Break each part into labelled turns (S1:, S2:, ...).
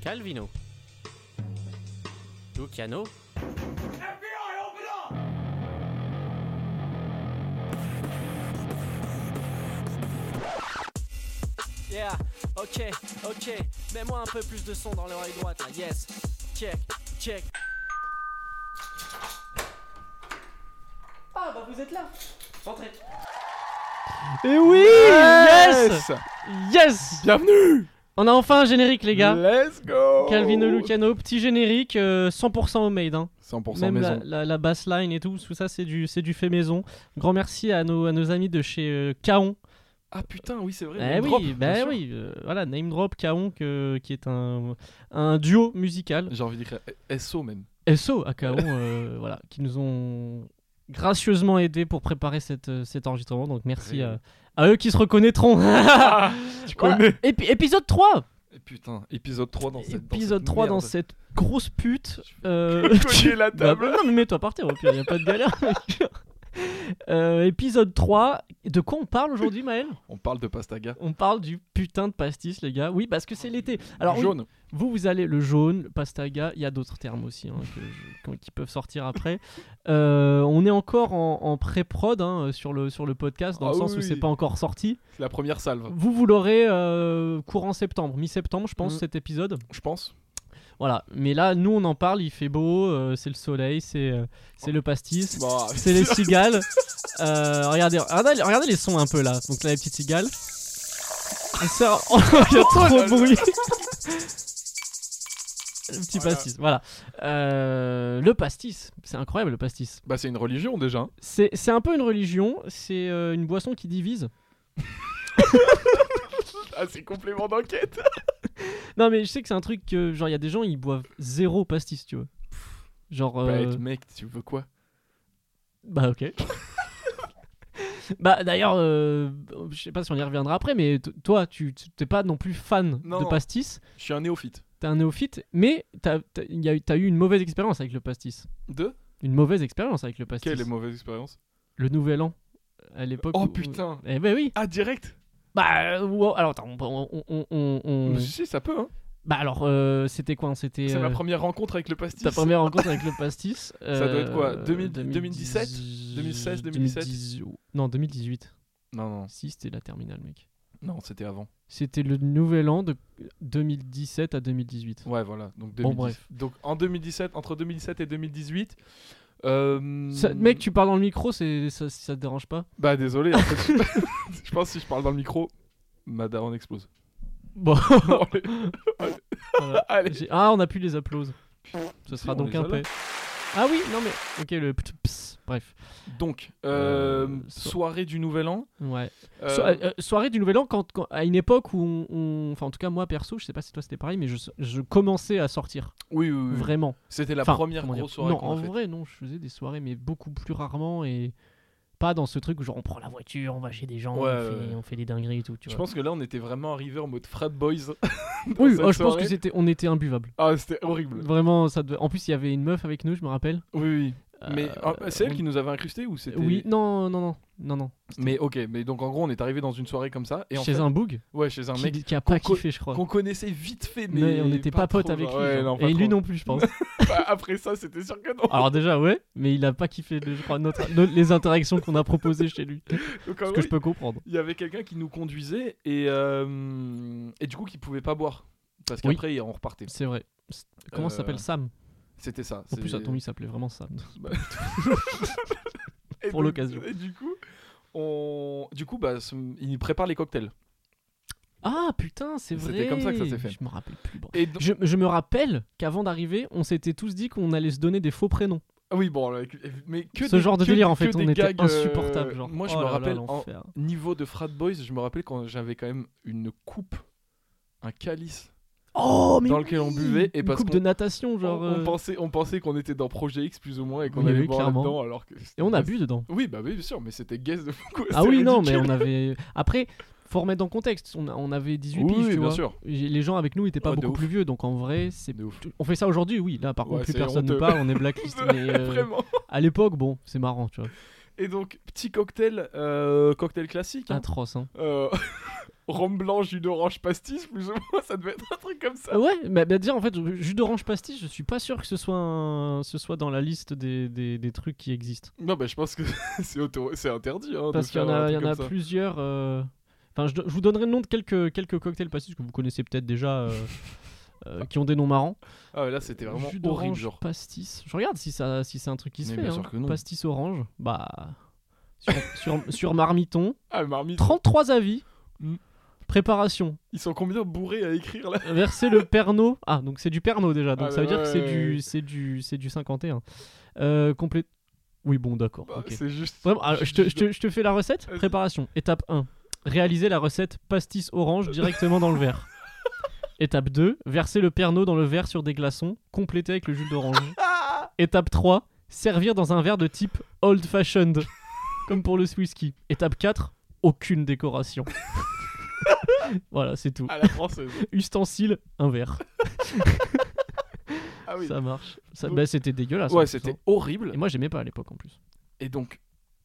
S1: Calvino. Luciano.
S2: Yeah, ok, ok. Mets-moi un peu plus de son dans l'oreille droite là, yes. Check, check. Ah bah vous êtes là. Entrez.
S1: Et oui Yes Yes
S3: Bienvenue
S1: On a enfin un générique les gars
S3: Let's go
S1: Calvino Lucano, petit générique, euh, 100% homemade. Hein.
S3: 100%
S1: Même la,
S3: maison.
S1: la, la bassline et tout, tout ça c'est du, c'est du fait maison. Grand merci à nos, à nos amis de chez euh, Kaon.
S3: Ah putain, oui, c'est vrai.
S1: Eh
S3: name
S1: oui,
S3: drop,
S1: bah
S3: bien sûr.
S1: oui, euh, voilà, Name Drop Kaon que- qui est un, un duo musical.
S3: J'ai envie d'écrire eh, SO même.
S1: SO à Kaon, euh, voilà, qui nous ont gracieusement aidés pour préparer cette, euh, cet enregistrement. Donc merci
S3: Ouais.
S1: à, à eux qui se reconnaîtront.
S3: Tu
S1: Voilà. Épi- épisode 3
S3: Eh, Putain, épisode 3 dans cette dans
S1: Épisode
S3: cette
S1: 3 dans
S3: merde.
S1: cette grosse pute. Euh,
S3: Cogner la
S1: Bah,
S3: table.
S1: non, mais mets-toi par terre, au pire, y a pas de galère. Euh, épisode 3, de quoi on parle aujourd'hui, Maël
S3: On parle de Pastaga.
S1: On parle du putain de pastis, les gars. Oui, parce que c'est l'été. Alors, oui,
S3: jaune.
S1: vous, vous allez le jaune, le pastaga, il y a d'autres termes aussi hein, que je- qu'on- qui peuvent sortir après. Euh, on est encore en, en pré-prod hein, sur, le, sur le podcast, dans
S3: Ah
S1: le sens
S3: oui, Ah.
S1: où
S3: oui.
S1: c'est pas encore sorti.
S3: C'est la première salve,
S1: Vous, vous l'aurez euh, courant septembre, mi-septembre, je pense,
S3: Mm.
S1: cet épisode.
S3: je pense.
S1: Voilà, mais là, nous, on en parle, il fait beau, euh, c'est le soleil, c'est euh, c'est le pastis,
S3: Bah,
S1: c'est les cigales. Euh, regardez, regardez, regardez les sons un peu là. Donc là, les petites cigales. Et ça, oh, il y a trop
S3: là
S1: de
S3: là.
S1: bruit. Le petit
S3: Voilà.
S1: pastis, voilà. Euh, le pastis, c'est incroyable le pastis.
S3: Bah, c'est une religion déjà. hein.
S1: C'est c'est un peu une religion, c'est euh, une boisson qui divise.
S3: Ah, c'est complément d'enquête.
S1: Non mais je sais que c'est un truc que, genre, il y a des gens, ils boivent zéro pastis, tu vois. Genre...
S3: Bah,
S1: euh,
S3: être mec, tu veux quoi
S1: Bah ok. bah d'ailleurs, euh, je sais pas si on y reviendra après, mais t- toi, tu tu- t'es pas non plus fan
S3: Non.
S1: de pastis.
S3: Je suis un néophyte.
S1: T'es un néophyte, mais t'as t'as- il y a eu- t'as eu une mauvaise expérience avec le pastis.
S3: Deux
S1: Une mauvaise expérience avec le pastis.
S3: Quelle est mauvaise expérience
S1: Le nouvel an, à l'époque.
S3: Oh
S1: où-
S3: putain
S1: Eh ben oui.
S3: Ah, direct
S1: Bah euh, wow. alors attends, on, on- on- on- on-
S3: Mais Si, ça peut, hein.
S1: Bah alors euh, c'était quoi hein, C'était
S3: C'est ma
S1: euh,
S3: première rencontre avec le pastis.
S1: ta première rencontre avec le pastis.
S3: Ça doit être quoi,
S1: euh,
S3: 2000
S1: 2010,
S3: 2017, 2016, 2017?
S1: 2010, Non 2018.
S3: Non, non,
S1: Si c'était la terminale mec.
S3: non, c'était avant.
S1: C'était le nouvel an de 2017 à 2018.
S3: Ouais, voilà. Donc,
S1: Bon,
S3: 2010.
S1: bref.
S3: Donc en 2017, entre 2017 et 2018. euh,
S1: Ça- mec, tu parles dans le micro, c'est ça, ça te dérange pas
S3: Bah, désolé. en fait, je- je pense que si je parle dans le micro, ma daronne explose.
S1: Bon. Voilà.
S3: Allez.
S1: J'ai- Ah, on a plus les applauses. Ce
S3: Si,
S1: sera
S3: on
S1: donc
S3: les
S1: un
S3: a là.
S1: peu. Ah oui, non mais. Ok, le pt- ps, bref.
S3: Donc, euh,
S1: Euh, so-
S3: soirée du Nouvel An.
S1: Ouais.
S3: euh,
S1: So- euh, euh, soirée du Nouvel An, quand, quand- à une époque où on, on- Enfin, en tout cas, moi perso, je sais pas si toi c'était pareil, mais je, je commençais à sortir.
S3: oui, oui, oui.
S1: Vraiment.
S3: C'était la
S1: Enfin,
S3: première
S1: comment dire,
S3: grosse soirée
S1: Non,
S3: qu'on
S1: en
S3: a faite.
S1: vrai, non, je faisais des soirées, mais beaucoup plus rarement et pas dans ce truc où genre on prend la voiture, on va chez des gens, on,
S3: Ouais,
S1: fait,
S3: ouais, ouais.
S1: on fait des dingueries et tout. Tu
S3: Je
S1: vois.
S3: pense que là, on était vraiment arrivé en mode frat boys.
S1: oui,
S3: dans cette
S1: oh, je pense
S3: soirée.
S1: que Euh, c'était, on était imbuvable.
S3: Ah, c'était horrible.
S1: Vraiment, ça devait- En plus, il y avait une meuf avec nous, je me rappelle.
S3: Oui, oui. Mais
S1: Euh,
S3: ah, c'est elle
S1: on-
S3: qui nous avait incrusté ou c'était
S1: Oui, non, non, non, non, non.
S3: Mais ok, mais donc en gros, on est arrivé dans une soirée comme ça et en
S1: chez
S3: fait-
S1: un boug
S3: ouais, chez un
S1: qui,
S3: mec
S1: qui a pas
S3: qu'on-
S1: kiffé, je crois.
S3: qu'on connaissait vite fait, mais,
S1: mais, on n'était pas, potes
S3: trop,
S1: avec
S3: genre.
S1: lui.
S3: Ouais,
S1: genre.
S3: non, pas
S1: et lui
S3: trop.
S1: non Ah, plus, je pense.
S3: Bah, Après ça, c'était sûr que non.
S1: Alors déjà, ouais, mais il a pas kiffé, je crois, notre, nos- les interactions qu'on a proposées chez lui.
S3: Donc, en
S1: Ce
S3: gros,
S1: que je peux comprendre.
S3: Il y avait quelqu'un qui nous conduisait et euh, et du coup qui pouvait pas boire parce
S1: Oui.
S3: qu'après on repartait.
S1: C'est vrai. C'est- Comment ça
S3: Euh,
S1: s'appelle Sam
S3: C'était ça.
S1: En plus,
S3: c'est-
S1: à ton il s'appelait vraiment Sam.
S3: Et
S1: pour
S3: donc-
S1: l'occasion.
S3: Et du coup, on du coup bah ce- il prépare les cocktails.
S1: Ah putain, c'est vrai.
S3: C'était comme ça que ça s'est fait.
S1: Je me rappelle plus. bon.
S3: Et donc-
S1: Je, je me rappelle qu'avant d'arriver, on s'était tous dit qu'on allait se donner des faux prénoms.
S3: Ah oui bon avec- mais que
S1: Ce
S3: des-
S1: genre de
S3: que-
S1: délire, en
S3: que
S1: fait,
S3: des
S1: on était
S3: gags, euh,
S1: insupportable. Genre.
S3: Moi je
S1: Oh
S3: me
S1: là là,
S3: rappelle en
S1: l'enfer.
S3: niveau de frat boys, je me rappelle quand j'avais quand même une coupe, un calice
S1: Oh, mais
S3: dans lequel on
S1: oui
S3: buvait et
S1: Une
S3: parce
S1: coupe
S3: qu'on-
S1: de natation, genre.
S3: on, on
S1: euh,
S3: pensait on pensait qu'on était dans Projet X plus ou moins et qu'on
S1: Oui,
S3: allait
S1: oui,
S3: boire
S1: clairement.
S3: là-dedans alors que
S1: Et on a bu dedans.
S3: Oui, bah oui, bien sûr, mais c'était guess de fou. quoi,
S1: Ah
S3: c'est
S1: oui, non, mais
S3: ridicule.
S1: on avait. Après, faut remettre dans le contexte. On, a- on avait 18
S3: Oui,
S1: piges,
S3: oui,
S1: tu
S3: bien
S1: vois.
S3: sûr.
S1: Et Les gens avec nous étaient pas
S3: Oh, de
S1: beaucoup
S3: ouf.
S1: plus vieux, donc en vrai, c'est.
S3: De ouf.
S1: On fait ça aujourd'hui, oui. Là, par
S3: Ouais,
S1: contre, plus
S3: c'est
S1: personne ne
S3: honteux.
S1: parle, on est blacklist. mais euh,
S3: Vraiment.
S1: à l'époque, bon, c'est marrant, tu vois.
S3: Et donc, petit cocktail, euh, cocktail classique. hein.
S1: Atroce, hein.
S3: Euh, rhum blanc, jus d'orange, pastis, plus ou moins, ça devait être un truc comme ça.
S1: Ah Ouais, mais bah, déjà en fait, jus d'orange pastis, je suis pas sûr que ce soit, un- ce soit dans la liste des, des- des trucs qui existent.
S3: Non, bah je pense que c'est auto- c'est interdit. Hein, de
S1: Parce qu'il y en
S3: faire un
S1: a, il y
S3: truc
S1: en a
S3: comme ça.
S1: plusieurs. euh, Enfin, je, do- je vous donnerai le nom de quelques, quelques cocktails pastis que vous connaissez peut-être déjà, euh, euh, qui ont des noms marrants.
S3: Ah ouais, là c'était vraiment
S1: Jus
S3: horrible,
S1: d'orange,
S3: genre.
S1: pastis. Je regarde si, ça, si c'est un truc qui se
S3: Mais
S1: fait.
S3: bien
S1: hein.
S3: sûr que non.
S1: Pastis orange, bah. Sur, sur, sur Marmiton,
S3: Ah, Marmite,
S1: 33 avis.
S3: Mm.
S1: Préparation.
S3: ils sont combien bourrés à écrire là
S1: Verser le Pernod. Ah, donc c'est du Pernod déjà. Donc
S3: Ah
S1: ça veut
S3: bah
S1: dire que c'est
S3: ouais.
S1: du, c'est du, c'est du 51. Euh, complé- Oui, bon, d'accord.
S3: Bah,
S1: ok.
S3: C'est juste.
S1: Vraiment, alors, je, te, je te- je te fais la recette.
S3: Vas-y.
S1: Préparation. Étape 1. Réaliser la recette pastis orange directement dans le verre. Étape 2. Verser le Pernod dans le verre sur des glaçons, complété avec le jus d'orange. Étape 3. Servir dans un verre de type old fashioned, comme pour le whisky. Étape 4. Aucune décoration. voilà, c'est tout.
S3: À la française.
S1: Ustensile, un verre.
S3: Ah oui.
S1: Ça marche. Ça,
S3: Donc-
S1: bah, c'était dégueulasse. en
S3: Ouais,
S1: plus,
S3: c'était
S1: hein.
S3: horrible.
S1: Et moi, j'aimais pas à l'époque en plus.
S3: Et donc,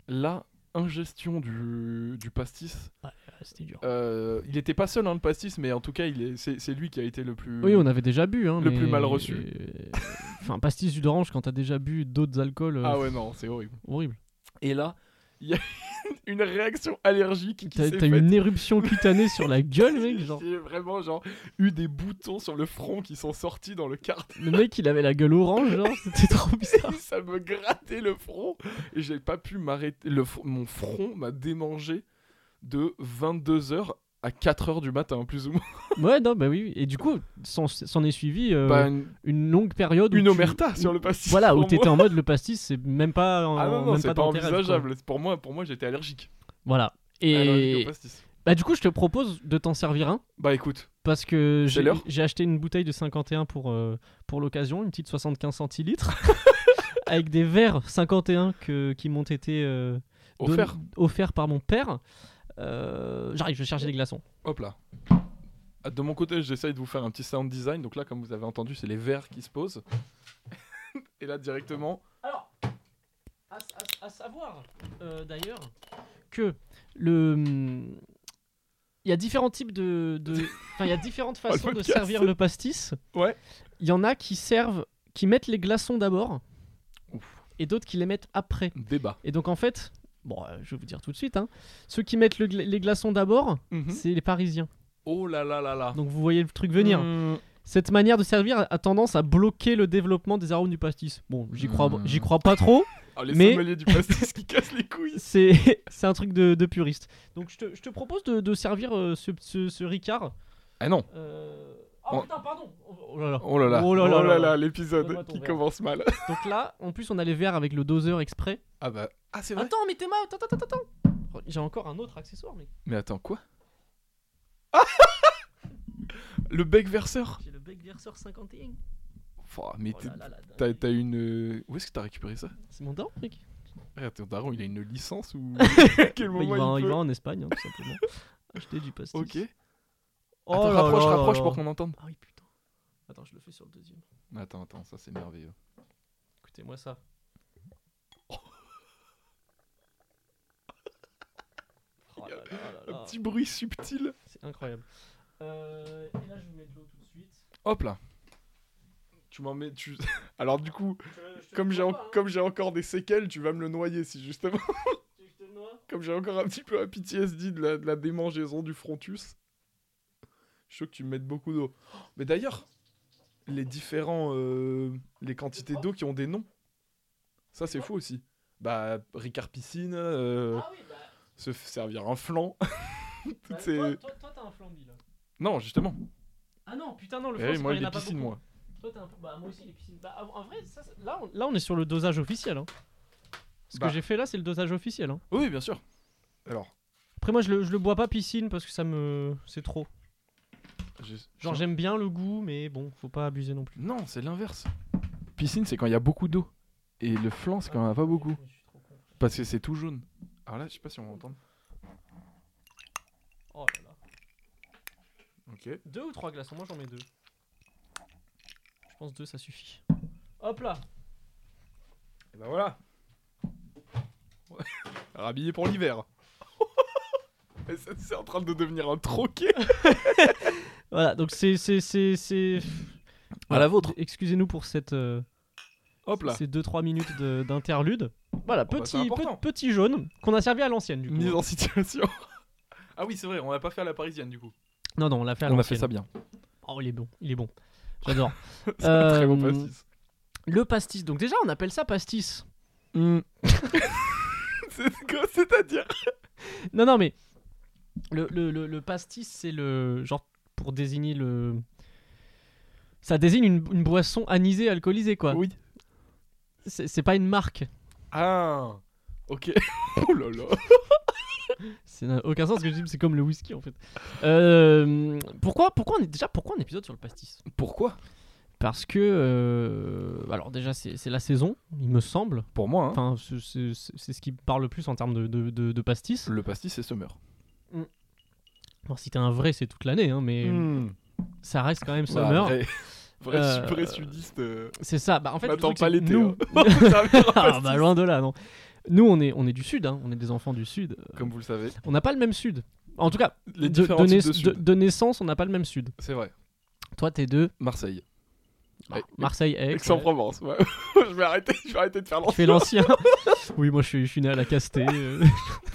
S3: là, ingestion du, du pastis.
S1: Ah, C'était dur.
S3: Euh, il était pas seul, hein, le pastis, mais en tout cas, il est- c'est c'est lui qui a été le plus.
S1: Oui, on avait déjà bu. Hein,
S3: Mm. Le
S1: mais-
S3: plus mal reçu.
S1: euh, Enfin, pastis jus d'orange quand t'as déjà bu d'autres alcools. euh,
S3: Ah ouais, non, c'est horrible.
S1: Horrible.
S3: Et là, il y a une réaction allergique qui
S1: T'as
S3: s'est
S1: t'as
S3: faite.
S1: eu une éruption cutanée sur la gueule, mec. Genre.
S3: J'ai vraiment genre eu des boutons sur le front qui sont sortis dans le quart.
S1: Le mec, il avait la gueule orange, genre. C'était trop bizarre.
S3: ça me grattait le front et j'ai pas pu m'arrêter. Le fr- Mon front m'a démangé de 22h à 4h du matin, plus ou moins.
S1: Ouais, non, bah oui. oui. Et du coup, s'en s'en est suivi euh,
S3: Bah, une,
S1: une longue période. où
S3: une
S1: tu-
S3: omerta
S1: où-
S3: sur le pastis.
S1: Voilà, où
S3: pour
S1: t'étais
S3: moi.
S1: en mode le pastis, c'est même pas. en-
S3: Ah non, non,
S1: même
S3: c'est pas,
S1: dans tes rêves, quoi.
S3: envisageable. Ah Pour moi, pour moi j'étais allergique.
S1: Voilà.
S3: Allergique
S1: Et.
S3: au pastis.
S1: Bah, du coup, je te propose de t'en servir un.
S3: Bah écoute,
S1: Parce que
S3: C'est
S1: j'ai
S3: l'heure.
S1: j'ai acheté une bouteille de 51 pour, euh, pour l'occasion, une petite 75 centilitres, avec des verres 51 que, qui m'ont été euh, don-
S3: offert.
S1: offerts par mon père. Euh, J'arrive, je cherche des glaçons.
S3: Hop là. Ah, De mon côté, j'essaye de vous faire un petit sound design. Donc là, comme vous avez entendu, c'est les verres qui se posent. Et là, directement.
S1: Alors, à, savoir euh, d'ailleurs que le. Il y a différents types de. Enfin, il y a différentes
S3: le
S1: façons de
S3: podcast.
S1: servir le pastis.
S3: Ouais.
S1: Il y en a qui servent, qui mettent les glaçons d'abord,
S3: Ouf.
S1: et d'autres qui les mettent après.
S3: Débat.
S1: Et donc en fait, bon, euh, je vais vous dire tout de suite, hein, ceux qui mettent le gla- les glaçons d'abord,
S3: Hmm.
S1: c'est les Parisiens.
S3: Oh là là là là.
S1: Donc vous voyez le truc Mhm. venir.
S3: Mmh.
S1: Cette manière de servir a tendance à bloquer le développement des arômes du pastis. Bon, j'y crois,
S3: Mm.
S1: j'y crois pas trop.
S3: Ah, les
S1: Mais-
S3: sommeliers du pastis qui cassent les couilles.
S1: C'est, c'est un truc de, de puriste. Donc je te, je te propose de, de servir euh, ce, ce- ce Ricard.
S3: Ah non.
S1: euh,
S3: On-
S1: Oh putain, pardon. Oh là là.
S3: Oh là là.
S1: Oh là là là là. Donne-moi
S3: l'épisode
S1: ton
S3: qui
S1: verre.
S3: commence mal.
S1: Donc là, en plus, on a les verres avec le doseur exprès.
S3: Ah bah. Ah c'est vrai.
S1: Attends, mais t'es mal. Attends, attends, attends. attends. J'ai encore un autre accessoire, mais
S3: Mais attends quoi Le bec verseur.
S1: j'ai le bec verseur 51.
S3: Faut- mais
S1: Oh
S3: t'es-
S1: là là là,
S3: t'as
S1: dingue.
S3: t'as une. euh, Où est-ce que t'as récupéré ça
S1: C'est mon temps, mec.
S3: Eh, Ton daron, il a une licence ou à quel
S1: Bah, il,
S3: moment
S1: va,
S3: il,
S1: il
S3: peut
S1: va en Espagne, hein, tout simplement. Acheter du pastis.
S3: Ok.
S1: Oh
S3: attends,
S1: là
S3: rapproche,
S1: là là
S3: rapproche
S1: là.
S3: pour qu'on entende.
S1: Ah oui, putain. Attends, je le fais sur le deuxième.
S3: Attends, attends, ça c'est merveilleux.
S1: Écoutez-moi ça. Oh là là là
S3: Un
S1: là.
S3: petit bruit subtil.
S1: C'est incroyable. Euh, et là, je vous mets de l'eau tout de suite.
S3: Hop là. Tu m'en mets. Tu... Alors du coup,
S1: Je te- je te
S3: comme
S1: le
S3: j'ai en-
S1: vois pas, hein.
S3: comme j'ai encore des séquelles, tu vas me le noyer si justement.
S1: Tu veux que je te le noie
S3: Comme j'ai encore un petit peu un PTSD de la, de la démangeaison du frontus, je veux que tu me mettes beaucoup d'eau. Mais d'ailleurs, les différents. euh, les quantités d'eau qui ont des noms, ça c'est fou aussi. Bah, Ricard Piscine, euh,
S1: Ah oui, bah,
S3: se f- servir un flan. toutes
S1: bah,
S3: ces-
S1: toi, toi- toi, t'as un flambi là.
S3: Non, justement.
S1: Ah non, putain, non, le
S3: Eh,
S1: flambi,
S3: moi,
S1: il y
S3: il
S1: en
S3: est
S1: a pas
S3: piscine,
S1: beaucoup.
S3: moi.
S1: Toi, t'es un peu- Bah, moi aussi, les piscines. Bah, en- en vrai, ça, ça- là, on... là, on est sur le dosage officiel. hein. Ce
S3: Bah.
S1: que j'ai fait là, c'est le dosage officiel. hein.
S3: Oui, bien sûr. Alors,
S1: Après, moi, je le, je le bois pas piscine parce que ça me. C'est trop.
S3: j'ai-
S1: Genre, j'aime bien le goût, mais bon, faut pas abuser non plus.
S3: Non, c'est l'inverse. Piscine, c'est quand il y a beaucoup d'eau. Et le flan, c'est quand il n'y en a pas beaucoup.
S1: Je suis trop con.
S3: Parce que c'est tout jaune. Alors là, je sais pas si on va entendre.
S1: Oh là là.
S3: Ok.
S1: Deux ou trois glaçons Moi, j'en mets deux. Je pense deux, ça suffit. Hop là
S3: Et ben voilà. Rhabillé pour l'hiver.
S4: Mais ça, c'est en train de devenir un troquet.
S1: Voilà, donc c'est. c'est- c'est- c'est-
S3: À la vôtre.
S1: Excusez-nous pour cette, euh,
S4: Hop là.
S1: ces 2-3 minutes de- d'interlude. Voilà,
S4: bah, c'est
S1: petit, pe-
S4: important.
S1: petit jaune qu'on a servi à l'ancienne du coup.
S4: Mise en situation. Ah oui, c'est vrai, on l'a pas fait à la parisienne du coup.
S1: Non, non, on l'a fait à
S3: On a fait
S1: l'ancienne.
S3: ça bien.
S1: Oh, il est bon, il est bon. J'adore.
S4: C'est un très bon
S1: Euh,
S4: pastis.
S1: Le pastis. Donc déjà, on appelle ça pastis.
S3: hmm.
S4: C'est quoi, C'est-à-dire
S1: Non, non, mais le, le, le, le pastis, c'est le genre pour désigner le. Ça désigne une, une boisson anisée, alcoolisée, quoi.
S4: Oui.
S1: C'est c'est pas une marque.
S4: Ah. Ok. oh là là.
S1: Ça n'a aucun sens ce que je dis, mais c'est comme le whisky en fait. Euh, pourquoi, pourquoi on est déjà pourquoi un épisode sur le pastis
S3: Pourquoi
S1: Parce que euh, alors déjà c'est c'est la saison, il me semble.
S3: Pour moi, hein,
S1: Enfin c'est- c'est c'est ce qui me parle le plus en termes de, de, de- de pastis.
S3: le pastis, c'est Summer.
S1: Bon, si t'es un vrai, c'est toute l'année, hein, mais
S3: Hmm.
S1: ça reste quand même
S3: Voilà,
S1: summer.
S3: vrai.
S4: Bah, Vrai
S1: Euh,
S4: super sudiste. euh,
S1: c'est ça. Bah en fait, le
S4: N'attends
S1: truc,
S4: pas
S1: c'est que
S4: l'été.
S1: Nous,
S4: hein. Pour servir un
S1: Ah,
S4: pastis.
S1: bah, loin de là, non. Nous, on est, on est du sud, hein, on est des enfants du sud. Euh,
S4: Comme vous le savez,
S1: On n'a pas le même sud. En tout cas,
S4: les
S1: de,
S4: différents
S1: de
S4: types
S1: naiss-
S4: de
S1: de-
S4: sud.
S1: de naissance, on n'a pas le même sud.
S4: C'est vrai.
S1: Toi, t'es de
S3: Marseille.
S1: Mar-
S4: Ouais.
S1: Marseille, Aix. ouais.
S4: Ah, Aix-en-Provence. ouais. je vais arrêter, je vais arrêter de faire
S1: Tu fais
S4: l'ancien.
S1: l'ancien. oui, moi, je suis, je suis né à la Castée. euh.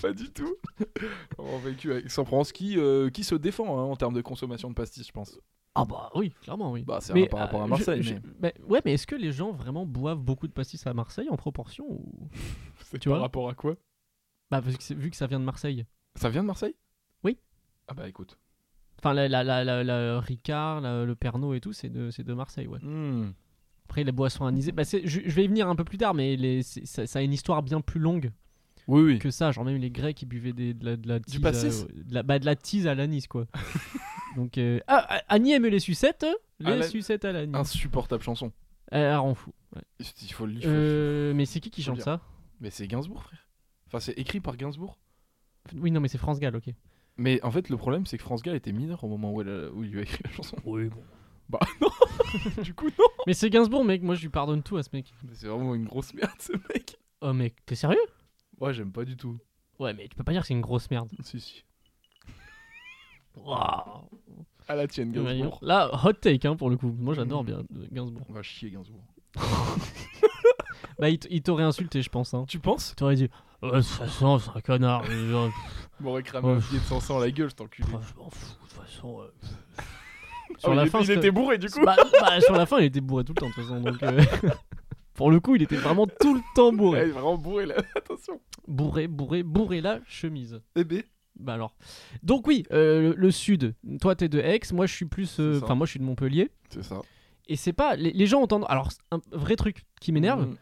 S4: Pas du tout. On a vécu à Aix-en-Provence qui, euh, qui se défend hein, en termes de consommation de pastis, je pense.
S1: Ah bah oui, clairement, oui.
S3: Bah, c'est
S1: Mais,
S3: par rapport
S1: euh,
S3: à Marseille.
S1: je- je-
S3: mais-
S1: bah, ouais, mais est-ce que les gens vraiment boivent beaucoup de pastis à Marseille en proportion ou-
S4: C'est
S1: Tu
S4: par
S1: vois
S4: rapport à quoi
S1: Bah, parce que c'est- vu que ça vient de Marseille.
S4: Ça vient de Marseille
S1: Oui.
S4: Ah bah écoute.
S1: Enfin, la, la, la, la- la Ricard, la- le Pernod et tout, c'est de, c'est de Marseille, ouais. Après, les boissons anisées, bah, c'est- je, je vais y venir un peu plus tard, mais les, c'est- ça, ça a une histoire bien plus longue
S3: Oui, oui.
S1: que ça. Genre, même les Grecs, ils buvaient des, de, la, de la
S4: Du
S1: tease.
S4: pastis
S1: à, de la, bah, de la tease à l'anis, quoi. Donc, euh, ah, Annie aime les sucettes. hein. Les
S4: Ah, la-
S1: sucettes à l'anis.
S3: Insupportable chanson.
S1: Elle, elle rend fou. ouais.
S3: Il faut le il faut-
S1: Euh, mais c'est qui qui
S3: faut
S1: chante
S3: dire.
S1: ça
S3: Mais c'est Gainsbourg, frère. Enfin, c'est écrit par Gainsbourg.
S1: Oui, non, mais c'est France Gall, ok.
S3: Mais en fait, le problème, c'est que France Gall était mineur au moment où, elle a- où il lui a écrit la chanson.
S1: Oui, bon.
S4: Du coup, non.
S1: Mais c'est Gainsbourg, mec. Moi, je lui pardonne tout à ce mec.
S4: Mais c'est vraiment une grosse merde, ce mec.
S1: Oh, mec, t'es sérieux
S3: Ouais, j'aime pas du tout.
S1: Ouais, mais tu peux pas dire que c'est une grosse merde.
S3: Si, si.
S1: Waouh.
S4: À la tienne, Gainsbourg.
S1: Là, hot take, hein, pour le coup. Moi, j'adore
S4: Mm.
S1: bien euh, Gainsbourg.
S3: On va chier Gainsbourg.
S1: Bah, il t- il t'aurait insulté, je pense. Hein.
S4: Tu penses
S1: Tu aurais dit, oh, de toute façon, c'est un connard. mais genre,
S4: M'aurait cramé un
S1: Ouais.
S4: billet de 500 à la gueule, cet enculé.
S1: pff, je m'en fous, de toute façon. euh, pff.
S4: Ah, il, était- il
S1: c'était-
S4: était bourré, du coup.
S1: Bah, bah, sur la fin, il était bourré tout le temps, de toute façon. Donc, euh, Pour le coup, il était vraiment tout le temps
S4: Ouais, il
S1: bourré.
S4: est vraiment bourré, là. Attention.
S1: Bourré, bourré, bourré la chemise.
S4: Eh ben.
S1: Bah alors. Donc oui, euh, le, le sud. Toi, t'es de Aix. Moi, je suis plus. euh,
S4: C'est ça.
S1: Enfin, moi, je suis de Montpellier.
S3: C'est ça.
S1: Et c'est pas. Les, les gens entendent. Alors, c'est un vrai truc qui m'énerve,
S4: Mm,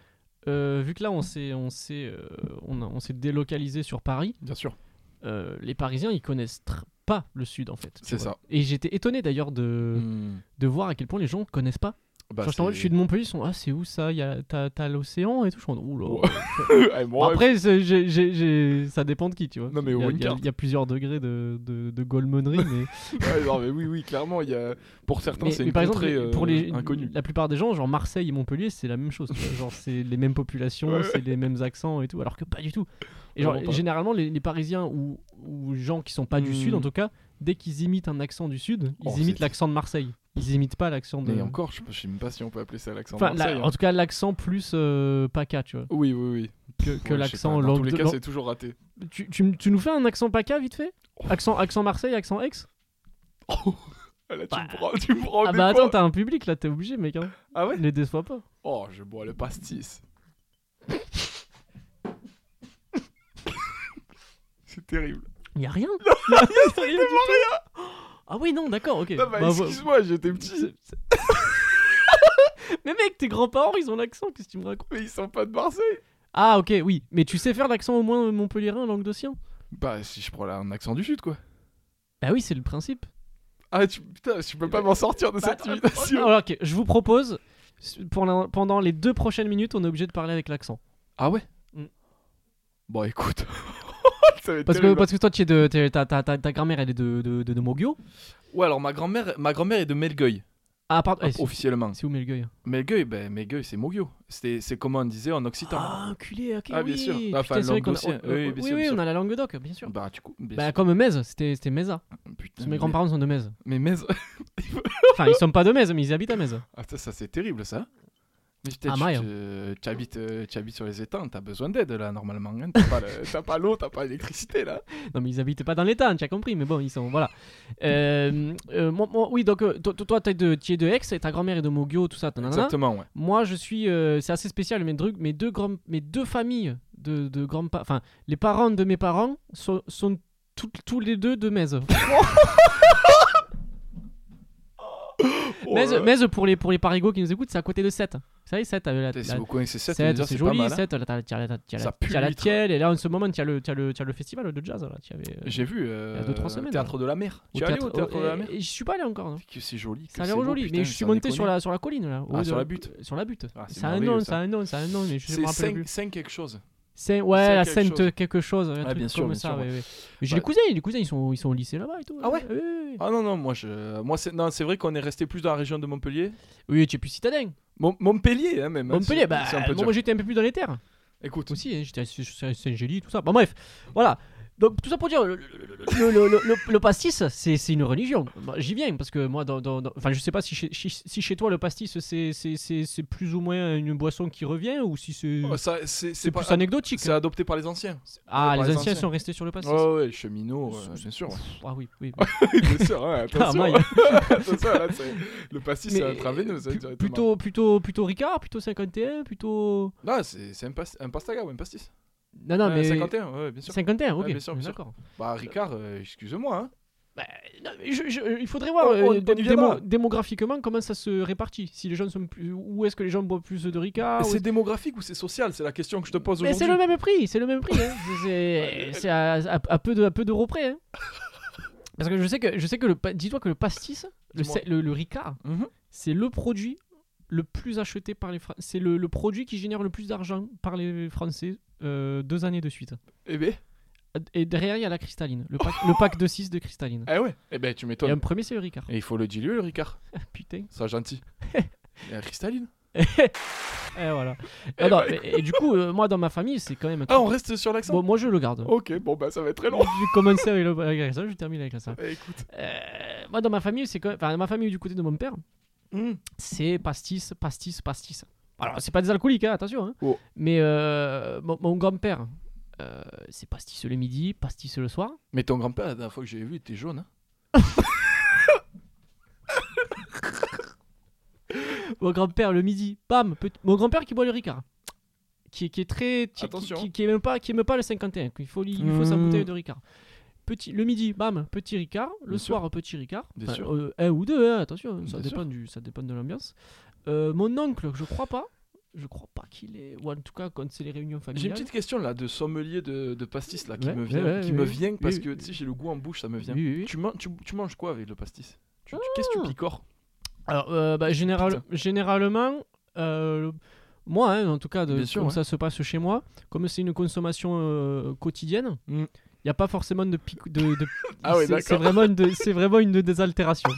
S1: euh, vu que là, on s'est, on s'est, euh, on, a- on s'est délocalisé sur Paris.
S3: Bien sûr.
S1: euh, les Parisiens, ils connaissent tr- pas le Sud en fait. tu
S3: C'est
S1: vois.
S3: ça.
S1: Et j'étais étonné d'ailleurs de,
S4: Mm.
S3: Hmm.
S1: de voir à quel point les gens connaissent pas.
S3: Bah,
S1: Genre, je t'envoie, je suis de Montpellier, ils sont ah c'est où ça Il y a- T'as t'as l'océan et tout. Je suis en mode, Ouh là.
S4: Ouais. Eh, bon,
S1: Après c'est- j'ai- j'ai- j'ai- ça dépend de qui tu vois.
S4: Non, mais
S1: il y, a-
S4: Owen
S1: il y a-
S4: Cart.
S1: il y a plusieurs degrés de de, de golemonnerie, mais,
S4: ouais, genre, mais oui, oui, clairement, il y a... pour certains,
S1: mais-
S4: c'est
S1: mais
S4: une
S1: par exemple
S4: contrée
S3: euh,
S4: euh,
S1: pour les
S4: inconnue.
S1: la plupart des gens genre Marseille et Montpellier c'est la même chose. tu vois. genre c'est les mêmes populations,
S4: Ouais, ouais.
S1: c'est les mêmes accents et tout. Alors que pas du tout. Et genre
S4: Vraiment pas.
S1: généralement les, les Parisiens ou, ou gens qui sont pas du
S3: Hmm.
S1: Sud en tout cas dès qu'ils imitent un accent du Sud ils
S3: Oh,
S1: imitent
S3: c'est-
S1: l'accent de Marseille. Ils imitent pas l'accent de.
S3: Mais encore, je, je sais même pas si on peut appeler ça l'accent de
S1: Enfin, la-
S3: Marseille.
S1: en
S3: hein.
S1: tout cas, l'accent plus euh, PACA, tu vois.
S4: Oui, oui, oui.
S1: Que, que
S3: Ouais, je sais
S1: l'accent
S3: pas, Dans tous
S1: langue
S3: les
S1: de-
S3: cas,
S1: lan-
S3: c'est toujours raté.
S1: tu, tu m- tu nous fais un accent PACA vite fait Accent accent Marseille, accent Aix
S4: Ah, Là, tu
S1: Bah.
S4: me prends, tu me
S3: Oh,
S4: prends au
S1: Ah bah
S4: dépourvu.
S1: attends, t'as un public là, t'es obligé, mec. Hein.
S4: Ah ouais
S1: Les déçois pas.
S4: Oh, je bois le pastis. c'est terrible.
S1: Y a rien Rien du tout. Ah oui, non, d'accord, ok.
S4: Non, bah,
S1: Bah, vo-
S4: excuse-moi, j'étais petit,
S1: c'est- c'est- Mais mec, tes grands-parents, ils ont l'accent, qu'est-ce que tu me racontes
S4: mais ils sont pas de Marseille.
S1: Ah ok, oui, mais tu sais faire l'accent au moins montpelliérain, languedocien
S3: Bah, si je prends là un accent du sud, quoi.
S1: Bah oui, c'est le principe.
S4: Ah, tu, putain, tu peux pas m'en sortir de
S1: Bah,
S4: cette imitation.
S1: Alors, ok, je vous propose, pour l'in- pendant les deux prochaines minutes, on est obligé de parler avec l'accent.
S3: Ah ouais
S1: Mm.
S3: Bon, écoute.
S4: Ça va être
S1: Parce que,
S4: terrible.
S1: parce que toi, tu es de, t'es- ta, ta, ta, ta grand-mère, elle est de, de, de, de Montguiot.
S3: hein. Ouais, alors ma grand-mère ma grand-mère est de Melgueil.
S1: Ah, pardon. Eh, c'est-
S3: officiellement.
S1: c'est où Melgueil
S3: Melgueil, ben, Melgueil, c'est Mogio. C'est c'est comme on disait en occitan.
S1: Ah, enculé, ok.
S3: Ah, bien
S1: oui.
S3: sûr.
S1: Putain,
S3: Enfin,
S1: c'est vrai qu'on a-
S3: langue
S1: oh,
S3: aussi. Oui,
S1: oh,
S3: bien
S1: oui,
S3: sûr,
S1: oui,
S3: bien
S1: on
S3: sûr.
S1: a la langue d'oc, bien sûr.
S3: Bah, du coup, bien
S1: Bah,
S3: sûr. Euh,
S1: comme Mèze, c'était c'était Meza.
S3: Putain,
S1: Parce que Mes
S3: mais-
S1: grands-parents sont de Mèze.
S3: Mais mais
S1: Enfin, ils sont pas de Mèze, mais ils habitent à Mèze.
S3: Ah, ça, ça, c'est terrible ça. Mais peut-être
S1: Ah, Mario.
S3: tu, te- tu habites, euh, tu habites sur les étangs, t'as besoin d'aide là normalement. hein. T'as pas le- t'as pas l'eau, t'as pas l'électricité là.
S1: Non, mais ils habitent pas dans l'État, hein, tu as compris, mais bon, ils sont. Voilà. Euh, euh, moi- moi- oui, donc, euh, toi, toi, t'es de- tu es de Aix, et ta grand-mère est de Mogio, tout ça. nanana.
S3: Exactement, ouais.
S1: Moi, je suis. euh, c'est assez spécial, mes, dru- mes, deux, grands, mes deux familles de, de grands-parents. Enfin, les parents de mes parents sont, sont tout- tous les deux de Mèze.
S3: Oh
S1: Mèze,
S3: là là.
S1: Mèze, pour les, pour les parigots qui nous écoutent, c'est à côté de 7. Vous savez, 7 la,
S3: Putain,
S1: la-
S3: Si vous connaissez ça,
S1: Sète,
S3: déjà
S1: c'est
S3: c'est pas
S1: joli,
S3: mal. hein.
S1: Sète, là, t'as- t'as la- t'as la-
S3: Ça pue
S1: t'as la
S3: l'huître.
S1: tielle, et là en ce moment t'as le, t'as le, t'as le festival de jazz là, t'y avais, euh,
S3: J'ai vu.
S1: Il y a deux, trois semaines, hein.
S3: Théâtre de la mer.
S1: au
S3: Tu es allé au
S1: théâtre- Oh,
S3: théâtre de la
S1: et-
S3: mer
S1: et J'y suis pas allé encore, non.
S3: C'est que c'est joli. que
S1: Ça a
S3: c'est
S1: l'air
S3: beau,
S1: joli,
S3: putain,
S1: mais je suis
S3: sans
S1: monté sur
S3: déconner.
S1: la, sur la colline là. au
S3: Ah,
S1: haut
S3: sur
S1: de-
S3: la butte.
S1: Sur la butte.
S3: Ah, c'est
S1: ça a un
S3: merveilleux,
S1: nom,
S3: ça.
S1: ça a un nom, ça a un nom, mais je me
S3: C'est
S1: rappelle plus.
S3: 5 quelque chose.
S1: Saint-
S3: Saint
S1: ouais, la
S3: quelque
S1: Sainte
S3: chose.
S1: quelque chose, un
S3: Ah,
S1: truc
S3: bien sûr,
S1: comme
S3: bien
S1: ça.
S3: sûr,
S1: ouais,
S3: ouais.
S1: ouais. Mais J'ai
S3: Bah-
S1: les cousins, les cousins ils sont, ils sont au lycée là-bas et tout.
S3: Ah ouais
S1: Oui, oui, oui.
S3: Ah non, non, moi, je... moi c'est... Non, c'est vrai qu'on est resté plus dans la région de Montpellier.
S1: Oui, tu es plus citadin.
S3: Mon- Montpellier, hein, même. hein,
S1: Montpellier,
S3: c'est-
S1: bah,
S3: c'est un peu
S1: moi
S3: dur.
S1: j'étais un peu plus dans les terres.
S3: Écoute,
S1: aussi, hein, j'étais à Saint-Gély, tout ça. Bon, bref, voilà. Donc, tout ça pour dire, le, le- le- le- le- le pastis, c'est c'est une religion. Bah, J'y viens, parce que moi, dans, dans- dans- enfin, je sais pas si chez, si- si chez toi, le pastis, c'est- c'est c'est- c'est plus ou moins une boisson qui revient, ou si c'est
S3: oh, ça, c'est, c'est
S1: c'est
S3: pas-
S1: plus anecdotique.
S3: c'est adopté par les anciens.
S1: Ah,
S3: par
S1: les
S3: les
S1: anciens,
S3: anciens.
S1: sont restés sur le pastis.
S3: Ouais, ouais, les cheminots, euh,
S1: Sous-
S3: bien sûr. ouais.
S1: Ah oui, oui.
S3: Oui, bien sûr, hein, attention.
S1: Carrément, il y a-
S3: Attention, là, c'est- le pastis, c'est
S1: mais-
S3: un traveineux. ça,
S1: pu-
S3: directement.
S1: plutôt, plutôt, plutôt Ricard, plutôt 51, plutôt.
S3: Non, c'est, c'est un, pas- un pastaga ou un pastis.
S1: Non, non,
S3: Euh,
S1: mais.
S3: 51, ouais, bien sûr.
S1: 51, ok.
S3: Ouais, bien sûr, bien sûr.
S1: D'accord.
S3: Bah, Ricard, euh, excuse-moi. hein.
S1: Bah, non, mais je- je- il faudrait voir
S3: On-
S1: euh,
S3: on- on y
S1: dé-
S3: viendra.
S1: démo- démographiquement comment ça se répartit. Si les gens sont plus, où est-ce que les gens boivent plus de Ricard où
S3: c'est
S1: est-ce-
S3: démographique ou c'est social C'est la question que je te pose
S1: Ah, Mais
S3: aujourd'hui.
S1: c'est le même prix, c'est le même prix. hein. C'est- C'est c'est à, à- à peu de à peu d'euros près. hein. Parce que je sais que je sais que le pa- dis-toi que le pastis, le,
S3: Dis-moi.
S1: sa- le, le Ricard,
S3: Mhm.
S1: c'est le produit le plus acheté par les Français. C'est le, le produit qui génère le plus d'argent par les Français euh, deux années de suite.
S3: Eh ben,
S1: Et derrière il y a la cristalline, le pack, le pack de 6 de cristalline.
S3: eh ouais. Eh ben,
S1: Et
S3: tu
S1: un
S3: m'étonnes.
S1: premier c'est le Ricard.
S3: Et il faut le diluer, le Ricard.
S1: Putain.
S3: Sois gentil. Et un cristalline.
S1: Et voilà. Ah non, mais- et du coup, euh, moi dans ma famille, c'est quand même. un
S3: Eh bah, Ah, on
S1: truc-
S3: reste sur l'accent
S1: Bon, moi je le garde.
S3: Ok, bon, bah, ça va être très long.
S1: J'ai commencé avec le- avec ça, je termine avec ça.
S3: Eh, écoute.
S1: Euh, moi dans ma famille, c'est quand même. Enfin, ma famille du côté de mon père,
S3: Hmm.
S1: c'est pastis, pastis, pastis. Alors, c'est pas des alcooliques, hein, attention. hein.
S3: Oh.
S1: Mais euh, mon, mon grand-père, euh, c'est pastis le midi, pastis le soir.
S3: Mais ton grand-père, la dernière fois que j'ai vu, il était jaune. hein.
S1: Mon grand-père le midi, bam. petit- Mon grand-père qui boit le ricard. Qui, qui est très. Qui,
S3: Attention.
S1: Qui, qui est même pas, qui est même pas le 51. Il faut, lui- il faut sa
S3: Mmh.
S1: bouteille de ricard. Petit, le midi, bam, petit ricard. Le
S3: Bien sûr.
S1: soir, petit ricard.
S3: Bien sûr.
S1: euh, un ou deux, hein, attention, hein, ça,
S3: Bien
S1: dépend du, ça dépend de l'ambiance. Euh, mon oncle, je crois pas. Je crois pas qu'il est. Ou en tout cas, quand c'est les réunions
S3: J'ai une
S1: familiales.
S3: petite question là de sommelier de, de pastis là qui
S1: Ouais,
S3: me vient,
S1: ouais, ouais,
S3: qui me
S1: oui,
S3: vient parce
S1: oui,
S3: que
S1: oui.
S3: tu sais j'ai le goût en bouche, ça me vient.
S1: Oui, oui, oui.
S3: Tu, man- tu- tu manges quoi avec le pastis Tu- tu- Qu'est-ce que tu picores
S1: Alors, euh, bah, général-
S3: Putain.
S1: généralement, euh, moi, hein, en tout cas, de,
S3: Bien sûr,
S1: comme
S3: ouais.
S1: ça se passe chez moi, comme c'est une consommation euh, quotidienne, il
S3: Mm.
S1: n'y a pas forcément de... pic- de, de-
S3: Ah ouais,
S1: c'est- c'est
S3: d'accord.
S1: vraiment, une de- c'est vraiment une désaltération.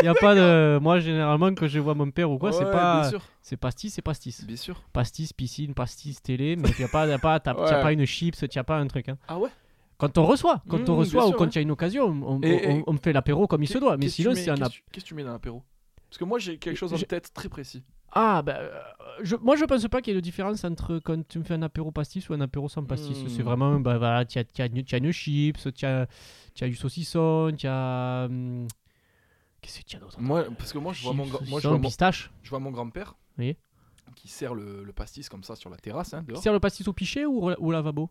S1: Il y a pas de... Moi, généralement, quand je vois mon père ou quoi, c'est
S3: Ouais,
S1: pas...
S3: Bien sûr.
S1: C'est pastis, c'est pastis.
S3: Bien sûr.
S1: Pastis, piscine, pastis, télé, mais il n'y a pas, y a pas, t'as-
S3: Ouais.
S1: y a pas une chips, il a pas un truc. hein.
S3: Ah ouais
S1: Quand on reçoit, quand
S3: Mm,
S1: on
S3: bien
S1: reçoit ou
S3: sûr,
S1: quand
S3: ouais.
S1: il y a une occasion, on, on-
S3: Et- et-
S1: on- on fait l'apéro comme il se doit. Mais
S3: Qu'est-ce que
S1: sinon,
S3: tu mets-
S1: c'est un
S3: qu'est-ce
S1: apéro.
S3: que tu- Qu'est-ce que tu mets dans l'apéro Parce que moi j'ai quelque chose en
S1: J'ai-
S3: tête très précis.
S1: Ah, bah, euh, je, moi je pense pas qu'il y ait de différence entre quand tu me fais un apéro pastis ou un apéro sans pastis.
S3: Hmm.
S1: C'est vraiment, bah voilà, tu as, une chips, tu as, du saucisson, tu as. hmm, Qu'est-ce que tu as d'autre
S3: Moi, parce que moi je vois
S1: Chips,
S3: mon, gra- moi, je
S1: saucisson,
S3: vois mon,
S1: pistache.
S3: je vois mon grand-père
S1: Oui.
S3: qui sert le, le pastis comme ça sur la terrasse, hein,
S1: Tu
S3: dehors.
S1: sers le pastis au pichet ou au, au lavabo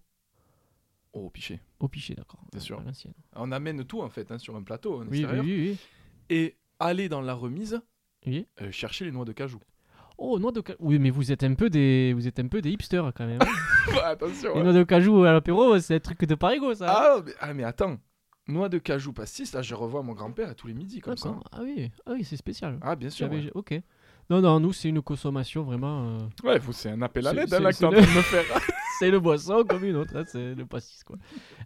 S3: Oh, pichet.
S1: Au pichet, d'accord.
S3: Bien sûr.
S1: À l'ancienne.
S3: On amène tout en fait hein, sur un plateau en
S1: Oui, oui,
S3: extérieur.
S1: oui, oui.
S3: Et aller dans la remise
S1: Oui.
S3: euh, chercher les noix de cajou.
S1: Oh, noix de cajou. Oui, mais vous êtes un peu des, vous êtes un peu des hipsters quand même. hein.
S3: Bah, Attention.
S1: Les
S3: hein.
S1: noix de cajou à l'apéro, c'est un truc de parigo ça. hein.
S3: Ah mais, ah, mais attends, noix de cajou pastis, là je revois mon grand-père tous les midis comme ça.
S1: D'accord. Ah oui, ah, oui c'est spécial.
S3: Ah bien sûr.
S1: J'avais-
S3: Ouais,
S1: Ok. Non, non, nous c'est une consommation vraiment. euh,
S3: Ouais, vous c'est un appel à
S1: C'est-
S3: l'aide hein,
S1: c'est-
S3: là que
S1: c'est
S3: t'es en
S1: le-
S3: train de me faire.
S1: c'est le boisson comme une autre, hein, c'est le pastis quoi.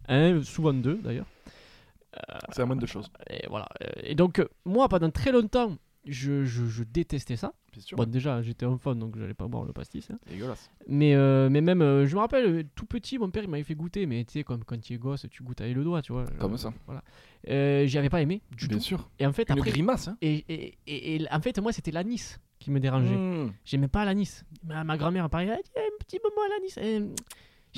S1: Hein, souvent deux d'ailleurs.
S3: c'est la moindre de choses.
S1: Et voilà. Euh, Et donc euh, moi pendant très longtemps, je, je- je détestais ça.
S3: Bien sûr.
S1: Bon, déjà, j'étais homophone, donc j'allais pas boire le pastis. hein.
S3: C'est dégueulasse.
S1: Mais, euh, mais même, euh, je me rappelle, euh, tout petit, mon père, il m'avait fait goûter. Mais tu sais, comme quand tu es gosse, tu goûtes avec le doigt, tu vois.
S3: Comme ça.
S1: Euh, J'y avais pas aimé du
S3: Bien
S1: tout.
S3: sûr.
S1: Et en fait,
S3: Une
S1: après,
S3: grimace, hein.
S1: et, et- et- et en fait, moi, c'était l'anis qui me dérangeait.
S3: Mmh.
S1: J'aimais pas l'anis. Ma, ma grand-mère, pareil, elle dit, Eh, un petit moment à l'anis. Eh, J'aimais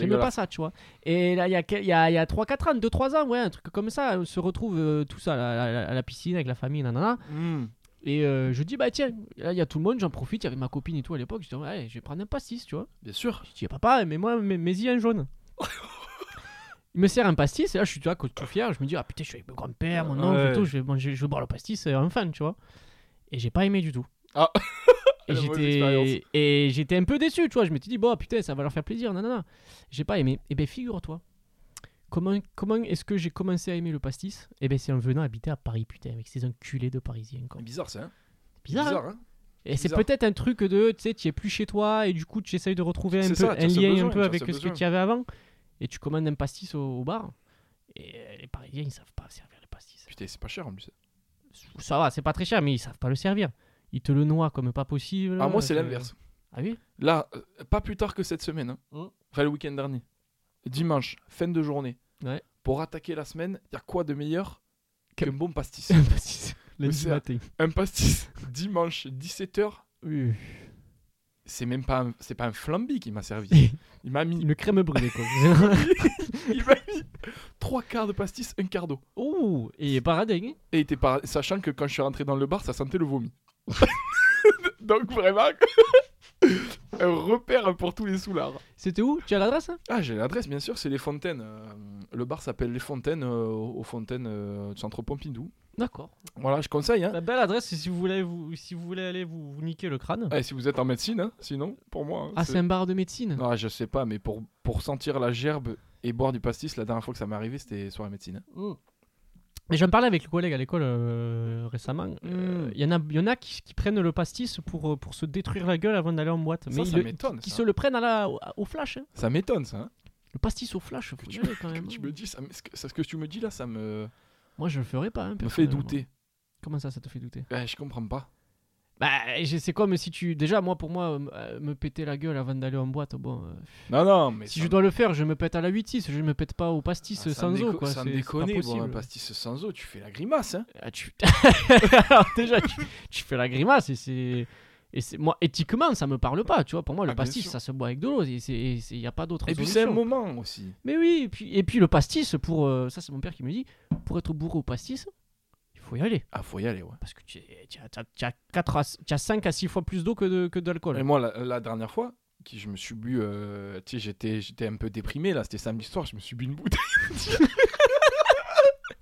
S3: Dégueulasse.
S1: pas ça, tu vois. Et là, il y a, quel- il y a, il y a 3-4 ans, 2-3 ans, ouais, un truc comme ça, on se retrouve euh, tous à la, à la- à la piscine avec la famille, nanana.
S3: Mmh.
S1: Et euh, je dis, bah tiens, là, il y a tout le monde, j'en profite, il y avait ma copine et tout à l'époque. Je dis, ouais, je vais prendre un pastis, tu vois.
S3: Bien sûr.
S1: Je dis, papa, mais moi, mais y un jaune. Il me sert un pastis, et là, je suis tu vois, tout fier. Je me dis, ah putain, je suis avec mon grand-père, mon oncle
S3: Ouais.
S1: et tout, je vais, manger, je vais boire le pastis, euh, enfin, tu vois. Et j'ai pas aimé du tout.
S3: Ah.
S1: Et
S3: La mauvaise expérience.
S1: j'étais et j'étais un peu déçu, tu vois. Je m'étais dit, bon, putain, ça va leur faire plaisir, nanana. J'ai pas aimé. Et ben, figure-toi, comment, comment est-ce que j'ai commencé à aimer le pastis Et ben, c'est en venant habiter à Paris, putain, avec ces enculés de parisiens, quoi.
S3: Bizarre, ça. hein.
S1: Bizarre, hein
S3: hein.
S1: et c'est
S3: Bizarre.
S1: peut-être un truc de, tu sais, tu es plus chez toi et du coup, tu essayes de retrouver un,
S3: C'est
S1: peu,
S3: ça, tu as
S1: un
S3: ce
S1: lien
S3: besoin,
S1: un
S3: tu
S1: peu
S3: as
S1: avec
S3: ce
S1: ce que
S3: besoin.
S1: tu avais avant. Et tu commandes un pastis au, au bar. Et euh, les Parisiens, ils savent pas servir les pastis.
S3: Putain, c'est pas cher en plus.
S1: Ça va, c'est pas très cher, mais ils savent pas le servir. Ils te le noient comme pas possible.
S3: Ah, moi, c'est
S1: Euh,
S3: l'inverse.
S1: Ah oui
S3: Là, euh, pas plus tard que cette semaine. hein.
S1: Mm.
S3: Enfin, le week-end dernier. Dimanche, fin de journée.
S1: Ouais.
S3: Pour attaquer la semaine, il y a quoi de meilleur
S1: Qu'un-
S3: qu'un bon pastis
S1: Un pastis. Lundi
S3: c'est-
S1: matin.
S3: Un pastis dimanche 17h,
S1: Oui,
S3: c'est même pas un, c'est pas un flambi qui m'a servi.
S1: oui.
S3: Il m'a mis,
S1: Une crème brûlée, quoi.
S3: il m'a mis trois quarts de pastis, un quart d'eau.
S1: oh, et paradingue.
S3: Et il était par- sachant que quand je suis rentré dans le bar, ça sentait le vomi. Donc vraiment, un repère pour tous les soulards.
S1: C'était où Tu as l'adresse hein
S3: Ah, j'ai l'adresse, bien sûr, c'est les Fontaines. Euh, le bar s'appelle Les Fontaines, euh, aux Fontaines euh, du centre Pompidou.
S1: D'accord.
S3: Voilà, je conseille. Hein.
S1: La belle adresse, c'est si vous voulez, vous, si vous voulez aller vous, vous niquer le crâne.
S3: Eh, si vous êtes en médecine, hein, sinon, pour moi. hein,
S1: Ah, c'est un bar de médecine
S3: Non, je sais pas, mais pour, pour sentir la gerbe et boire du pastis, la dernière fois que ça m'est arrivé, c'était soirée médecine. hein.
S1: Mm. Mais j'en parlais avec le collègue à l'école euh, récemment. Euh,
S3: Mm.
S1: Il y en a, il y en a qui, qui prennent le pastis pour, euh, pour se détruire la gueule avant d'aller en boîte.
S3: ça,
S1: Mais ils
S3: ça
S1: le-
S3: m'étonne.
S1: qui
S3: ça.
S1: se le prennent à la, au, au flash. hein.
S3: Ça m'étonne, ça. hein.
S1: Le pastis au flash, faut
S3: Que
S1: y
S3: tu,
S1: aller quand
S3: que
S1: même.
S3: tu me dis, ça, me- ce que- ça- ce que tu me dis là, ça me,
S1: Moi, je le ferais pas. hein,
S3: me fait
S1: personnellement.
S3: douter.
S1: Comment ça, ça te fait douter
S3: Ouais, je comprends pas.
S1: Bah, je- c'est comme si tu. Déjà, moi, pour moi, euh, euh, me péter la gueule avant d'aller en boîte, bon. euh,
S3: Non, non, mais
S1: si
S3: ça-
S1: je dois le faire, je me pète à la 8 je me pète pas au
S3: ah,
S1: pastis
S3: ça
S1: sans
S3: me
S1: eau,
S3: déco-
S1: quoi.
S3: Ça me
S1: c'est- c'est pas
S3: déconne, boire un
S1: possible.
S3: pastis sans eau, tu fais la grimace. Hein.
S1: Ah, tu... Alors, déjà, tu, tu fais la grimace et c'est. Et c'est moi, éthiquement, ça me parle pas, tu vois. Pour moi, le
S3: Ah, bien
S1: pastis,
S3: sûr.
S1: ça se boit avec de l'eau. Il n'y a pas d'autre
S3: Et puis c'est un
S1: solution.
S3: moment aussi.
S1: Mais oui, et puis, et puis le pastis, pour. euh, ça, c'est mon père qui me dit pour être bourré au pastis, il faut y aller.
S3: Ah, faut y aller, ouais.
S1: Parce que tu tu as, 5 à 6 fois plus d'eau que de- que d'alcool.
S3: Et moi, la, la dernière fois, qui je me suis bu, euh, tu sais, j'étais, j'étais un peu déprimé là, c'était samedi soir, je me suis bu une bouteille.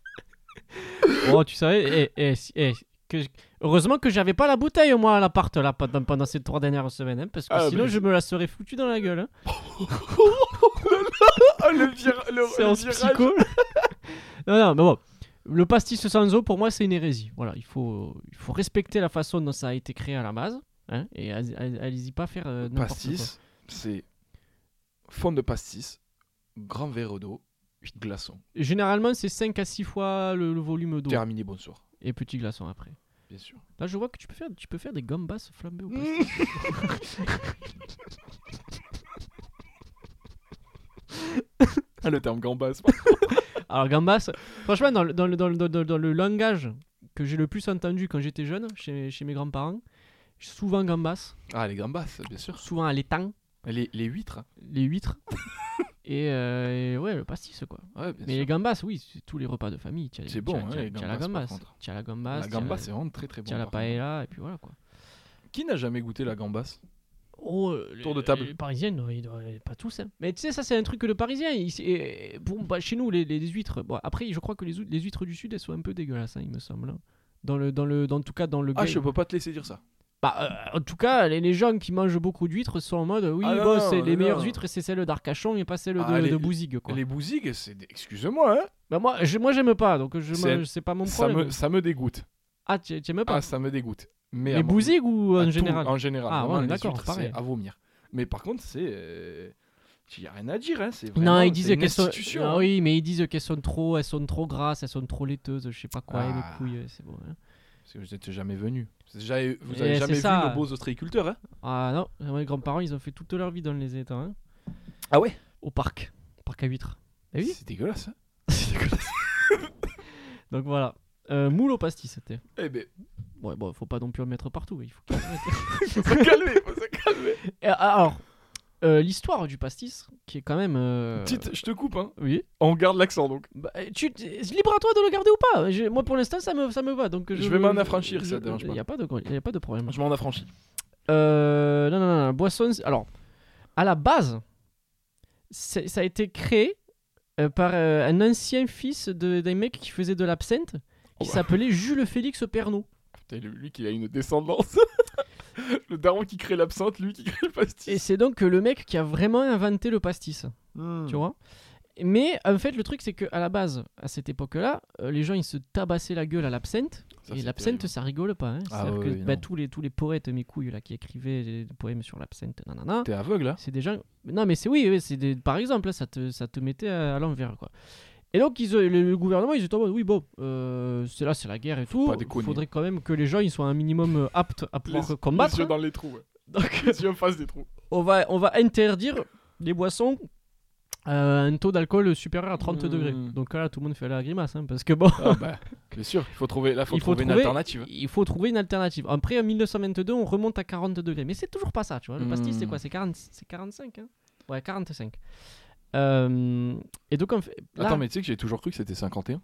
S1: oh, tu savais. eh, eh, si- eh, que je- Heureusement que j'avais pas la bouteille, moi, à l'appart, là, pendant, pendant ces trois dernières semaines. hein, parce que
S3: Ah,
S1: sinon,
S3: mais-
S1: je me la serais foutue dans la gueule. hein.
S3: Ah, le vir- le-
S1: séance
S3: le virage.
S1: psycho. non, non, mais bon. Le pastis sans eau, pour moi, c'est une hérésie. Voilà, il faut, il faut respecter la façon dont ça a été créé à la base. hein, et a- a- allez-y pas faire euh, n'importe quoi.
S3: Pastis, c'est fond de pastis, grand verre d'eau, glaçon.
S1: Généralement, c'est 5 à 6 fois le, le volume d'eau.
S3: Terminé, bonsoir.
S1: Et petit glaçon après.
S3: Bien sûr.
S1: Là, je vois que tu peux faire, tu peux faire des gambas flambées au pastis.
S3: Mmh. ah, le terme gambas.
S1: Alors, gambas, franchement, dans le, dans le- dans le- dans le- dans le langage que j'ai le plus entendu quand j'étais jeune, chez, chez mes grands-parents, souvent gambas,
S3: Ah, les gambas, bien sûr.
S1: souvent à l'étang,
S3: Les, les huîtres. hein.
S1: les huîtres. et, euh, et ouais, le pastis, quoi.
S3: Ouais, bien
S1: Mais
S3: sûr.
S1: les gambas, oui, c'est tous les repas de famille. T'as-
S3: C'est
S1: t'as-
S3: bon,
S1: t'as-
S3: hein,
S1: t'as-
S3: les
S1: t'as la
S3: gambas, par
S1: gambas.
S3: contre.
S1: T'as la gambas.
S3: La
S1: t'as-
S3: gambas, c'est vraiment très très bon.
S1: T'as la
S3: par contre.
S1: paella, et puis voilà quoi.
S3: Qui n'a jamais goûté la gambasse
S1: Oh, euh,
S3: Tour
S1: les-
S3: de table.
S1: Les parisiens, non, ils doivent- pas tous. hein. Mais tu sais, ça, c'est un truc que le parisien. il- c'est- bon, bah, chez nous, les, les- les huîtres. Bon, après, je crois que les, hu- les huîtres du sud, elles sont un peu dégueulasses, hein, il me semble. hein. Dans le, dans le, dans, en tout cas, dans le.
S3: Ah,
S1: game.
S3: je peux pas te laisser dire ça.
S1: Bah, euh, en tout cas, les, les gens qui mangent beaucoup d'huîtres sont en mode oui,
S3: Ah, non,
S1: bon,
S3: non,
S1: c'est- les
S3: non.
S1: meilleures huîtres, c'est celle d'Arcachon et pas celle de,
S3: Ah, les-
S1: de Bouzigues. Quoi.
S3: Les bousigues, c'est. des- Excuse-moi, hein
S1: Bah, moi, j'ai- moi, j'aime pas, donc je
S3: C'est-
S1: mange- c'est pas mon
S3: ça
S1: problème.
S3: me, ça me dégoûte.
S1: Ah, tu tu aimes pas
S3: Ah, ça me dégoûte. Mais à
S1: Les
S3: mon-
S1: bousigues ou
S3: à
S1: en
S3: tout,
S1: général
S3: En général.
S1: Ah, ouais,
S3: vraiment,
S1: on est
S3: les
S1: d'accord,
S3: huîtres,
S1: pareil.
S3: c'est à vomir. Mais par contre, c'est. Euh... Y a rien à dire, hein. C'est
S1: Non,
S3: vraiment-
S1: ils disent
S3: c'est une
S1: qu'elles sont.
S3: institution,
S1: Ah
S3: hein.
S1: oui, mais ils disent qu'elles sont trop, elles sont trop grasses, elles sont trop laiteuses, je sais pas quoi, et
S3: Ah.
S1: les couilles, euh, c'est bon. hein.
S3: Parce que vous n'êtes jamais venu. Vous n'avez
S1: Eh, c'est
S3: jamais vu
S1: ça.
S3: nos beaux ostréiculteurs, hein
S1: Ah non, moi, mes grands-parents, ils ont fait toute leur vie dans les étangs. hein.
S3: Ah ouais
S1: Au parc. Parc à huîtres. Eh oui.
S3: C'est dégueulasse. hein.
S1: Donc voilà. Euh, moule au pastis, c'était.
S3: Eh ben,
S1: Ouais, bon, faut pas non plus en mettre partout. Il faut qu'il arrête.
S3: faut se calmer, faut se calmer.
S1: Et, ah, Alors, euh, l'histoire du pastis, qui est quand même. euh,
S3: Tite, je te coupe, hein.
S1: Oui.
S3: On garde l'accent donc.
S1: Bah, tu, t- libre à toi de le garder ou pas. Je- moi, pour l'instant, ça me, ça me va. Donc je,
S3: Je vais m'en affranchir, ça te dérange
S1: Il
S3: pas.
S1: n'y a, pas de gros- y a pas de problème.
S3: Je m'en affranchis.
S1: Euh, non, non, non, non, Boisson. c'est- Alors, à la base, c'est- ça a été créé euh, par euh, un ancien fils de- d'un mec qui faisait de l'absinthe, qui
S3: bah.
S1: s'appelait Jules Félix Pernot.
S3: Putain, lui, lui qui a une descendance. le daron qui crée l'absinthe, lui qui crée le
S1: Et
S3: pastis.
S1: c'est donc euh, le mec qui a vraiment inventé le pastis.
S3: Hmm.
S1: tu vois. Mais en fait, le truc, c'est que à la base, à cette époque-là, euh, les gens ils se tabassaient la gueule à l'absinthe.
S3: Ça,
S1: et
S3: c'est
S1: l'absinthe,
S3: terrible.
S1: ça rigole pas. hein.
S3: Ah
S1: C'est-à-dire
S3: ouais,
S1: que
S3: ouais,
S1: bah,
S3: non.
S1: tous les tous les poètes mes couilles là qui écrivaient des poèmes sur l'absinthe, nanana.
S3: T'es aveugle, là
S1: C'est des gens. Non, mais c'est oui, oui, c'est des... par exemple, là, ça te ça te mettait à, à l'envers quoi. Et donc ils, ont- le, le gouvernement ils étaient en mode oui bon euh, c'est là c'est la guerre et tout.
S3: pas
S1: Il
S3: déconner.
S1: faudrait quand même que les gens ils soient un minimum euh, aptes à pouvoir euh, combattre.
S3: Les yeux dans les trous, ouais.
S1: Donc
S3: Les yeux en face des trous.
S1: on va, on va interdire les boissons euh, à un taux d'alcool supérieur à 30
S3: Mmh.
S1: degrés. Donc là, tout le monde fait la grimace, hein, parce que bon,
S3: Ah bah, bien sûr, il faut trouver, là, faut
S1: Il faut
S3: trouver, une
S1: trouver-
S3: alternative. hein.
S1: il faut trouver une alternative. Après, en 1922, on remonte à 40 degrés. Mais c'est toujours pas ça, tu vois. Le pastis,
S3: Mmh.
S1: c'est quoi C'est 40 c'est 45, hein Ouais, 45. Euh, et donc, on fait, là-
S3: Attends, mais tu sais que j'ai toujours cru que c'était 51.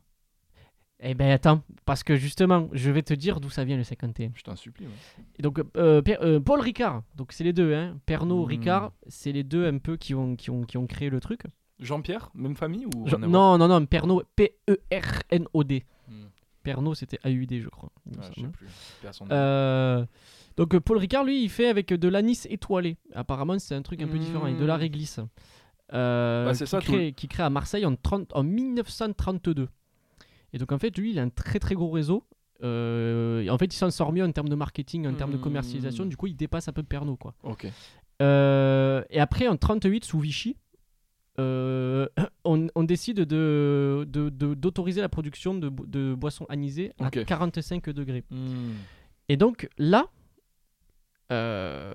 S1: Eh ben attends, parce que justement, je vais te dire d'où ça vient le 51.
S3: Je t'en supplie. ouais.
S1: Et donc, euh, Pierre- euh, Paul Ricard, donc c'est les deux, hein. Pernod,
S3: Mmh.
S1: Ricard, c'est les deux un peu qui ont, qui ont, qui ont créé le truc.
S3: Jean-Pierre, même famille ou
S1: Je-
S3: rien à voir
S1: non, non, non, Pernod, P-E-R-N-O-D.
S3: Hmm.
S1: Pernod, c'était A-U-D, je crois. il me
S3: Ouais, Ah, je sais
S1: semble.
S3: plus. Personne.
S1: Euh, donc, euh, Paul Ricard, lui, il fait avec de l'anis étoilé. Apparemment, c'est un truc un peu différent, et de
S3: Hmm.
S1: la réglisse. Euh,
S3: Bah, c'est
S1: qui,
S3: ça, tout
S1: crée, qui crée à Marseille en, 30 en 1932. Et donc, en fait, lui, il a un très très gros réseau. Euh, et en fait, il s'en sort mieux en termes de marketing, en termes de
S3: Hmm.
S1: commercialisation. Du coup, il dépasse un peu Pernod, quoi.
S3: Ok.
S1: Euh, et après, en 38, sous Vichy, euh, on, on décide de, de- de- d'autoriser la production de, bo- de boissons anisées à
S3: Ok.
S1: 45 degrés. Et donc là, euh,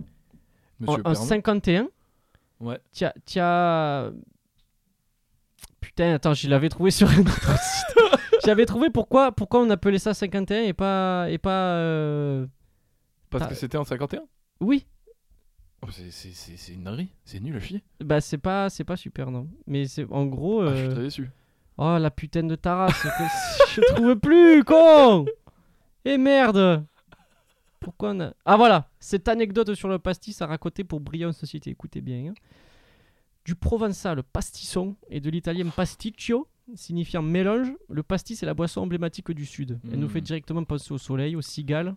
S1: en,
S3: Monsieur
S1: en
S3: Pernod.
S1: 51,
S3: Ouais.
S1: tiens, tiens... Putain, attends, je l'avais trouvé sur un autre site. J'avais trouvé pourquoi, pourquoi on appelait ça 51 et pas... Et pas euh,
S3: Parce
S1: Ah.
S3: que c'était en 51
S1: Oui,
S3: Oh, c'est- C'est c'est- c'est une dinguerie. C'est nul à chier.
S1: bah c'est pas, c'est pas super, non. Mais c'est, en gros...
S3: Ah, je suis
S1: euh,
S3: très déçu.
S1: Oh la putain de tarasse, que- je trouve plus, con Et merde Pourquoi on a... Ah voilà, cette anecdote sur le pastis à raconter pour briller en société, écoutez bien. hein. Du provençal pastisson et de l'italien pasticcio, signifiant mélange, le pastis est la boisson emblématique du sud. Elle nous
S3: Mm.
S1: fait directement penser au soleil, aux cigales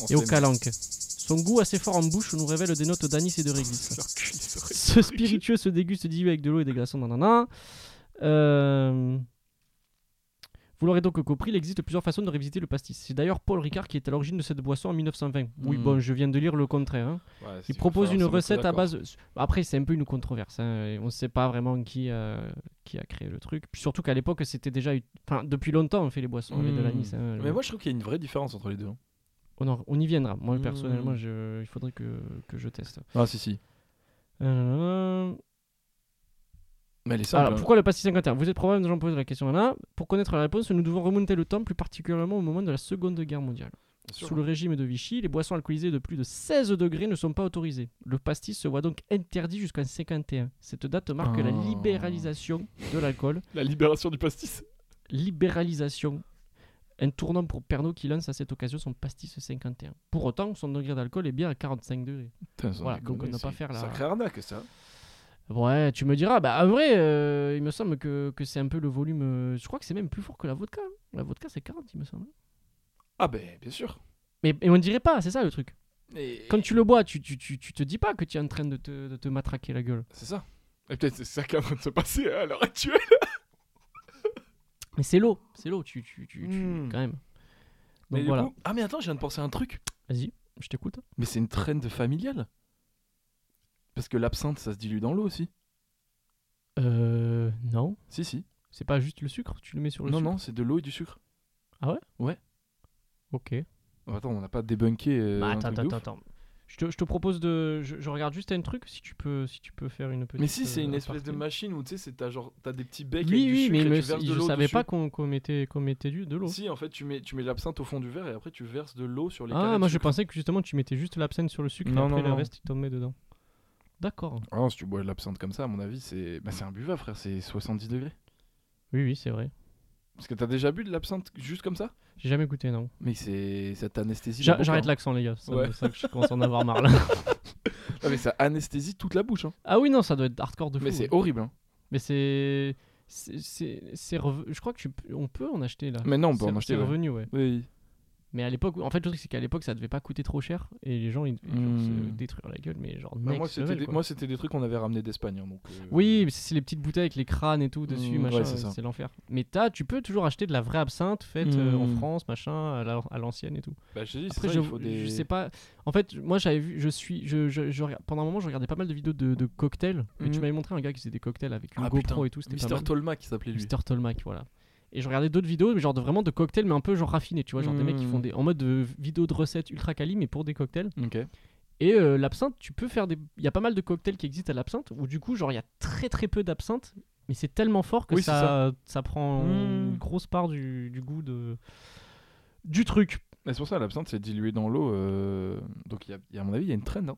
S3: On
S1: et aux
S3: s'aime.
S1: calanques. Son goût assez fort en bouche nous révèle des notes d'anis et de réglisse.
S3: Leur cul, ils auraient-
S1: Ce spiritueux se déguste dilué avec de l'eau et des glaçons. Nanana. Euh, Vous l'aurez donc compris, il existe plusieurs façons de révisiter le pastis. C'est d'ailleurs Paul Ricard qui est à l'origine de cette boisson en 1920. Oui,
S3: Hmm.
S1: bon, je viens de lire le contraire. hein.
S3: Ouais, c'est-
S1: Il propose
S3: faut
S1: une
S3: savoir se
S1: recette
S3: mettre
S1: à
S3: d'accord.
S1: base. Après, c'est un peu une controverse. hein, et On ne sait pas vraiment qui, euh, qui a créé le truc. Puis surtout qu'à l'époque, c'était déjà. ut- Enfin, depuis longtemps, on fait les boissons avec de
S3: Hmm.
S1: l'anis. hein.
S3: Mais moi, je trouve qu'il y a une vraie différence entre les deux. hein.
S1: on, en- on y viendra. Moi,
S3: Hmm.
S1: personnellement, je... il faudrait que, que je teste.
S3: Ah, si, si.
S1: Euh,
S3: Mais elle est simple. hein.
S1: Alors, pourquoi le pastis 51 Vous êtes probablement déjà posé la question là. Pour connaître la réponse, nous devons remonter le temps, plus particulièrement au moment de la Seconde Guerre mondiale. Sous le régime de Vichy, les boissons alcoolisées de plus de 16 degrés ne sont pas autorisées. Le pastis se voit donc interdit jusqu'en 51. Cette date marque la
S3: Oh.
S1: libéralisation de l'alcool.
S3: La libération du pastis.
S1: Libéralisation. Un tournant pour Pernod qui lance à cette occasion son pastis 51. Pour autant, son degré d'alcool est bien à 45 degrés. Voilà, donc on n'a pas faire la-
S3: Sacré arnaque, ça.
S1: Ouais, tu me diras. Bah, en vrai, euh, il me semble que, que c'est un peu le volume. euh, je crois que c'est même plus fort que la vodka. hein. La vodka, c'est 40, il me semble.
S3: Ah, ben, bien sûr.
S1: Mais et on dirait pas, c'est ça le truc.
S3: Et-
S1: Quand tu le bois, tu, tu, tu, tu te dis pas que tu es en train de te, de te matraquer la gueule.
S3: C'est ça. Et peut-être c'est ça qui est en train de se passer à l'heure actuelle.
S1: Mais c'est l'eau, c'est l'eau, tu, tu, tu, tu-
S3: Hmm.
S1: quand même.
S3: Mais
S1: Donc
S3: du
S1: voilà,
S3: coup- Ah, mais attends, je viens de penser à un truc.
S1: vas-y, je t'écoute.
S3: Mais c'est une trend familiale. Parce que l'absinthe, ça se dilue dans l'eau aussi.
S1: Euh. Non,
S3: Si, si.
S1: Euh, c'est pas juste le sucre, tu le mets sur le
S3: non,
S1: sucre.
S3: non, c'est de l'eau et du sucre.
S1: Ah ouais
S3: Ouais.
S1: Ok.
S3: Attends, on n'a pas débunké. euh,
S1: Bah,
S3: un
S1: attends,
S3: truc de
S1: attends,
S3: ouf.
S1: attends. Je te, je te propose de. Je, je regarde juste un truc si tu peux, si tu peux faire une petite.
S3: Mais si, c'est
S1: euh,
S3: une
S1: aparté.
S3: espèce de machine où tu sais, c'est t'as genre t'as des petits becs avec
S1: Oui,
S3: du
S1: oui,
S3: sucre
S1: mais
S3: et
S1: il
S3: tu
S1: me-
S3: verses de
S1: je
S3: l'eau
S1: savais
S3: dessus.
S1: pas qu'on qu'on mettait, qu'on mettait du, de l'eau.
S3: Si, en fait, tu mets tu mets de l'absinthe au fond du verre et après tu verses de l'eau sur les
S1: Ah,
S3: carrés
S1: moi
S3: de
S1: je
S3: sucre.
S1: pensais que justement tu mettais juste l'absinthe sur le sucre
S3: Non,
S1: et après
S3: non,
S1: le
S3: non.
S1: reste tu t'en mets dedans. D'accord.
S3: Ah non, si tu bois de l'absinthe comme ça, à mon avis, c'est bah, c'est imbuvable, frère, c'est 70 degrés.
S1: Oui, oui, c'est vrai.
S3: Parce que t'as déjà bu de l'absinthe juste comme ça
S1: J'ai jamais goûté, non.
S3: Mais c'est ça t'anesthésie. la
S1: J'a-
S3: bouche,
S1: J'arrête
S3: hein.
S1: l'accent, les gars. Ça,
S3: Ouais.
S1: ça que je commence à en avoir marre là.
S3: Ah, mais ça anesthésie toute la bouche. hein.
S1: ah oui, non, ça doit être hardcore de fou.
S3: Mais
S1: ouais.
S3: c'est horrible. hein.
S1: Mais c'est. c'est- C'est. c'est reve- Je crois que tu peux- on peut en acheter là.
S3: Mais non, on peut
S1: C'est-
S3: en acheter.
S1: C'est
S3: ouais.
S1: revenu, ouais.
S3: Oui.
S1: Mais à l'époque, en fait, le truc c'est qu'à l'époque ça devait pas coûter trop cher et les gens ils devaient genre,
S3: Hmm.
S1: se détruire la gueule, mais genre.
S3: Bah, moi,
S1: next level,
S3: c'était des...
S1: quoi.
S3: moi, c'était des trucs qu'on avait ramenés d'Espagne. hein, donc, euh,
S1: Oui, mais c'est les petites bouteilles avec les crânes et tout dessus,
S3: Mm,
S1: machin,
S3: ouais, c'est ça.
S1: c'est l'enfer. Mais t'as, tu peux toujours acheter de la vraie absinthe faite euh, en
S3: Mm.
S1: France, machin, à la- à l'ancienne et tout.
S3: Bah, je te dis, c'est
S1: Après,
S3: ça,
S1: je,
S3: il faut des.
S1: je sais pas. En fait, moi j'avais vu, je suis, je, je, je regarde- pendant un moment, je regardais pas mal de vidéos de, de cocktails. Et tu
S3: Mm.
S1: m'avais montré un gars qui faisait des cocktails avec une
S3: Ah,
S1: GoPro
S3: putain,
S1: et tout, c'était pas
S3: Mister
S1: mal.
S3: Tolma qui s'appelait lui.
S1: Mister Tolmac, voilà. Et je regardais d'autres vidéos, mais genre de, vraiment de cocktails, mais un peu genre raffinés, tu vois, genre des mecs qui
S3: Mm.
S1: font des en mode de vidéos de recettes ultra quali, mais pour des cocktails.
S3: Ok.
S1: Et euh, l'absinthe, tu peux faire des. Il y a pas mal de cocktails qui existent à l'absinthe où du coup, genre, il y a très très peu d'absinthe, mais c'est tellement fort que
S3: Oui, c'est
S1: ça, ça prend une
S3: Mm.
S1: grosse part du, du goût de... du truc.
S3: Mais c'est pour ça, l'absinthe, c'est dilué dans l'eau. euh, Donc, il y a- il y a, à mon avis, il y a une traîne. hein.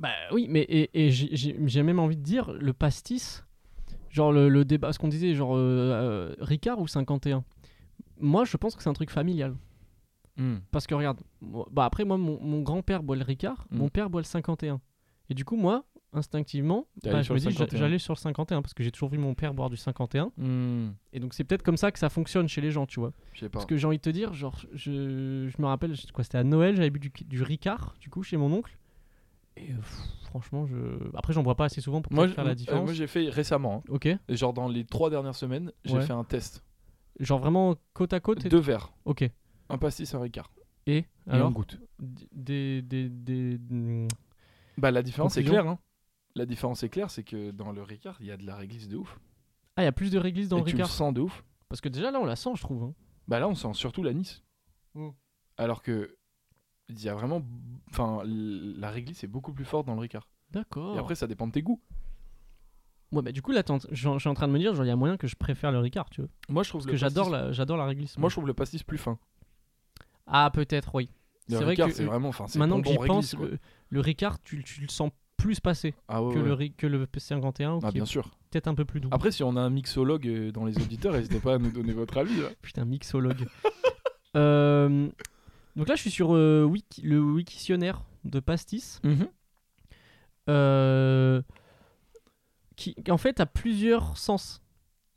S1: Bah oui, mais et, et j'ai- j'ai j'ai même envie de dire le pastis, genre le, le débat, ce qu'on disait, genre euh, euh, Ricard ou 51. Moi, je pense que c'est un truc familial. Parce que regarde, moi- bah après, moi, mon, mon grand-père boit le Ricard,
S3: Mm.
S1: mon père boit le 51. Et du coup, moi, instinctivement,
S3: T'es
S1: bah,
S3: allé
S1: je
S3: sur
S1: me
S3: le
S1: dis, j'a-
S3: 51.
S1: j'allais sur le 51 parce que j'ai toujours vu mon père boire du 51. Et donc, c'est peut-être comme ça que ça fonctionne chez les gens, tu vois.
S3: Je sais
S1: hmm.
S3: pas.
S1: Parce que j'ai envie de te dire, genre, je, je me rappelle, je- quoi, c'était à Noël, j'avais bu du, du Ricard, du coup, chez mon oncle. Et euh, pff, franchement, je. Après, j'en bois pas assez souvent pour
S3: Moi,
S1: peut-être
S3: je-
S1: faire la
S3: euh,
S1: différence.
S3: moi, j'ai fait récemment, hein,
S1: ok.
S3: et genre dans les trois dernières semaines, j'ai
S1: Ouais.
S3: fait un test.
S1: Genre vraiment côte à côte. et-
S3: Deux verres,
S1: Ok.
S3: un pastis, un ricard.
S1: Et
S3: et on
S1: alors
S3: goûte.
S1: d- Des. des, des, mm,
S3: Bah, la différence est
S1: Conclusion.
S3: claire. hein. La différence est claire, c'est que dans le ricard, il y a de la réglisse de ouf.
S1: Ah, il y a plus de réglisse dans
S3: et
S1: le
S3: tu le
S1: Ricard.
S3: sens de ouf.
S1: Parce que déjà, là, on la sent, je trouve. hein.
S3: Bah, là, on sent surtout l'anis.
S1: Mm.
S3: Alors que. Il y a vraiment. Enfin, l- la réglisse est beaucoup plus forte dans le ricard.
S1: D'accord.
S3: Et après, ça dépend de tes goûts.
S1: Ouais, bah du coup, là, t'es en- je je suis en train de me dire, genre, il y a moyen que je préfère le Ricard, tu vois.
S3: Moi, je trouve
S1: Parce
S3: le
S1: que j'adore
S3: pastis-
S1: la, j'adore la réglisse.
S3: Moi, je trouve le pastis plus fin.
S1: Ah, peut-être, oui.
S3: Le
S1: C'est vrai
S3: Ricard,
S1: que-
S3: c'est vraiment. Enfin, c'est
S1: Maintenant que
S3: bonbon
S1: j'y
S3: réglisse,
S1: pense,
S3: quoi.
S1: le, le Ricard, tu, tu le sens plus passer
S3: Ah, ouais,
S1: que,
S3: ouais.
S1: Le, Ri- que le PC51,
S3: Ah,
S1: qui est
S3: bien sûr.
S1: peut-être un peu plus doux.
S3: Après, si on a un mixologue euh, dans les auditeurs, n'hésitez pas à nous donner votre avis. hein. là.
S1: Putain, mixologue. Euh, donc là, je suis sur euh, Wiki- le Wikitionnaire de Pastis, euh, qui, en fait a plusieurs sens.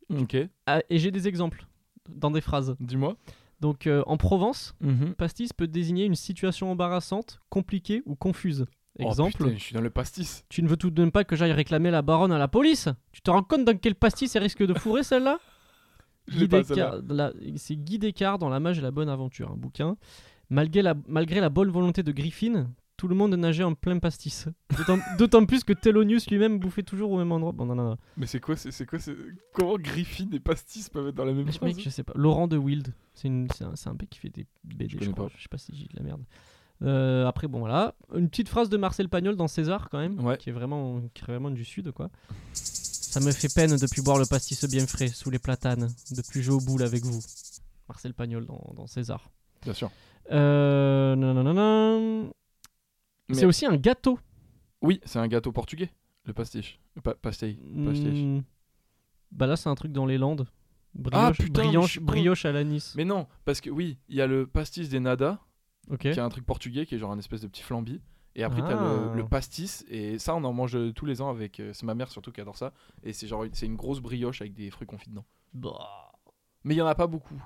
S3: Ok,
S1: Ah, Et j'ai des exemples dans des phrases.
S3: dis-moi.
S1: Donc euh, en Provence, Pastis peut désigner une situation embarrassante, compliquée ou confuse.
S3: Oh,
S1: Exemple,
S3: putain, je suis dans le pastis.
S1: tu ne veux tout de même pas que j'aille réclamer la baronne à la police Tu te rends compte dans quel pastis elle risque de fourrer celle-là
S3: Je
S1: Guy
S3: l'ai pas,
S1: Descartes- la- C'est Guy Descartes dans La Mage et la Bonne Aventure, un bouquin. Malgré la, malgré la bonne volonté de Griffin, tout le monde nageait en plein pastis. D'autant- D'autant plus que Thelonius lui-même bouffait toujours au même endroit. Bon, non, non, non.
S3: Mais c'est quoi, c'est c'est quoi, c'est comment Griffin et pastis peuvent être dans la même
S1: Mec,
S3: chose
S1: je sais pas. Laurent de Wild, c'est une- c'est un, c'est un mec qui fait des BD, je,
S3: connais
S1: crois.
S3: pas.
S1: Je sais pas si j'ai de la merde. Euh, après, bon, voilà. Une petite phrase de Marcel Pagnol dans César, quand même,
S3: Ouais.
S1: qui, est vraiment, qui est vraiment du Sud, quoi. Ça me fait peine depuis boire le pastis bien frais, sous les platanes, depuis jouer au boule avec vous. Marcel Pagnol dans, dans César.
S3: Bien sûr.
S1: Euh, nanana.
S3: Mais-
S1: C'est aussi un gâteau.
S3: Oui, c'est un gâteau portugais, le pastiche. Pa pastille. Pastiche.
S1: Hmm. Bah là, c'est un truc dans les Landes.
S3: Ah,
S1: Brioche,
S3: putain, mais je
S1: brioche,
S3: suis con.
S1: brioche à l'anis.
S3: Mais non, parce que oui, il y a le pastis des nada,
S1: Ok.
S3: qui est un truc portugais, qui est genre un espèce de petit flambi. Et après, t'as
S1: Ah.
S3: le, le pastis, et ça, on en mange tous les ans avec. euh, C'est ma mère surtout qui adore ça. Et c'est genre, une- c'est une grosse brioche avec des fruits confits dedans.
S1: Bah.
S3: Mais il y en a pas beaucoup.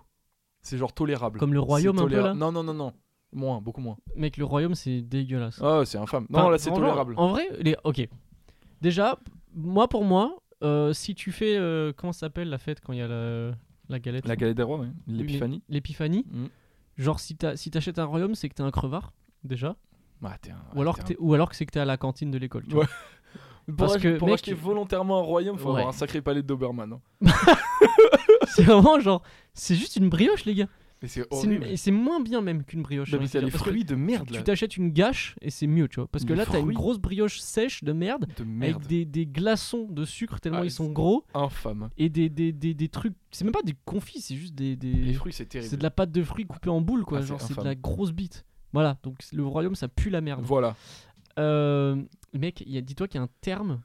S3: C'est genre tolérable.
S1: Comme le
S3: C'est
S1: royaume un peu,
S3: toléra-
S1: là
S3: Non, non, non, non. Moins, beaucoup moins.
S1: Mec, le royaume, c'est dégueulasse.
S3: Ah, c'est infâme. Non,
S1: Enfin,
S3: là, c'est
S1: franchement,
S3: tolérable.
S1: En vrai, les... ok. Déjà, moi pour moi, euh, si tu fais. euh, comment ça s'appelle la fête quand il y a la, la galette
S3: La galette des rois, ouais.
S1: Oui, mais-
S3: l'épiphanie.
S1: L'épiphanie
S3: Mm.
S1: Genre, si t'as- si t'achètes un royaume, c'est que t'es un crevard, déjà.
S3: Ah, t'es un-
S1: ou, alors
S3: t'es
S1: que
S3: un-
S1: t'es- ou alors que c'est que t'es à la cantine de l'école. tu
S3: Ouais.
S1: vois.
S3: Pour,
S1: parce
S3: ach-
S1: que,
S3: pour
S1: mec,
S3: acheter volontairement un royaume, faut
S1: Ouais.
S3: avoir un sacré palais de Doberman. hein.
S1: c'est vraiment genre. C'est juste une brioche, les gars.
S3: Mais c'est
S1: C'est-
S3: horrible.
S1: et C'est moins bien même qu'une brioche. j'ai
S3: Non, mais
S1: envie de
S3: c'est
S1: dire,
S3: les
S1: parce que
S3: fruits de merde là.
S1: Tu t'achètes une gâche et c'est mieux, tu vois. Parce que
S3: Les
S1: là, t'as une
S3: fruits.
S1: grosse brioche sèche de merde,
S3: De merde.
S1: avec des, des glaçons de sucre tellement
S3: Ah,
S1: ils sont
S3: c'est-
S1: gros
S3: Infâme.
S1: et des, des, des, des trucs. C'est même pas des confits, c'est juste des. des-
S3: Les fruits, c'est terrible.
S1: C'est de la pâte de fruits coupée en boules, quoi.
S3: Ah, c'est
S1: genre, c'est de
S3: infâme.
S1: la grosse bite. Voilà, donc le royaume, ça pue la merde.
S3: Voilà.
S1: Euh, mec, il y a- dis-toi qu'il y a un terme.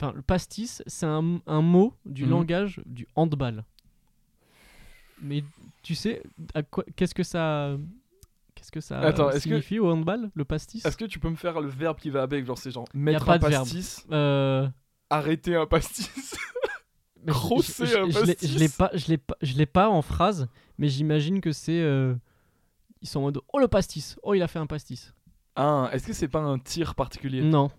S1: Enfin, le pastis, c'est un, un mot du
S3: Mhm.
S1: langage du handball. Mais tu sais, à quoi- qu'est-ce que ça. Qu'est-ce que ça
S3: Attends, est-ce que-
S1: signifie au handball, le pastis
S3: Est-ce que tu peux me faire le verbe qui va avec Genre, c'est genre mettre
S1: pas
S3: un
S1: de verbe.
S3: pastis,
S1: Euh,
S3: arrêter un pastis.
S1: mais je- je-
S3: Crosser
S1: je-
S3: un
S1: je l'ai- Je l'ai
S3: pastis.
S1: pas, je l'ai pas, je l'ai pas en phrase, mais j'imagine que c'est. euh, ils sont en mode Oh le pastis Oh il a fait un pastis
S3: Ah, est-ce que c'est pas un tir particulier
S1: Non,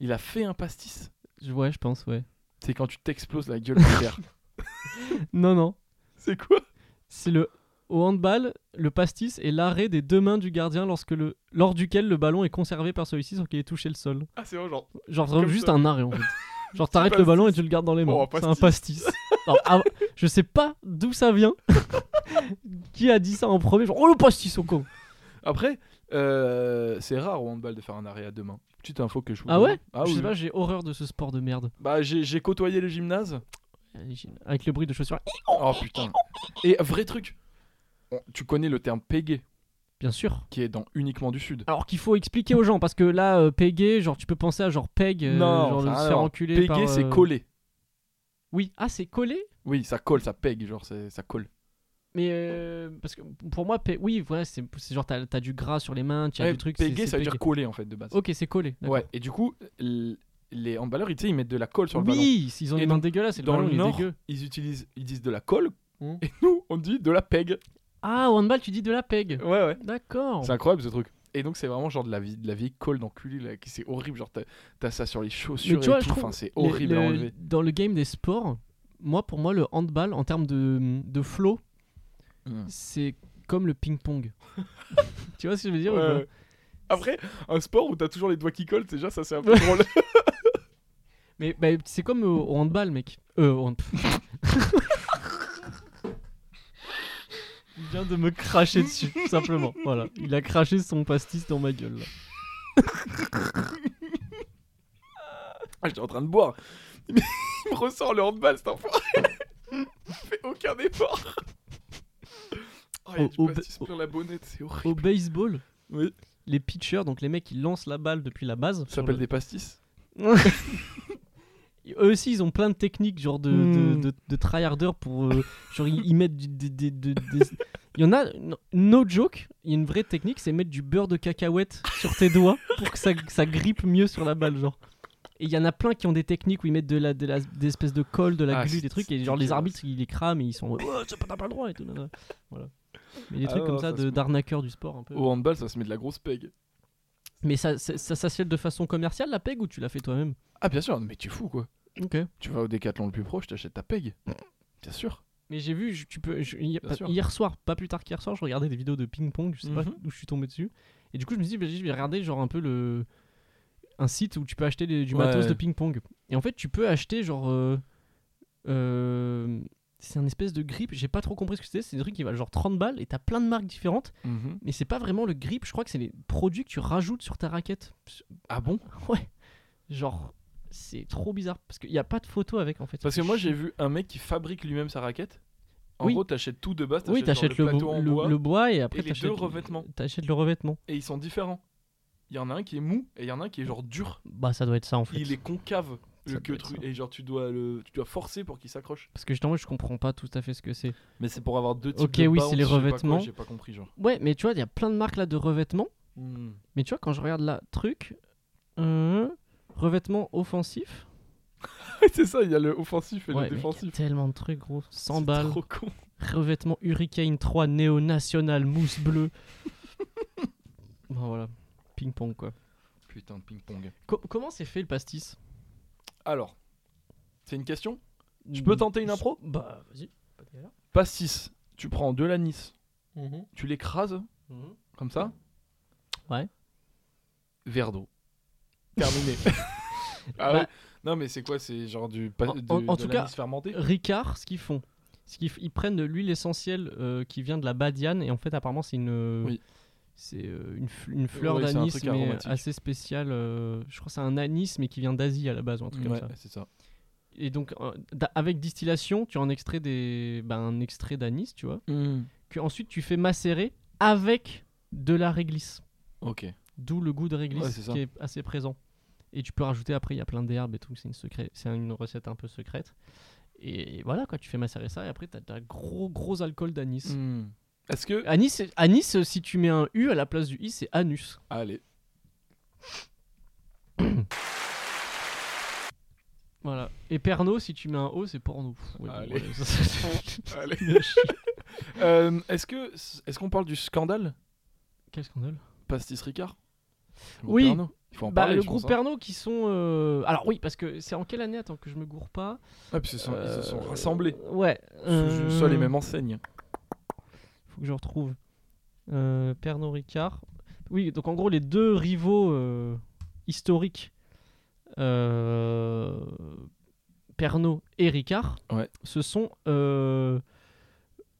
S3: Il a fait un pastis.
S1: je, ouais, je pense, ouais.
S3: C'est quand tu t'exploses la gueule par terre.
S1: Non, non.
S3: C'est quoi
S1: C'est le au handball, le pastis est l'arrêt des deux mains du gardien lorsque le lors duquel le ballon est conservé par celui-ci sans qu'il ait touché le sol.
S3: Ah, c'est vrai, genre.
S1: Genre c'est
S3: Comme
S1: juste
S3: ça.
S1: un arrêt en fait. Genre t'arrêtes le
S3: pastis.
S1: ballon et tu le gardes dans les mains.
S3: Oh, un
S1: c'est un pastis. Alors, ah, je sais pas d'où ça vient. Qui a dit ça en premier Genre oh le pastis au con.
S3: Après, euh, c'est rare au handball de faire un arrêt à deux mains. Petite info que je vous
S1: Ah
S3: donne.
S1: ouais
S3: Ah
S1: je
S3: oui.
S1: sais pas, j'ai horreur de ce sport de merde.
S3: Bah, j'ai j'ai côtoyé le gymnase.
S1: Avec le bruit de chaussures.
S3: Oh putain. Et vrai truc. on- Tu connais le terme pégé
S1: Bien sûr.
S3: qui est dans uniquement du sud.
S1: Alors qu'il faut expliquer aux gens parce que là euh, péguer, genre tu peux penser à genre peg euh,
S3: Non,
S1: genre
S3: ça
S1: de se
S3: a rien à
S1: faire
S3: voir.
S1: enculer
S3: Pégué,
S1: par,
S3: c'est
S1: euh,
S3: coller.
S1: Oui, ah c'est collé
S3: Oui, ça colle, ça pègue, genre c'est- ça colle.
S1: Mais euh, parce que pour moi, pe- oui, voilà, c'est c'est genre t'as as du gras sur les mains, tu as
S3: Ouais,
S1: du truc. c'est-
S3: péguer,
S1: c'est
S3: ça veut dire
S1: pégué.
S3: coller en fait de base.
S1: Ok, c'est collé. d'accord.
S3: ouais, et du coup, l- les handballeurs, ils, tu sais, ils mettent de la colle sur le ballon.
S1: oui, ils ont
S3: Et
S1: une main
S3: donc,
S1: dégueulasse, et le
S3: dans
S1: ballon
S3: le
S1: il est
S3: Nord,
S1: dégueu.
S3: Ils utilisent, ils disent de la colle,
S1: Hmm.
S3: et nous, on dit de la peg.
S1: Ah, au handball, tu dis de la peg.
S3: Ouais, ouais.
S1: D'accord.
S3: C'est incroyable ce truc. Et donc, c'est vraiment genre de la vie, de la vieille colle d'enculé, là, qui c'est horrible. Genre, t'as- t'as ça sur les chaussures
S1: Mais
S3: et
S1: tu vois, je
S3: tout.
S1: trouve
S3: Enfin, c'est
S1: Les-
S3: horrible
S1: le-
S3: à enlever.
S1: Dans le game des sports, moi, pour moi, le handball, en termes de, de flow,
S3: Hmm.
S1: c'est comme le ping-pong. tu vois ce que je veux dire ou
S3: Ouais,
S1: pas
S3: ouais. Après, un sport où t'as toujours les doigts qui collent, déjà, ça c'est un peu drôle.
S1: Mais bah, c'est comme au, au handball, mec. Euh, au hand- Il vient de me cracher dessus, tout simplement. Voilà, il a craché son pastis dans ma gueule. là.
S3: Ah, j'étais en train de boire. Il me- il me ressort le handball, cet enfoiré. Il fait aucun effort. Oh, il y a
S1: Au-
S3: du
S1: au-
S3: pastis plein la bonnette, c'est horrible.
S1: Au baseball,
S3: Oui.
S1: les pitchers, donc les mecs qui lancent la balle depuis la base,
S3: Ça s'appelle des pastis
S1: eux aussi ils ont plein de techniques, genre de,
S3: Hmm.
S1: de, de, de tryharder pour. euh, genre ils, ils mettent du- des. des- des- des- Il y en a, no- no joke, il y a une vraie technique, c'est mettre du beurre de cacahuète sur tes doigts pour que ça, que ça grippe mieux sur la balle, genre. Et il y en a plein qui ont des techniques où ils mettent de la, de la- des espèces de colle, de la
S3: Ah,
S1: glu,
S3: c'est-
S1: des trucs,
S3: c'est
S1: et genre les
S3: dégueulasse.
S1: arbitres ils les crament et ils sont. en mode, Ouais, ça, t'as pas le droit et tout. nanana. Voilà. Mais des
S3: Ah
S1: trucs comme
S3: non,
S1: ça,
S3: ça,
S1: de
S3: c'est-
S1: d'arnaqueurs du sport un peu.
S3: Au handball, ça se met de la grosse peg.
S1: Mais ça, ça, ça s'achète de façon commerciale la PEG ou tu l'as fait toi-même
S3: Ah, bien sûr, mais tu es fou quoi.
S1: Ok.
S3: Tu vas au décathlon le plus proche, t'achètes ta peg. Bien sûr.
S1: Mais j'ai vu, je- tu peux, je- hier,
S3: Bien
S1: pas-
S3: sûr.
S1: hier soir, pas plus tard qu'hier soir, je regardais des vidéos de ping-pong, je sais pas
S3: Mhm.
S1: où je suis tombé dessus. Et du coup, je me suis dit, bah, je vais regarder genre un peu le un site où tu peux acheter des- du
S3: Ouais.
S1: matos de ping-pong. Et en fait, tu peux acheter genre. euh, euh, c'est un espèce de grip, j'ai pas trop compris ce que c'était. C'est des trucs qui valent genre 30 balles et t'as plein de marques différentes,
S3: Mhm.
S1: mais c'est pas vraiment le grip, je crois que c'est les produits que tu rajoutes sur ta raquette.
S3: Ah bon
S1: Ouais, genre, c'est trop bizarre parce qu'il n'y a pas de photo avec en fait.
S3: Parce que moi, j'ai vu un mec qui fabrique lui-même sa raquette. En
S1: Oui.
S3: gros, t'achètes tout de base,
S1: Oui,
S3: genre
S1: t'achètes le,
S3: plateau
S1: bo-
S3: en
S1: le-
S3: bois,
S1: le bois et après
S3: et les
S1: t'achètes
S3: deux revêtements.
S1: t'achètes le revêtement.
S3: et ils sont différents. Il y en a un qui est mou et il y en a un qui est genre dur.
S1: Bah ça doit être ça en fait.
S3: il est concave
S1: Ça
S3: le
S1: doit
S3: queue
S1: être
S3: tru-
S1: ça.
S3: et genre tu dois le tu dois forcer pour qu'il s'accroche
S1: Parce que justement je comprends pas tout à fait ce que c'est.
S3: mais c'est pour avoir deux types
S1: Ok,
S3: de
S1: oui,
S3: bounce,
S1: c'est les
S3: je sais pas quoi,
S1: revêtements.
S3: j'ai pas compris genre
S1: Ouais mais tu vois il y a plein de marques là de revêtements.
S3: Hmm.
S1: Mais tu vois quand je regarde là truc euh, revêtement offensif.
S3: c'est ça il y a le offensif et
S1: Ouais, mec,
S3: le
S1: y a
S3: défensif
S1: tellement de trucs gros. 100
S3: C'est
S1: balles.
S3: trop con
S1: Revêtement Hurricane 3 Néo National mousse bleue. bon voilà. Ping pong quoi.
S3: putain de ping pong
S1: Co- comment c'est fait le pastis
S3: alors c'est une question Je peux tenter une impro
S1: Bah vas-y. Pas de galère.
S3: pastis tu prends de l'anis tu l'écrases
S1: Mhm.
S3: comme ça
S1: Ouais.
S3: verre d'eau terminé ah
S1: Bah-
S3: ouais non mais c'est quoi c'est genre du, pas-
S1: En-
S3: du
S1: en- en
S3: de
S1: tout cas,
S3: l'anis fermenté
S1: Ricard, ce qu'ils font, Parce qu'ils f- ils prennent de l'huile essentielle euh, qui vient de la badiane et en fait apparemment c'est une euh,
S3: Oui.
S1: c'est euh, une, fl- une fleur
S3: Ouais, c'est un
S1: d'anis
S3: truc
S1: mais
S3: aromatique.
S1: assez spéciale. euh, je crois que c'est un anis mais qui vient d'Asie à la base ou un truc
S3: Ouais,
S1: comme ça.
S3: c'est ça.
S1: Et donc euh, d'a- avec distillation tu en extrais des ben, un extrait d'anis tu vois que ensuite tu fais macérer avec de la réglisse.
S3: Ok.
S1: D'où le goût de réglisse
S3: Ouais, c'est ça.
S1: qui est assez présent. Et tu peux rajouter après, il y a plein d'herbes et tout, c'est une, secré- c'est une recette un peu secrète. Et voilà, quoi, tu fais macérer ça et après, t'as as gros, gros alcool d'anis.
S3: Mm. Hmm. Est-ce que.
S1: Anis, c'est- anis, euh, si tu mets un U à la place du I, c'est anus.
S3: Allez.
S1: Voilà. Et perno, si tu mets un O, c'est porno. Pff, ouais, bon,
S3: Allez.
S1: voilà, ça, c'est-
S3: Allez.
S1: Le chi-
S3: Euh, est-ce que. Est-ce qu'on parle du scandale
S1: Quel scandale
S3: Pastis Ricard Le
S1: Oui.
S3: groupe Pernod. Il faut en
S1: Bah,
S3: parler.
S1: Le
S3: je
S1: groupe
S3: pense, hein.
S1: Perno qui sont. euh, Alors oui, parce que c'est en quelle année Attends que je me gourre pas.
S3: Ah, puis ils se sont, ils se sont
S1: Euh,
S3: rassemblés
S1: Ouais.
S3: sous une seule et
S1: euh,
S3: même enseigne.
S1: faut que je retrouve. Euh, Pernod Ricard. Oui, donc en gros, les deux rivaux euh, historiques, euh, Pernod et Ricard,
S3: Ouais.
S1: se sont. euh,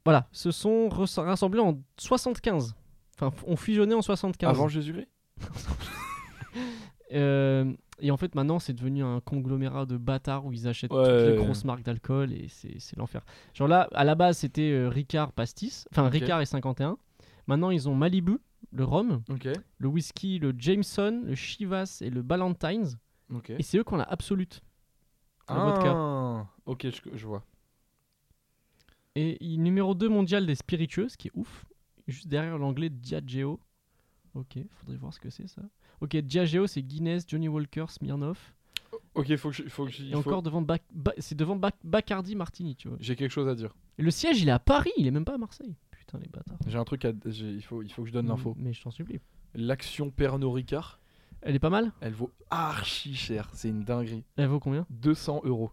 S1: voilà, se sont res- rassemblés en 75. Enfin, f- ont fusionné en 75.
S3: Avant Jésus-Christ
S1: Euh, et en fait, maintenant, c'est devenu un conglomérat de bâtards où ils achètent
S3: Ouais,
S1: toutes les
S3: ouais.
S1: grosses marques d'alcool et c'est c'est l'enfer. Genre là, à la base, c'était euh, Ricard Pastis, enfin
S3: Ok.
S1: Ricard et 51. Maintenant, ils ont Malibu, le rhum,
S3: Ok.
S1: le whisky, le Jameson, le Chivas et le Ballantines.
S3: Ok.
S1: Et c'est eux qui ont la absolute. La vodka.
S3: Ah, Ok, je, je vois.
S1: Et il- numéro 2 mondial des spiritueux, ce qui est ouf. Juste derrière l'anglais Diageo. Ok, faudrait voir ce que c'est ça. Ok, Diageo, c'est Guinness, Johnny Walker, Smirnoff.
S3: Ok, faut que je- faut que j'y-
S1: Et
S3: faut-
S1: encore devant Bac- Ba- c'est devant Bac- Bacardi Martini, tu vois.
S3: J'ai quelque chose à dire.
S1: Et le siège, il est à Paris, il est même pas à Marseille. Putain, les bâtards.
S3: J'ai un truc à. j'ai- Il faut, il faut que je
S1: Mm.
S3: donne l'info.
S1: Mais je t'en supplie.
S3: L'action Pernod Ricard,
S1: Elle est pas mal
S3: elle vaut archi cher. C'est une dinguerie.
S1: Elle vaut combien
S3: 200 euros.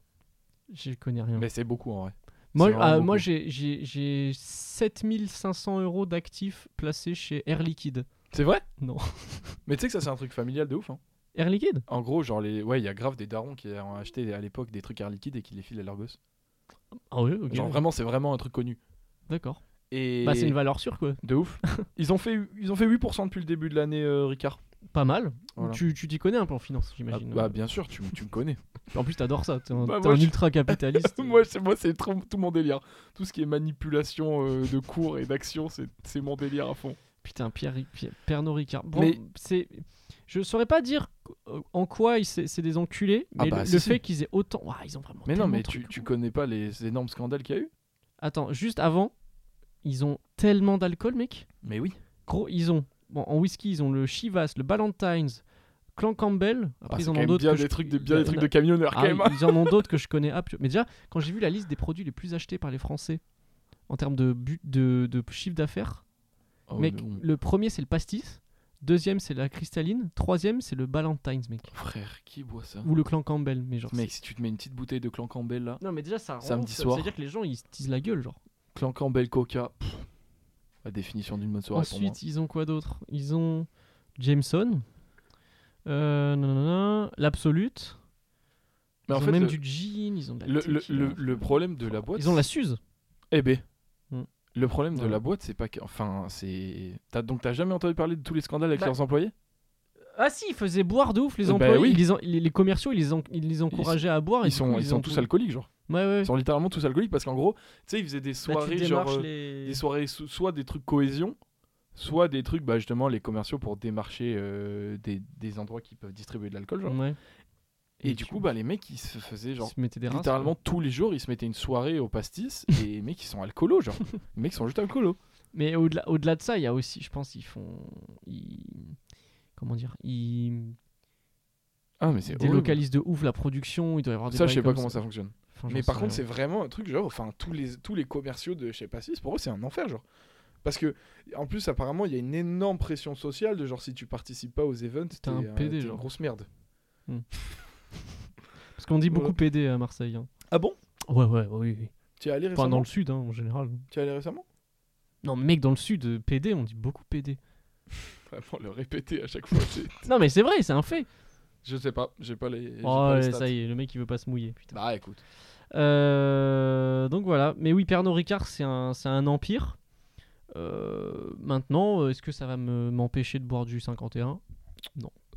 S1: Je connais rien.
S3: Mais c'est beaucoup en vrai.
S1: moi,
S3: c'est vraiment
S1: ah, moi
S3: beaucoup.
S1: j'ai- j'ai j'ai 7500 euros d'actifs placés chez Air Liquide.
S3: C'est vrai
S1: Non.
S3: Mais tu sais que ça, c'est un truc familial de ouf. hein.
S1: Air Liquide
S3: En gros, genre, les... ouais, il y a grave des darons qui ont acheté à l'époque des trucs air liquide et qui les filent à leurs gosses.
S1: Ah ouais, ok.
S3: Genre, vraiment, c'est vraiment un truc connu.
S1: D'accord.
S3: Et.
S1: Bah, c'est une valeur sûre, quoi.
S3: De ouf. ils, ont fait, ils ont fait 8% depuis le début de l'année, euh, Ricard.
S1: Pas mal.
S3: Voilà.
S1: Tu tu t'y connais un peu en finance,
S3: Ah,
S1: j'imagine.
S3: bah, bien sûr, tu, me- tu me connais.
S1: En plus, t'adores ça. T'es un,
S3: Bah,
S1: t'es
S3: moi,
S1: un
S3: je-
S1: ultra-capitaliste.
S3: moi, c'est, moi, c'est trop- tout mon délire. Tout ce qui est manipulation euh, de cours et d'action, c'est, c'est mon délire à fond.
S1: Putain, Pierre, Ri- Pierre- Pernod Ricard. Bon,
S3: Mais-
S1: c'est. Je saurais pas dire euh, en quoi ils- c'est c'est des enculés,
S3: Ah
S1: mais
S3: bah,
S1: le,
S3: si,
S1: le
S3: si.
S1: fait qu'ils aient autant. Ouah, ils ont vraiment.
S3: Mais non,
S1: tellement
S3: mais
S1: de
S3: tu,
S1: trucs. hein.
S3: tu connais pas les énormes scandales qu'il y a eu
S1: Attends, juste avant, ils ont tellement d'alcool, mec.
S3: Mais oui.
S1: Gros, ils ont. Bon, en whisky, ils ont le Chivas, le Ballantines, Clan Campbell.
S3: Bah,
S1: Après, ils en ont d'autres.
S3: bien
S1: que je-
S3: des trucs de,
S1: il
S3: bien
S1: y
S3: des
S1: en
S3: trucs
S1: a-
S3: de camionneurs
S1: Ah
S3: quand
S1: oui,
S3: même. hein.
S1: ils en ont d'autres que je connais. Ah, putain. mais déjà, quand j'ai vu la liste des produits les plus achetés par les Français en termes de, but, de, de chiffre d'affaires,
S3: Oh,
S1: mec,
S3: non.
S1: le premier c'est le pastis, deuxième c'est la cristalline, troisième c'est le Ballantines, mec.
S3: Frère, qui boit ça
S1: Ou le Clan Campbell, mais genre.
S3: Mec, si tu te mets une petite bouteille de Clan Campbell là,
S1: c'est- Non, mais déjà, ça rend
S3: Samedi
S1: ouf, ça-
S3: soir.
S1: C'est-à-dire que les gens ils se tisent la gueule, genre.
S3: Clan Campbell Coca, pff, la définition d'une bonne soirée pour moi.
S1: Ensuite, ils ont quoi d'autre Ils ont Jameson, euh, nanana, l'Absolute, ils
S3: Mais en
S1: ont
S3: fait,
S1: même
S3: le,
S1: du jean, ils ont de la
S3: le, le-
S1: tequila,
S3: le-
S1: enfin,
S3: le problème de la boîte,
S1: Ils ont la Suze.
S3: eh ben,
S1: Hmm.
S3: le problème de
S1: Ouais.
S3: la boîte, c'est pas que, enfin, c'est, t'as donc t'as jamais entendu parler de tous les scandales avec
S1: Bah,
S3: leurs employés
S1: Ah si, ils faisaient boire de ouf les
S3: Bah
S1: employés.
S3: oui.
S1: ils les, en- les- les commerciaux, ils les, en- ils les encourageaient à boire. et Oh,
S3: Ils
S1: du
S3: sont,
S1: coup,
S3: ils sont
S1: ont-
S3: tous alcooliques, genre.
S1: Ouais, ouais.
S3: Ils sont littéralement tous alcooliques parce qu'en gros, tu sais, ils faisaient des
S1: Là, Bah, tu
S3: soirées genre,
S1: démarches
S3: euh,
S1: les-
S3: des soirées so- soit des trucs cohésion, soit des trucs, bah justement, les commerciaux pour démarcher euh, des, des endroits qui peuvent distribuer de l'alcool, genre.
S1: Ouais.
S3: Et,
S1: Mm. Et
S3: du
S1: tu-
S3: coup, bah les mecs, ils se faisaient
S1: ils
S3: genre
S1: se mettaient des rinces,
S3: littéralement
S1: quoi.
S3: tous les jours, ils se mettaient une soirée au pastis et les mecs ils sont alcoolos genre. Les mecs ils sont juste alcoolos.
S1: Mais au-delà au -delà de ça, il y a aussi, je pense, qu'ils font... Ils... Comment dire Ils
S3: Ah mais c'est horrible.
S1: délocalisent de ouf la production. Il doit y avoir des
S3: Ça je
S1: bails
S3: sais pas
S1: comme
S3: comment ça fonctionne.
S1: Enfin, j'en
S4: Mais par
S1: sais
S4: contre,
S1: rien.
S4: c'est vraiment un truc, genre, enfin, tous les, tous les commerciaux de chez Pastis, pour eux, c'est un enfer, genre. Parce que, en plus, apparemment, il y a une énorme pression sociale de genre, si tu participes pas aux events, t'es
S1: un
S4: euh,
S1: PD,
S4: t'es
S1: genre.
S4: une grosse merde.
S1: Parce qu'on dit beaucoup
S4: Voilà.
S1: PD à Marseille. hein.
S4: Ah bon
S1: Ouais, ouais, oui. oui.
S4: Tu es allé
S1: Enfin, dans
S4: récemment
S1: le sud, hein, en général.
S4: Tu es allé récemment
S1: Non, mec, dans le sud, euh, PD, on dit beaucoup PD.
S4: Vraiment, le répéter à chaque fois, c'est-
S1: Non, mais c'est vrai, c'est un fait.
S4: Je sais pas, j'ai pas les. j'ai
S1: Oh,
S4: pas les
S1: ouais,
S4: stats.
S1: ça y est, le mec, il veut pas se mouiller. Putain.
S4: Bah écoute.
S1: Euh, donc voilà. Mais oui, Pernod Ricard, c'est un, c'est un empire. Euh, maintenant, euh, est-ce que ça va me- m'empêcher de boire du 51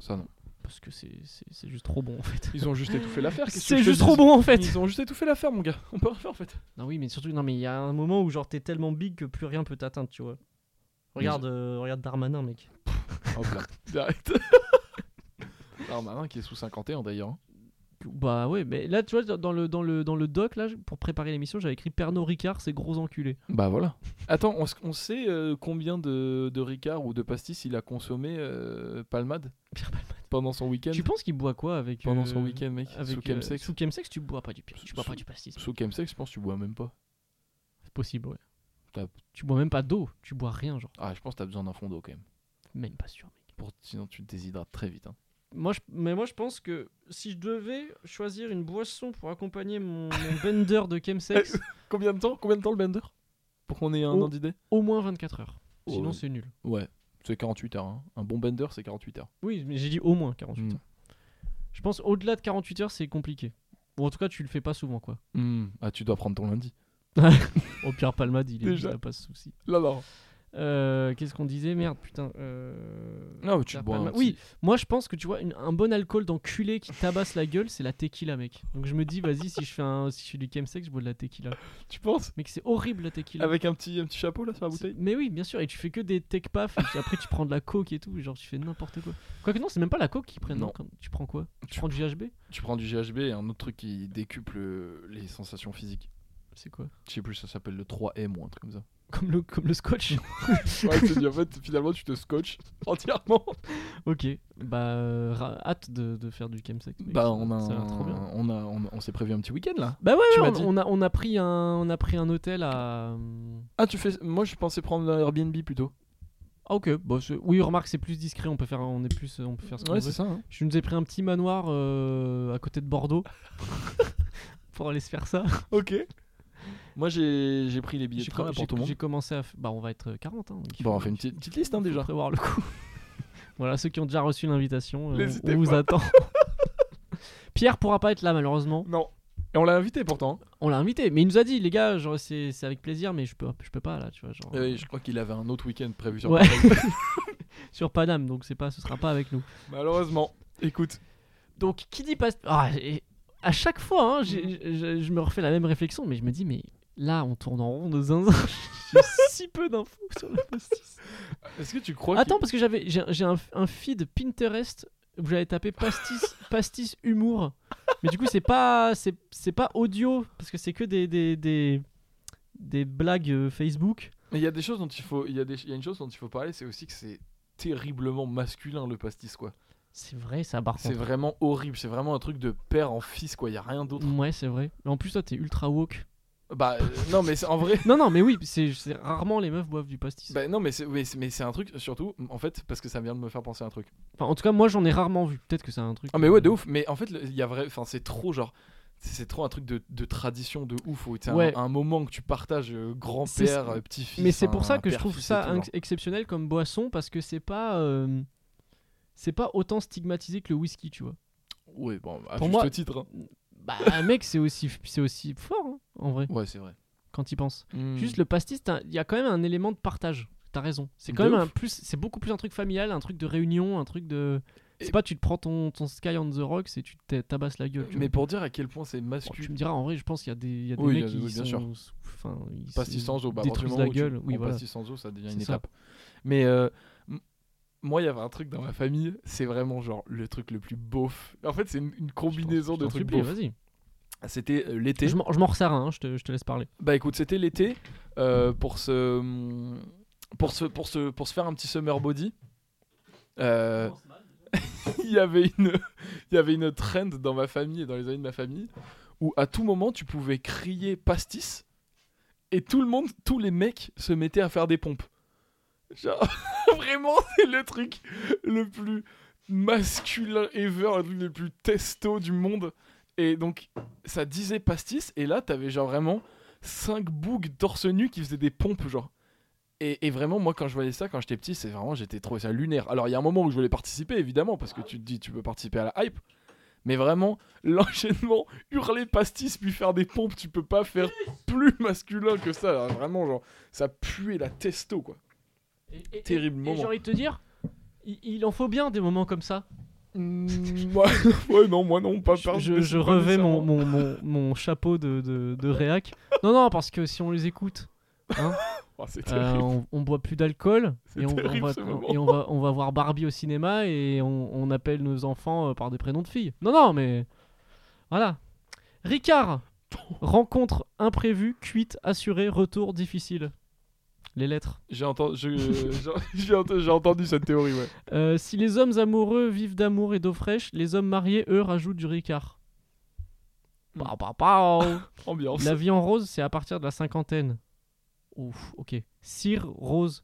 S3: Ça, non.
S1: Parce que c'est, c'est- c'est juste trop bon en fait.
S4: Ils ont juste étouffé l'affaire. Ah, qu'est-ce que
S1: C'est
S4: je te
S1: juste
S4: dis
S1: trop bon en fait.
S4: Ils ont juste étouffé l'affaire, mon gars. On peut rien faire en fait.
S1: Non oui, mais surtout non mais il y a un moment où genre t'es tellement big que plus rien peut t'atteindre, tu vois. Regarde, euh, regarde Darmanin, mec.
S3: Hop là.
S4: Direct.
S3: Darmanin qui est sous 51 d'ailleurs. hein.
S1: Bah ouais, mais là tu vois dans le dans le dans le doc là pour préparer l'émission, j'avais écrit Pernod Ricard, c'est gros enculé.
S3: Bah voilà. Attends, on, s- on sait euh, combien de, de Ricard ou de pastis il a consommé euh, Palmade
S1: Pierre Palmade.
S3: pendant son week-end
S1: Tu penses qu'il boit quoi avec
S3: Pendant
S1: euh,
S3: son week-end, mec.
S1: avec
S3: sous
S1: euh,
S3: Chemsex.
S1: sous Chemsex, tu bois pas du tu bois
S3: Sous-
S1: pas du pastis.
S3: Sous Chemsex, je pense que tu bois même pas.
S1: C'est possible, ouais.
S3: T'as-
S1: Tu bois même pas d'eau, tu bois rien, genre.
S3: Ah, je pense que t'as besoin d'un fond d'eau quand même.
S1: Même pas sûr, mec.
S3: Pour- Sinon, tu te déshydrates très vite. hein.
S1: Moi, je- Mais moi, je pense que si je devais choisir une boisson pour accompagner mon, mon bender de chemsex,
S3: Combien de temps Combien de temps le bender Pour qu'on ait un
S1: Oh.
S3: an d'idée
S1: au moins 24 heures. Sinon,
S3: Ouais.
S1: c'est nul.
S3: Ouais, c'est 48 heures. hein. Un bon bender, c'est 48 heures.
S1: Oui, mais j'ai dit au moins 48
S3: Mm.
S1: heures. Je pense au-delà de 48 heures, c'est compliqué. Ou en tout cas, tu le fais pas souvent, quoi.
S3: Hmm. Ah, tu dois prendre ton lundi.
S1: Au Pierre Palmade, il est
S3: Déjà.
S1: il a pas ce souci.
S3: Là, non.
S1: Euh, Qu'est-ce qu'on disait Merde, putain. euh,
S3: Non, mais tu
S1: Pierre
S3: bois un
S1: Palmade.
S3: petit-
S1: Oui, moi je pense que tu vois, une- un bon alcool d'enculé qui tabasse la gueule, c'est la tequila, mec. Donc je me dis, vas-y, si je fais un, si je fais du chemsex, je bois de la tequila.
S3: Tu penses
S1: Mec, c'est horrible la tequila.
S3: Avec un petit, un petit chapeau là sur Ah, la
S1: C'est-
S3: bouteille
S1: Mais oui, bien sûr, et tu fais que des tech paf, et puis après tu prends de la coke et tout, genre tu fais n'importe quoi. Quoique non, c'est même pas la coke qui prennent, non.
S3: Non.
S1: quand- Tu prends quoi Tu
S3: Tu-
S1: prends du GHB
S3: Tu prends du GHB et un autre truc qui décuple euh, les sensations physiques.
S1: C'est quoi
S3: Je sais plus, ça s'appelle le 3M ou un truc comme ça.
S1: comme le, comme le scotch
S4: Ouais, c'est dit, en fait, finalement, tu te scotches entièrement.
S1: Ok, bah euh, ra- hâte de, de faire du chemsex. mec,
S3: Bah,
S1: ça-
S3: on a,
S1: ça a l'air
S3: un-
S1: trop bien.
S3: on a, on, on s'est prévu un petit week-end là.
S1: Bah ouais,
S3: Tu
S1: ouais,
S3: m'as dit.
S1: on, on a, on, a pris un, on a pris un hôtel à... hum,
S3: Ah, tu fais Moi, je pensais prendre un Airbnb plutôt.
S1: Ah ok, bah, c'est- oui remarque c'est plus discret, on peut faire, on est plus, on peut faire ce qu'on
S3: Ouais,
S1: veut.
S3: c'est ça. hein.
S1: Je nous ai pris un petit manoir euh, à côté de Bordeaux pour aller se faire ça.
S4: Ok.
S3: Moi, j'ai j'ai pris les billets
S1: J'ai
S3: de train là,
S1: j'ai-
S3: pour tout le monde.
S1: j'ai commencé à... f- Bah on va être 40 hein, donc il
S3: Bon, on
S1: faut-
S3: fait une petite, petite liste hein, déjà.
S1: faut prévoir le coup. voilà, ceux qui ont déjà reçu l'invitation, euh, on
S4: N'hésitez
S1: on vous
S4: pas.
S1: attend. Pierre pourra pas être là malheureusement.
S4: Non. Et on l'a invité pourtant.
S1: On l'a invité, mais il nous a dit les gars, genre c'est c'est avec plaisir, mais je peux je peux pas là, tu vois, genre
S3: Euh, je crois qu'il avait un autre week-end prévu sur
S1: Ouais.
S3: Paris.
S1: sur Paname, donc c'est pas, ce sera pas avec nous.
S4: Malheureusement. Écoute.
S1: Donc qui dit pas Ah, et à chaque fois, hein, j'ai- je, je me refais la même réflexion, mais je me dis mais là on tourne en rond de zinzin. J'ai si peu d'infos sur le pastis.
S4: Est-ce que tu crois
S1: Attends parce que j'avais j'ai j'ai un, un feed Pinterest où j'avais tapé pastis pastis humour, mais du coup c'est pas c'est c'est pas audio parce que c'est que des des, des des blagues euh, Facebook.
S3: Mais il y a des choses dont il faut, il y a des, il y a une chose dont il faut parler, c'est aussi que c'est terriblement masculin le pastis quoi.
S1: C'est vrai ça barre.
S3: C'est vraiment horrible, c'est vraiment un truc de père en fils quoi. Il y a rien d'autre.
S1: Ouais c'est vrai. Mais en plus toi t'es ultra woke.
S3: Bah euh, non mais c'est- en vrai.
S1: Non non mais oui c'est c'est rarement les meufs boivent du pastis.
S3: Bah non mais c'est, mais c'est- mais c'est un truc surtout en fait parce que ça vient de me faire penser à un truc.
S1: Enfin, en tout cas moi j'en ai rarement vu. Peut-être que c'est un truc.
S3: Ah mais ouais de
S1: euh,
S3: ouf. Mais en fait le- il y a vrai, enfin c'est trop genre. C'est c'est trop un truc de, de tradition de ouf. où c'est un-
S1: Ouais.
S3: un, moment que tu partages euh, grand-père,
S1: C'est-
S3: euh, petit-fils.
S1: Mais c'est pour
S3: un
S1: ça que je trouve
S3: père-fils et
S1: ça
S3: tout, genre.
S1: inc- exceptionnel comme boisson parce que c'est pas euh, c'est pas autant stigmatisé que le whisky, tu vois.
S3: Ouais, bon, à
S1: Pour
S3: juste
S1: moi-
S3: titre. hein.
S1: Bah un mec c'est aussi c'est aussi fort hein, en vrai
S3: Ouais, c'est vrai.
S1: quand il pense.
S3: Hmm.
S1: Juste le pastis, t'as- il y a quand même un élément de partage. T'as raison. C'est quand
S3: De
S1: même un
S3: ouf.
S1: plus c'est beaucoup plus un truc familial, un truc de réunion, un truc de c'est
S3: Et-
S1: pas tu te prends ton, ton Sky on the Rocks et tu te tabasses la gueule. tu
S3: Mais
S1: vois.
S3: pour dire à quel point c'est
S1: Bon, tu
S3: masculin.
S1: me diras en vrai je pense qu'il y a des, il y a des
S3: Oui, il y
S1: mecs
S3: a-
S1: qui
S3: oui, bien
S1: sont
S3: sûr.
S1: enfin ils
S3: pastis
S1: se
S3: sans eau, bah, à partir du
S1: détruisent
S3: moment
S1: la
S3: où tu
S1: gueule. Oui
S3: prends
S1: voilà.
S3: pastis sans eau, ça devient
S1: C'est
S3: une
S1: ça.
S3: étape. Mais euh, m- moi, il y avait un truc dans ma famille, c'est vraiment genre le truc le plus beauf. En fait, c'est une, une combinaison
S1: Je t'en
S3: de trucs
S1: supplie,
S3: beauf.
S1: Vas-y.
S3: C'était euh, l'été.
S1: Je m'en je m'en resserre un, hein, je te je te laisse parler.
S3: Bah écoute, c'était l'été euh, pour se pour se pour se pour se faire un petit summer body. Euh, il y avait une il y avait une trend dans ma famille et dans les amis de ma famille où à tout moment tu pouvais crier pastis et tout le monde tous les mecs se mettaient à faire des pompes. Genre, vraiment c'est le truc le plus masculin ever, le truc le plus testo du monde et donc ça disait pastis et là t'avais genre vraiment 5 bougs torse nu qui faisaient des pompes, genre. Et, et vraiment, moi, quand je voyais ça, quand j'étais petit, c'est vraiment, j'étais trouvé ça lunaire. Alors, il y a un moment où je voulais participer, évidemment, parce que tu te dis, tu peux participer à la hype. Mais vraiment, l'enchaînement, hurler pastis puis faire des pompes, tu peux pas faire plus masculin que ça. hein. Vraiment, genre, ça puait la testo, quoi.
S1: Et- et-
S3: Terrible
S1: Et j'ai
S3: moment.
S1: envie de te dire, il, il en faut bien des moments comme ça.
S3: Mm, ouais, ouais, non, moi non, pas
S1: Je,
S3: par-
S1: je- je
S3: pas
S1: revais mon, mon,
S3: nécessairement.
S1: mon, mon chapeau de, de, de réac. Non, non, parce que si on les écoute,
S3: Oh, c'est
S1: euh,
S3: terrible.
S1: on, on boit plus d'alcool
S3: C'est
S1: et, on, on
S3: terrible,
S1: va,
S3: ce moment.
S1: et on, va, on va voir Barbie au cinéma et on, on appelle nos enfants euh, par des prénoms de filles. Non, non, mais voilà. Ricard, rencontre imprévue, cuite, assurée, retour difficile. Les lettres.
S3: J'ai entendu, je- j'ai- j'ai ent- j'ai entendu cette théorie, ouais.
S1: Euh, si les hommes amoureux vivent d'amour et d'eau fraîche, les hommes mariés, eux, rajoutent du Ricard. Pow, pow, pow.
S3: Ambiance.
S1: La vie en rose, c'est à partir de la cinquantaine. Ouf, ok. Cire rose,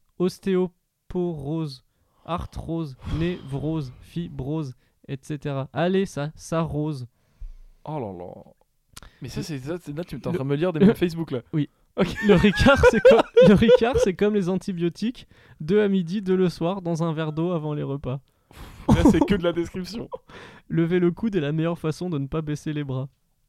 S1: ostéoporose, arthrose, névrose, fibrose, etc. Allez, ça, ça rose.
S3: Oh là là. Mais ça, c'est ça, c'est- là, tu es en
S1: Le-
S3: train de me lire des mails Facebook, là.
S1: Le Ricard, c'est comme, le Ricard, c'est comme les antibiotiques, deux à midi, deux le soir, dans un verre d'eau avant les repas.
S3: Là, c'est que de la description.
S1: Lever le coude est la meilleure façon de ne pas baisser les bras.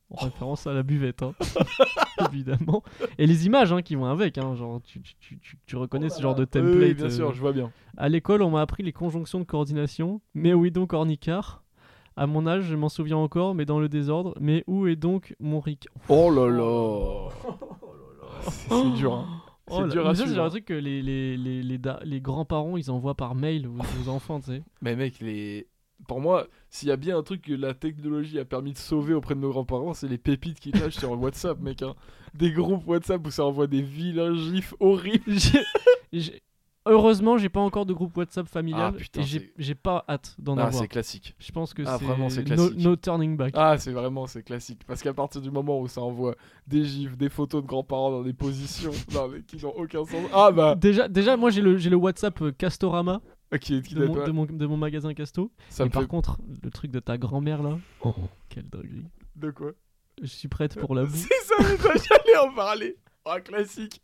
S3: Oh.
S1: En référence à la buvette, hein. évidemment. Et les images hein, qui vont avec, hein, genre tu, tu- tu- tu- tu reconnais ce genre de template.
S3: Oh Oui, bien
S1: euh,
S3: sûr, je vois bien.
S1: À l'école, on m'a appris les conjonctions de coordination. Mais oui donc Ornicard À mon âge, je m'en souviens encore, mais dans le désordre. Mais où est donc mon Ric
S3: Oh là là. C'est c'est dur, hein. C'est
S1: Oh là-
S3: dur à
S1: mais ça, c'est le genre de truc
S3: suivre.
S1: que les, les, les, les da- les grands-parents, ils envoient par mail aux, aux enfants, tu sais.
S3: hein. Mais mec, les... pour moi, s'il y a bien un truc que la technologie a permis de sauver auprès de nos grands-parents, c'est les pépites qu'ils lâchent sur WhatsApp, mec. hein. Des groupes WhatsApp où ça envoie des vilains gifs horribles.
S1: Ah, J'ai- Heureusement, j'ai pas encore de groupe WhatsApp familial
S3: Ah, putain,
S1: et j'ai-
S3: c'est-
S1: j'ai pas hâte d'en
S3: Ah,
S1: avoir.
S3: c'est classique.
S1: Je pense que
S3: Ah,
S1: c'est
S3: vraiment, c'est
S1: no,
S3: classique.
S1: no turning back.
S3: Ah, c'est vraiment, c'est classique. Parce qu'à partir du moment où ça envoie des gifs, des photos de grands-parents dans des positions non, mais qui n'ont aucun sens. Ah bah,
S1: Déjà, déjà, moi j'ai le, j'ai le WhatsApp euh, Castorama
S3: qui, qui
S1: de
S3: date-
S1: mon,
S3: ouais,
S1: de mon- de mon magasin Casto.
S3: ça
S1: Et
S3: me
S1: par
S3: fait...
S1: contre, le truc de ta grand-mère là, oh, quelle dinguerie.
S3: De quoi
S1: Je suis prête pour la boue.
S3: C'est ça, mais ça, j'allais en parler. Ah, classique.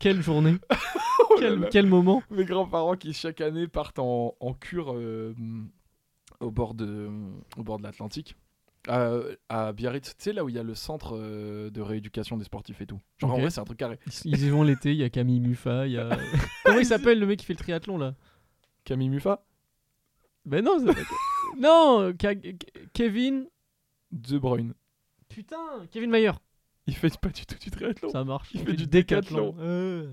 S1: Quelle journée,
S3: Oh là
S1: quel,
S3: là.
S1: quel moment.
S3: Mes grands-parents qui chaque année partent en, en cure euh, au bord de, au bord de l'Atlantique. Euh, à Biarritz, tu sais là où il y a le centre euh, de rééducation des sportifs et tout. Genre
S1: Ok.
S3: en vrai c'est un truc carré.
S1: Ils, ils y vont l'été, il y a Camille Muffa, il y a. Comment il s'appelle le mec qui fait le triathlon là
S3: Camille Muffa,
S1: Ben non, c'est pas- non, euh, Ka- Ke- Kevin.
S3: De Bruyne.
S1: Putain, Kevin Mayer.
S3: Il fait pas du tout du triathlon.
S1: Ça marche.
S3: Il
S1: on
S3: fait du décathlon.
S1: Euh,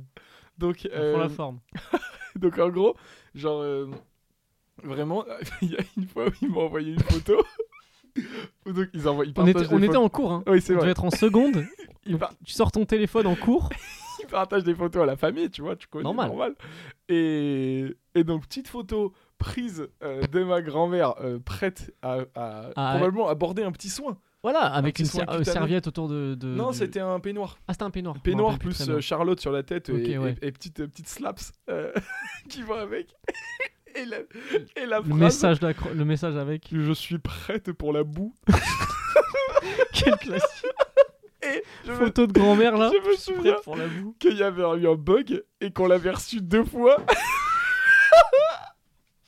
S3: Donc,
S1: ils font
S3: euh,
S1: la forme.
S3: donc en gros, genre euh, vraiment, il y a une fois où ils m'ont envoyé une photo. Où donc ils envoient, ils
S1: On
S3: partagent
S1: était,
S3: des
S1: on était
S3: photos.
S1: en cours, hein.
S3: Oui c'est
S1: On
S3: vrai.
S1: devait être en seconde.
S3: Ils,
S1: Donc,
S3: par-
S1: tu sors ton téléphone en cours.
S3: ils partagent des photos à la famille, tu vois, tu connais,
S1: Normal.
S3: normal. Et, et donc, petite photo prise euh, de ma grand-mère euh, prête à, à
S1: Ah,
S3: probablement aborder un petit soin.
S1: Voilà, avec
S3: petit
S1: une
S3: soin
S1: ser- euh,
S3: cutané.
S1: serviette autour de. de-
S3: non,
S1: du-
S3: c'était un peignoir.
S1: Ah, c'était un peignoir. je me
S3: Peignoir
S1: Euh, rappelle plus
S3: plus
S1: très bien.
S3: euh, Charlotte sur la tête et-
S1: Ok,
S3: et,
S1: ouais.
S3: et petite, euh, petite slaps euh, qui va avec. et la, et la
S1: le
S3: phrase
S1: message, d'accro- le message avec.
S3: Je suis prête pour la boue.
S1: Quel classique.
S3: Et je me,
S1: Photo de grand-mère là.
S3: je me souviens
S1: Prête pour la boue.
S3: qu'il y avait eu un bug et qu'on l'avait reçu deux fois.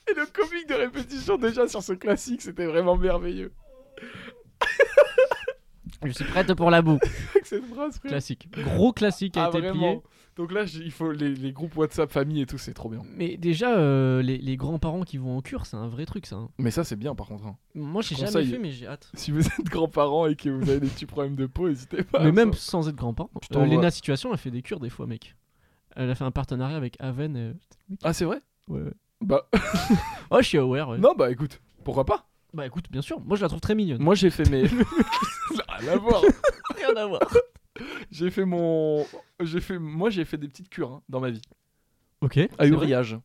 S3: et le comique de répétition déjà sur ce classique, c'était vraiment merveilleux.
S1: Je suis prête pour la boue.
S3: Avec cette phrase, frère.
S1: classique. Gros classique qui a
S3: Ah,
S1: été
S3: vraiment.
S1: plié.
S3: Donc là, j'ai- il faut les, les groupes WhatsApp famille et tout, c'est trop bien.
S1: Mais déjà, euh, les, les grands-parents qui vont en cure, c'est un vrai truc ça. hein.
S3: Mais ça, c'est bien par contre. hein.
S1: Moi, j'ai jamais
S3: Conseil.
S1: fait, mais j'ai hâte.
S3: Si vous êtes grands-parents et que vous avez des petits problèmes de peau, n'hésitez pas.
S1: mais
S3: à
S1: même
S3: ça.
S1: sans être grand-parent.
S3: Je
S1: Euh,
S3: t'envoie.
S1: Lena Situation, elle fait des cures des fois, mec. Elle a fait un partenariat avec Aven. euh,
S3: Ah, c'est vrai
S1: Ouais, ouais.
S3: Bah,
S1: Oh, je suis aware. ouais.
S3: non, bah écoute, pourquoi pas
S1: Bah écoute, bien sûr. Euh, Moi, je la trouve très mignonne.
S3: Moi, j'ai fait mes. Rien à voir.
S1: Rien à voir.
S3: J'ai fait mon. J'ai fait... Moi, j'ai fait des petites cures hein, dans ma vie.
S1: Ok. c'est
S3: À
S1: Ah vrai.
S3: Uriage,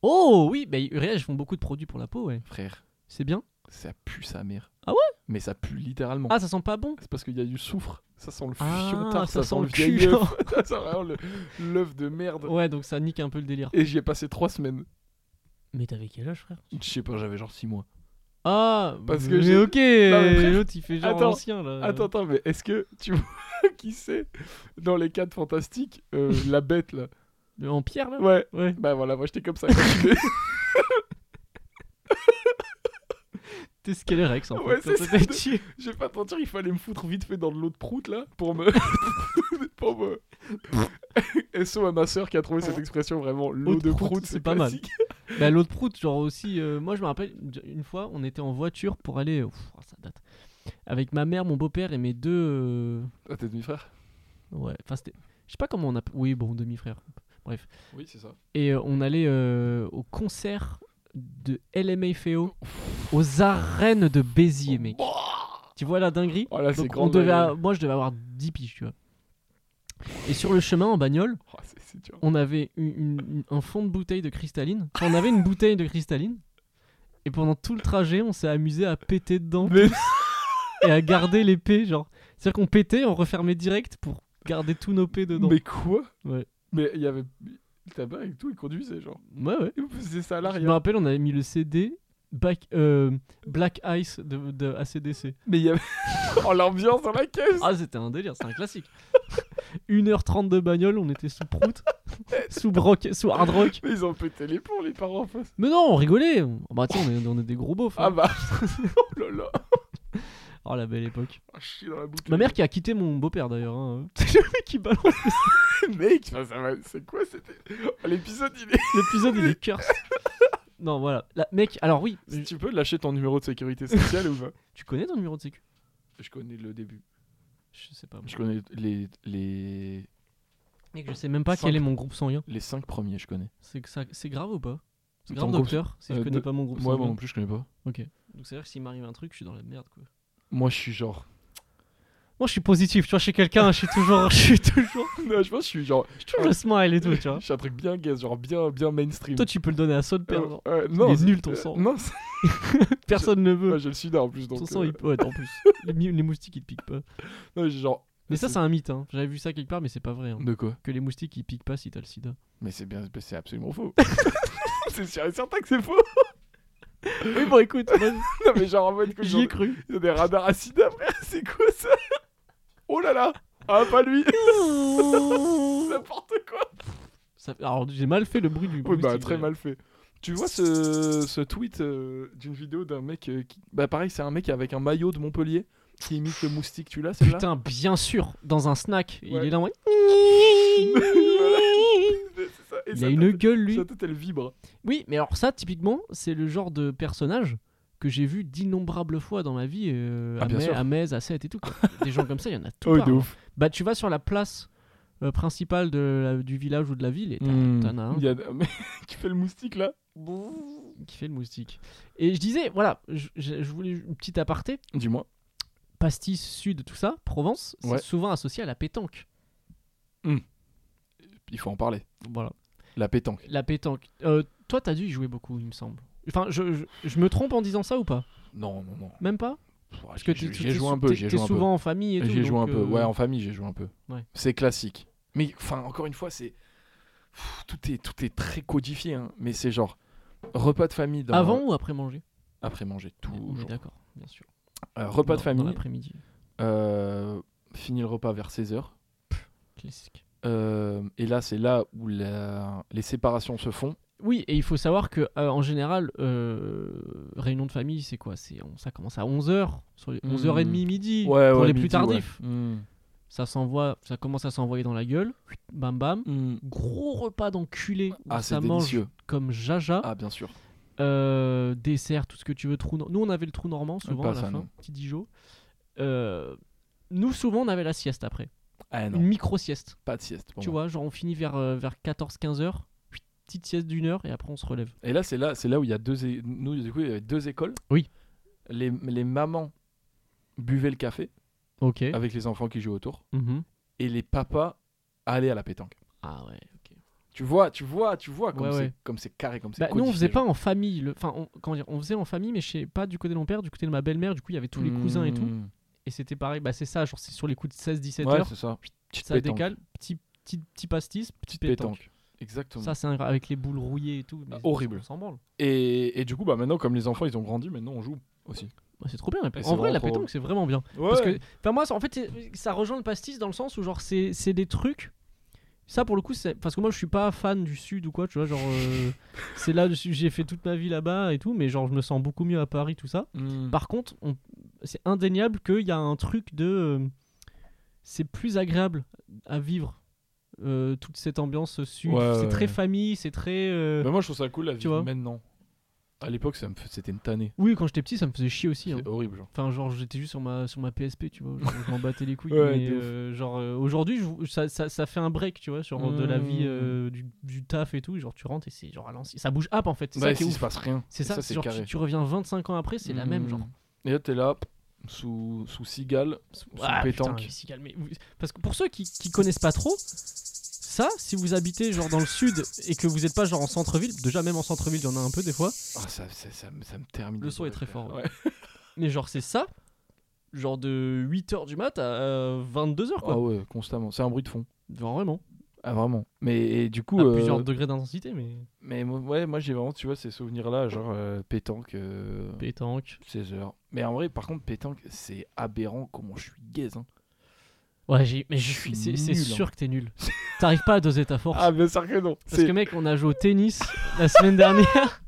S1: Oh oui, bah Uriage ils font beaucoup de produits pour la peau, ouais.
S3: frère.
S1: C'est bien.
S3: Ça pue sa mère.
S1: Ah ouais
S3: Mais ça pue littéralement.
S1: Ah, ça sent pas bon.
S3: C'est parce qu'il y a du soufre. Ça sent le
S1: Ah,
S3: fiotard, ça, sent le hein. Oh.
S1: cul.
S3: vieil œuf. ça sent vraiment le- l'œuf de merde.
S1: ouais, donc ça nique un peu le délire.
S3: Et j'y ai passé trois semaines.
S1: Mais t'avais quel âge, frère
S3: Je sais pas, j'avais genre six mois.
S1: Ah,
S3: Parce que
S1: mais
S3: j'ai-
S1: ok.
S3: mais frère,
S1: L'autre, il fait genre
S3: attends,
S1: l'ancien, là.
S3: Euh. Attends, attends, mais est-ce que tu vois qui c'est dans les quatre fantastiques euh, La bête là.
S1: Le- En pierre, là.
S3: Ouais,
S1: Ouais.
S3: bah voilà, moi j'étais comme ça. quand j'étais-
S1: T'es scalérex en fait.
S3: Ouais,
S1: quand
S3: c'est
S1: t'as
S3: ça.
S1: dit-
S3: Je vais pas te mentir, il fallait me foutre vite fait dans de l'eau de prout là pour me. pour me. SO à ma soeur qui a trouvé cette expression vraiment l'eau de prout, c'est
S1: pas mal.
S3: classique.
S1: Bah, l'autre prout, genre aussi. euh, moi, je me rappelle, une fois, on était en voiture pour aller. ouf, oh, ça date. Avec ma mère, mon beau-père et mes deux. euh,
S3: Ah, t'es demi-frère
S1: Ouais, enfin, c'était. Je sais pas comment on appelle. Oui, bon, demi-frère.
S3: Oui, c'est ça.
S1: Et euh, on allait euh, au concert de LMA Féo aux arènes de Béziers, mec. Tu vois la dinguerie
S3: Oh là, c'est
S1: Donc,
S3: grand.
S1: on devait, a- Moi, je devais avoir 10 piges, tu vois. Et sur le chemin en bagnole,
S3: Oh, c'est, c'est dur.
S1: on avait une- une- un fond de bouteille de cristalline. Enfin, on avait une bouteille de cristalline. Et pendant tout le trajet, on s'est amusé à péter dedans
S3: Mais-
S1: et à garder les P, genre. C'est-à-dire qu'on pétait, on refermait direct pour garder tous nos P dedans.
S3: Mais quoi
S1: Ouais.
S3: Mais il y avait. Le tabac et tout, il conduisait genre.
S1: Ouais, ouais.
S3: Il faisait ça à
S1: Je me
S3: l'arrière.
S1: rappelle, on avait mis le CD Back- euh, Black Ice de, de ACDC.
S3: Mais il y avait. oh, l'ambiance dans la caisse
S1: Ah, c'était un délire, c'est un classique. 1h30 de bagnole, on était sous prout, sous, broc, sous hard rock.
S3: Mais ils ont pété les ponts, les parents en face.
S1: Mais non, on rigolait. Ah Bah, tu sais, on est, on est des gros beaufs.
S3: Ah
S1: hein.
S3: bah. oh là là.
S1: Oh, la belle époque.
S3: Ah, chier dans la bouteille.
S1: Ma mère qui a quitté mon beau-père d'ailleurs. hein. C'est le mec qui balance.
S3: Mec, enfin, ça va- c'est quoi c'était Oh, L'épisode il est.
S1: L'épisode, il est cursed. Non, voilà. La- mec, alors oui, je-
S3: tu peux lâcher ton numéro de sécurité sociale ou pas
S1: tu connais ton numéro de sécu
S3: Je connais le début.
S1: Je sais pas. moi.
S3: Je connais les les
S1: Mec, je sais même pas
S3: Cinq.
S1: quel est mon groupe sanguin.
S3: les cinq premiers, je connais.
S1: C'est que ça- c'est grave ou pas C'est
S3: Ton
S1: grave,
S3: groupe-
S1: docteur, si je
S3: euh,
S1: connais
S3: de-
S1: pas mon groupe
S3: Moi, moi
S1: sanguin.
S3: non plus, je connais pas.
S1: Ok. Donc c'est à dire que s'il m'arrive un truc, je suis dans la merde quoi.
S3: Moi, je suis genre.
S1: Moi je suis positif, tu vois, chez quelqu'un, je suis toujours, je suis toujours,
S3: non, je pense que je suis genre.
S1: je suis toujours le smile et tout, tu vois.
S3: Je suis un truc bien gaze, genre bien bien mainstream.
S1: Toi tu peux le donner à Saul
S3: Euh,
S1: Perdre.
S3: euh,
S1: il est
S3: c'est-
S1: nul, ton
S3: euh,
S1: sang.
S3: Non, c'est-
S1: Personne ne veut.
S3: moi, je le suis là en plus. Donc,
S1: Ton sang,
S3: euh,
S1: il... ouais, en plus, les, mi- les moustiques ils te piquent pas.
S3: non, j'ai genre.
S1: Mais ça
S3: c'est-
S1: c'est un mythe, hein. J'avais vu ça quelque part, mais c'est pas vrai. hein.
S3: De quoi
S1: Que les moustiques ils piquent pas si t'as le sida.
S3: Mais c'est bien, c'est absolument faux. c'est sûr et certain que c'est faux.
S1: Oui bon écoute, moi,
S3: Non, mais genre en mode que
S1: j'y ai cru.
S3: Ils ont des radars à sida, frère, c'est quoi ça Oh là là Ah, pas lui N'importe quoi
S1: Ça- Alors j'ai mal fait le bruit du.
S3: Oui, bah,
S1: moustique,
S3: très
S1: d'ailleurs.
S3: mal fait. Tu vois ce, ce tweet euh, d'une vidéo d'un mec euh, qui... Bah, pareil, c'est un mec avec un maillot de Montpellier qui imite le moustique, tu l'as, celle-là
S1: Putain, bien sûr, dans un snack, il
S3: Ouais.
S1: est là. en mode-
S3: C'est ça, et
S1: Il
S3: sa
S1: a une
S3: tête-
S1: gueule lui.
S3: Sa tête, elle vibre.
S1: Oui, mais alors ça, typiquement, c'est le genre de personnage que j'ai vu d'innombrables fois dans ma vie, euh,
S3: Ah,
S1: à,
S3: bien
S1: Metz,
S3: sûr.
S1: à Metz, à Sète et tout. quoi. Des gens comme ça, il y en a tout
S3: Oh,
S1: part.
S3: de ouf.
S1: Bah, tu vas sur la place euh, principale de la- du village ou de la ville et t'as-
S3: Hmm.
S1: t'en as un
S3: Il y a un mec qui fait le moustique, là. Mm.
S1: qui fait le moustique. Et je disais, voilà, je, je- je voulais une petite aparté.
S3: Dis-moi.
S1: Pastis, Sud, tout ça, Provence, c'est
S3: Ouais.
S1: souvent associé à la pétanque.
S3: Il faut en parler.
S1: Voilà.
S3: La pétanque.
S1: La pétanque. Euh, toi, t'as dû y jouer beaucoup, il me semble. Enfin, je, je- je me trompe en disant ça ou pas
S3: Non, non, non.
S1: Même pas
S3: Parce
S1: que
S3: j'ai
S1: t'es-
S3: j'ai
S1: t'es
S3: joué
S1: sou-
S3: un peu,
S1: t'es-
S3: j'ai
S1: t'es
S3: joué un peu.
S1: souvent en famille et tout.
S3: J'ai joué un
S1: donc,
S3: peu.
S1: euh,
S3: Ouais, en famille, j'ai joué un peu.
S1: Ouais.
S3: C'est classique. Mais enfin, encore une fois, c'est Pff, tout est tout est très codifié. hein. Mais c'est genre repas de famille dans-
S1: Avant ou après manger
S3: après manger
S1: On est
S3: toujours.
S1: d'accord, bien sûr.
S3: Euh,
S1: Dans-
S3: repas de
S1: Dans
S3: famille.
S1: l'après-midi,
S3: euh, fini le repas vers 16 h
S1: classique.
S3: et là, c'est là où la- les séparations se font.
S1: Oui, et il faut savoir que euh, en général, euh, réunion de famille, c'est quoi C'est on- ça commence à 11h, sur les
S3: Hmm.
S1: 11h30 midi pour les plus tardifs. Ça s'envoie, ça commence à s'envoyer dans la gueule. Bam bam.
S3: Mmh.
S1: Gros repas d'enculé où
S3: Ah, c'est
S1: ça mange
S3: délicieux.
S1: comme jaja.
S3: Ah, bien sûr.
S1: Euh, dessert, tout ce que tu veux. Trou no- Nous, on avait le trou normand souvent
S3: Pas
S1: à la
S3: ça,
S1: fin,
S3: non.
S1: petit Dijon. Euh, nous, souvent, on avait la sieste après.
S3: Ah non,
S1: Une micro-sieste.
S3: pas de sieste. pour
S1: Tu
S3: moi.
S1: vois, genre on finit vers, euh, vers 14-15 heures, petite sieste d'une heure et après on se relève.
S3: Et là, c'est là, c'est là où il y a deux, é- nous, du coup, il y avait deux écoles.
S1: Oui.
S3: Les, les mamans buvaient le café
S1: Ok.
S3: avec les enfants qui jouaient autour, et les papas allaient à la pétanque.
S1: Ah ouais, ok.
S3: Tu vois, tu vois, tu vois comme
S1: Ouais,
S3: c'est,
S1: ouais.
S3: comme c'est carré, comme c'est.
S1: Bah, nous on
S3: codifié,
S1: faisait pas
S3: genre.
S1: en famille, le- enfin on, comment dire, on faisait en famille mais je sais pas du côté de mon père, du côté de ma belle-mère, du coup il y avait tous les cousins et tout.
S3: Mmh.
S1: Et c'était pareil, bah c'est ça, genre c'est sur les coups de 16-17
S3: Ouais,
S1: heures,
S3: c'est ça. Petite
S1: ça
S3: pétanque.
S1: décale, petit, petit, petit pastis, petit
S3: Petite
S1: pétanque.
S3: pétanque. Exactement.
S1: Ça c'est un- avec les boules rouillées et tout. mais
S3: Ah, horrible.
S1: on s'en branle.
S3: Et, et du coup, bah maintenant, comme les enfants, ils ont grandi, maintenant on joue aussi.
S1: Bah, c'est trop bien la pétanque.
S3: c'est
S1: En vrai
S3: vraiment
S1: la
S3: trop drôle.
S1: pétanque c'est vraiment bien.
S3: Ouais.
S1: Parce que, enfin moi, ça- en fait, c'est- ça rejoint le pastis dans le sens où genre c'est c'est des trucs. Ça pour le coup, c'est parce que moi je suis pas fan du sud ou quoi, tu vois, genre euh, c'est là dessus j'ai fait toute ma vie là-bas et tout, mais genre je me sens beaucoup mieux à Paris tout ça.
S3: Hmm.
S1: Par contre, on- c'est indéniable qu'il y a un truc de euh, c'est plus agréable à vivre euh, toute cette ambiance sud.
S3: Ouais,
S1: c'est
S3: ouais, Bah
S1: très
S3: ouais.
S1: famille, c'est très euh,
S3: Mais moi, je trouve ça cool la vie
S1: vois.
S3: maintenant. À l'époque, ça me fais- c'était une tannée.
S1: Oui, quand j'étais petit, ça me faisait chier aussi. hein.
S3: C'est horrible, genre.
S1: Enfin, genre, j'étais juste sur ma, sur ma PSP, tu vois. Je je m'en battais les couilles.
S3: Ouais,
S1: mais,
S3: de ouf.
S1: euh, genre, euh, aujourd'hui, je- ça, ça, ça fait un break, tu vois, sur de la vie,
S3: Mm.
S1: euh, du, du taf et tout. Genre, tu rentres et c'est genre à l'ancienne. Ça bouge up en fait. C'est
S3: Bah,
S1: ça qui
S3: ici,
S1: est
S3: il
S1: ouf.
S3: se passe rien.
S1: C'est
S3: Et
S1: ça,
S3: c'est
S1: genre,
S3: carré.
S1: tu, tu reviens 25 ans après, c'est la même, genre.
S3: Hmm. Et là, t'es là, sous, sous cigale, sous
S1: Ah, putain,
S3: pétanque.
S1: mais si calme, mais vous- Parce que pour ceux qui, qui connaissent pas trop, ça, si vous habitez genre dans le sud et que vous êtes pas genre en centre-ville, déjà même en centre-ville, il y en a un peu des fois,
S3: Ah, ça, ça, ça me- ça me termine.
S1: Le
S3: les
S1: son est
S3: oreilles,
S1: très
S3: frère.
S1: fort,
S3: Ouais.
S1: mais genre c'est ça, genre de 8h du mat à 22h quoi.
S3: Ah ouais, constamment. C'est un bruit de fond.
S1: Genre vraiment.
S3: Ah, vraiment. Mais et du coup.
S1: à
S3: euh,
S1: Ah, plusieurs degrés d'intensité, mais
S3: Mais moi- ouais, moi, j'ai vraiment, tu vois, ces souvenirs-là, genre euh, pétanque. euh,
S1: pétanque.
S3: 16 heures. Mais en vrai, par contre, pétanque, c'est aberrant comment je suis gaze. hein.
S1: Ouais, j'ai- mais
S3: Je
S1: je
S3: suis
S1: suis. C'est c'est
S3: nul, hein.
S1: sûr que t'es nul. T'arrives pas à doser ta force.
S3: Ah, bien sûr que non.
S1: Parce
S3: C'est
S1: que mec, on a joué au tennis la semaine dernière.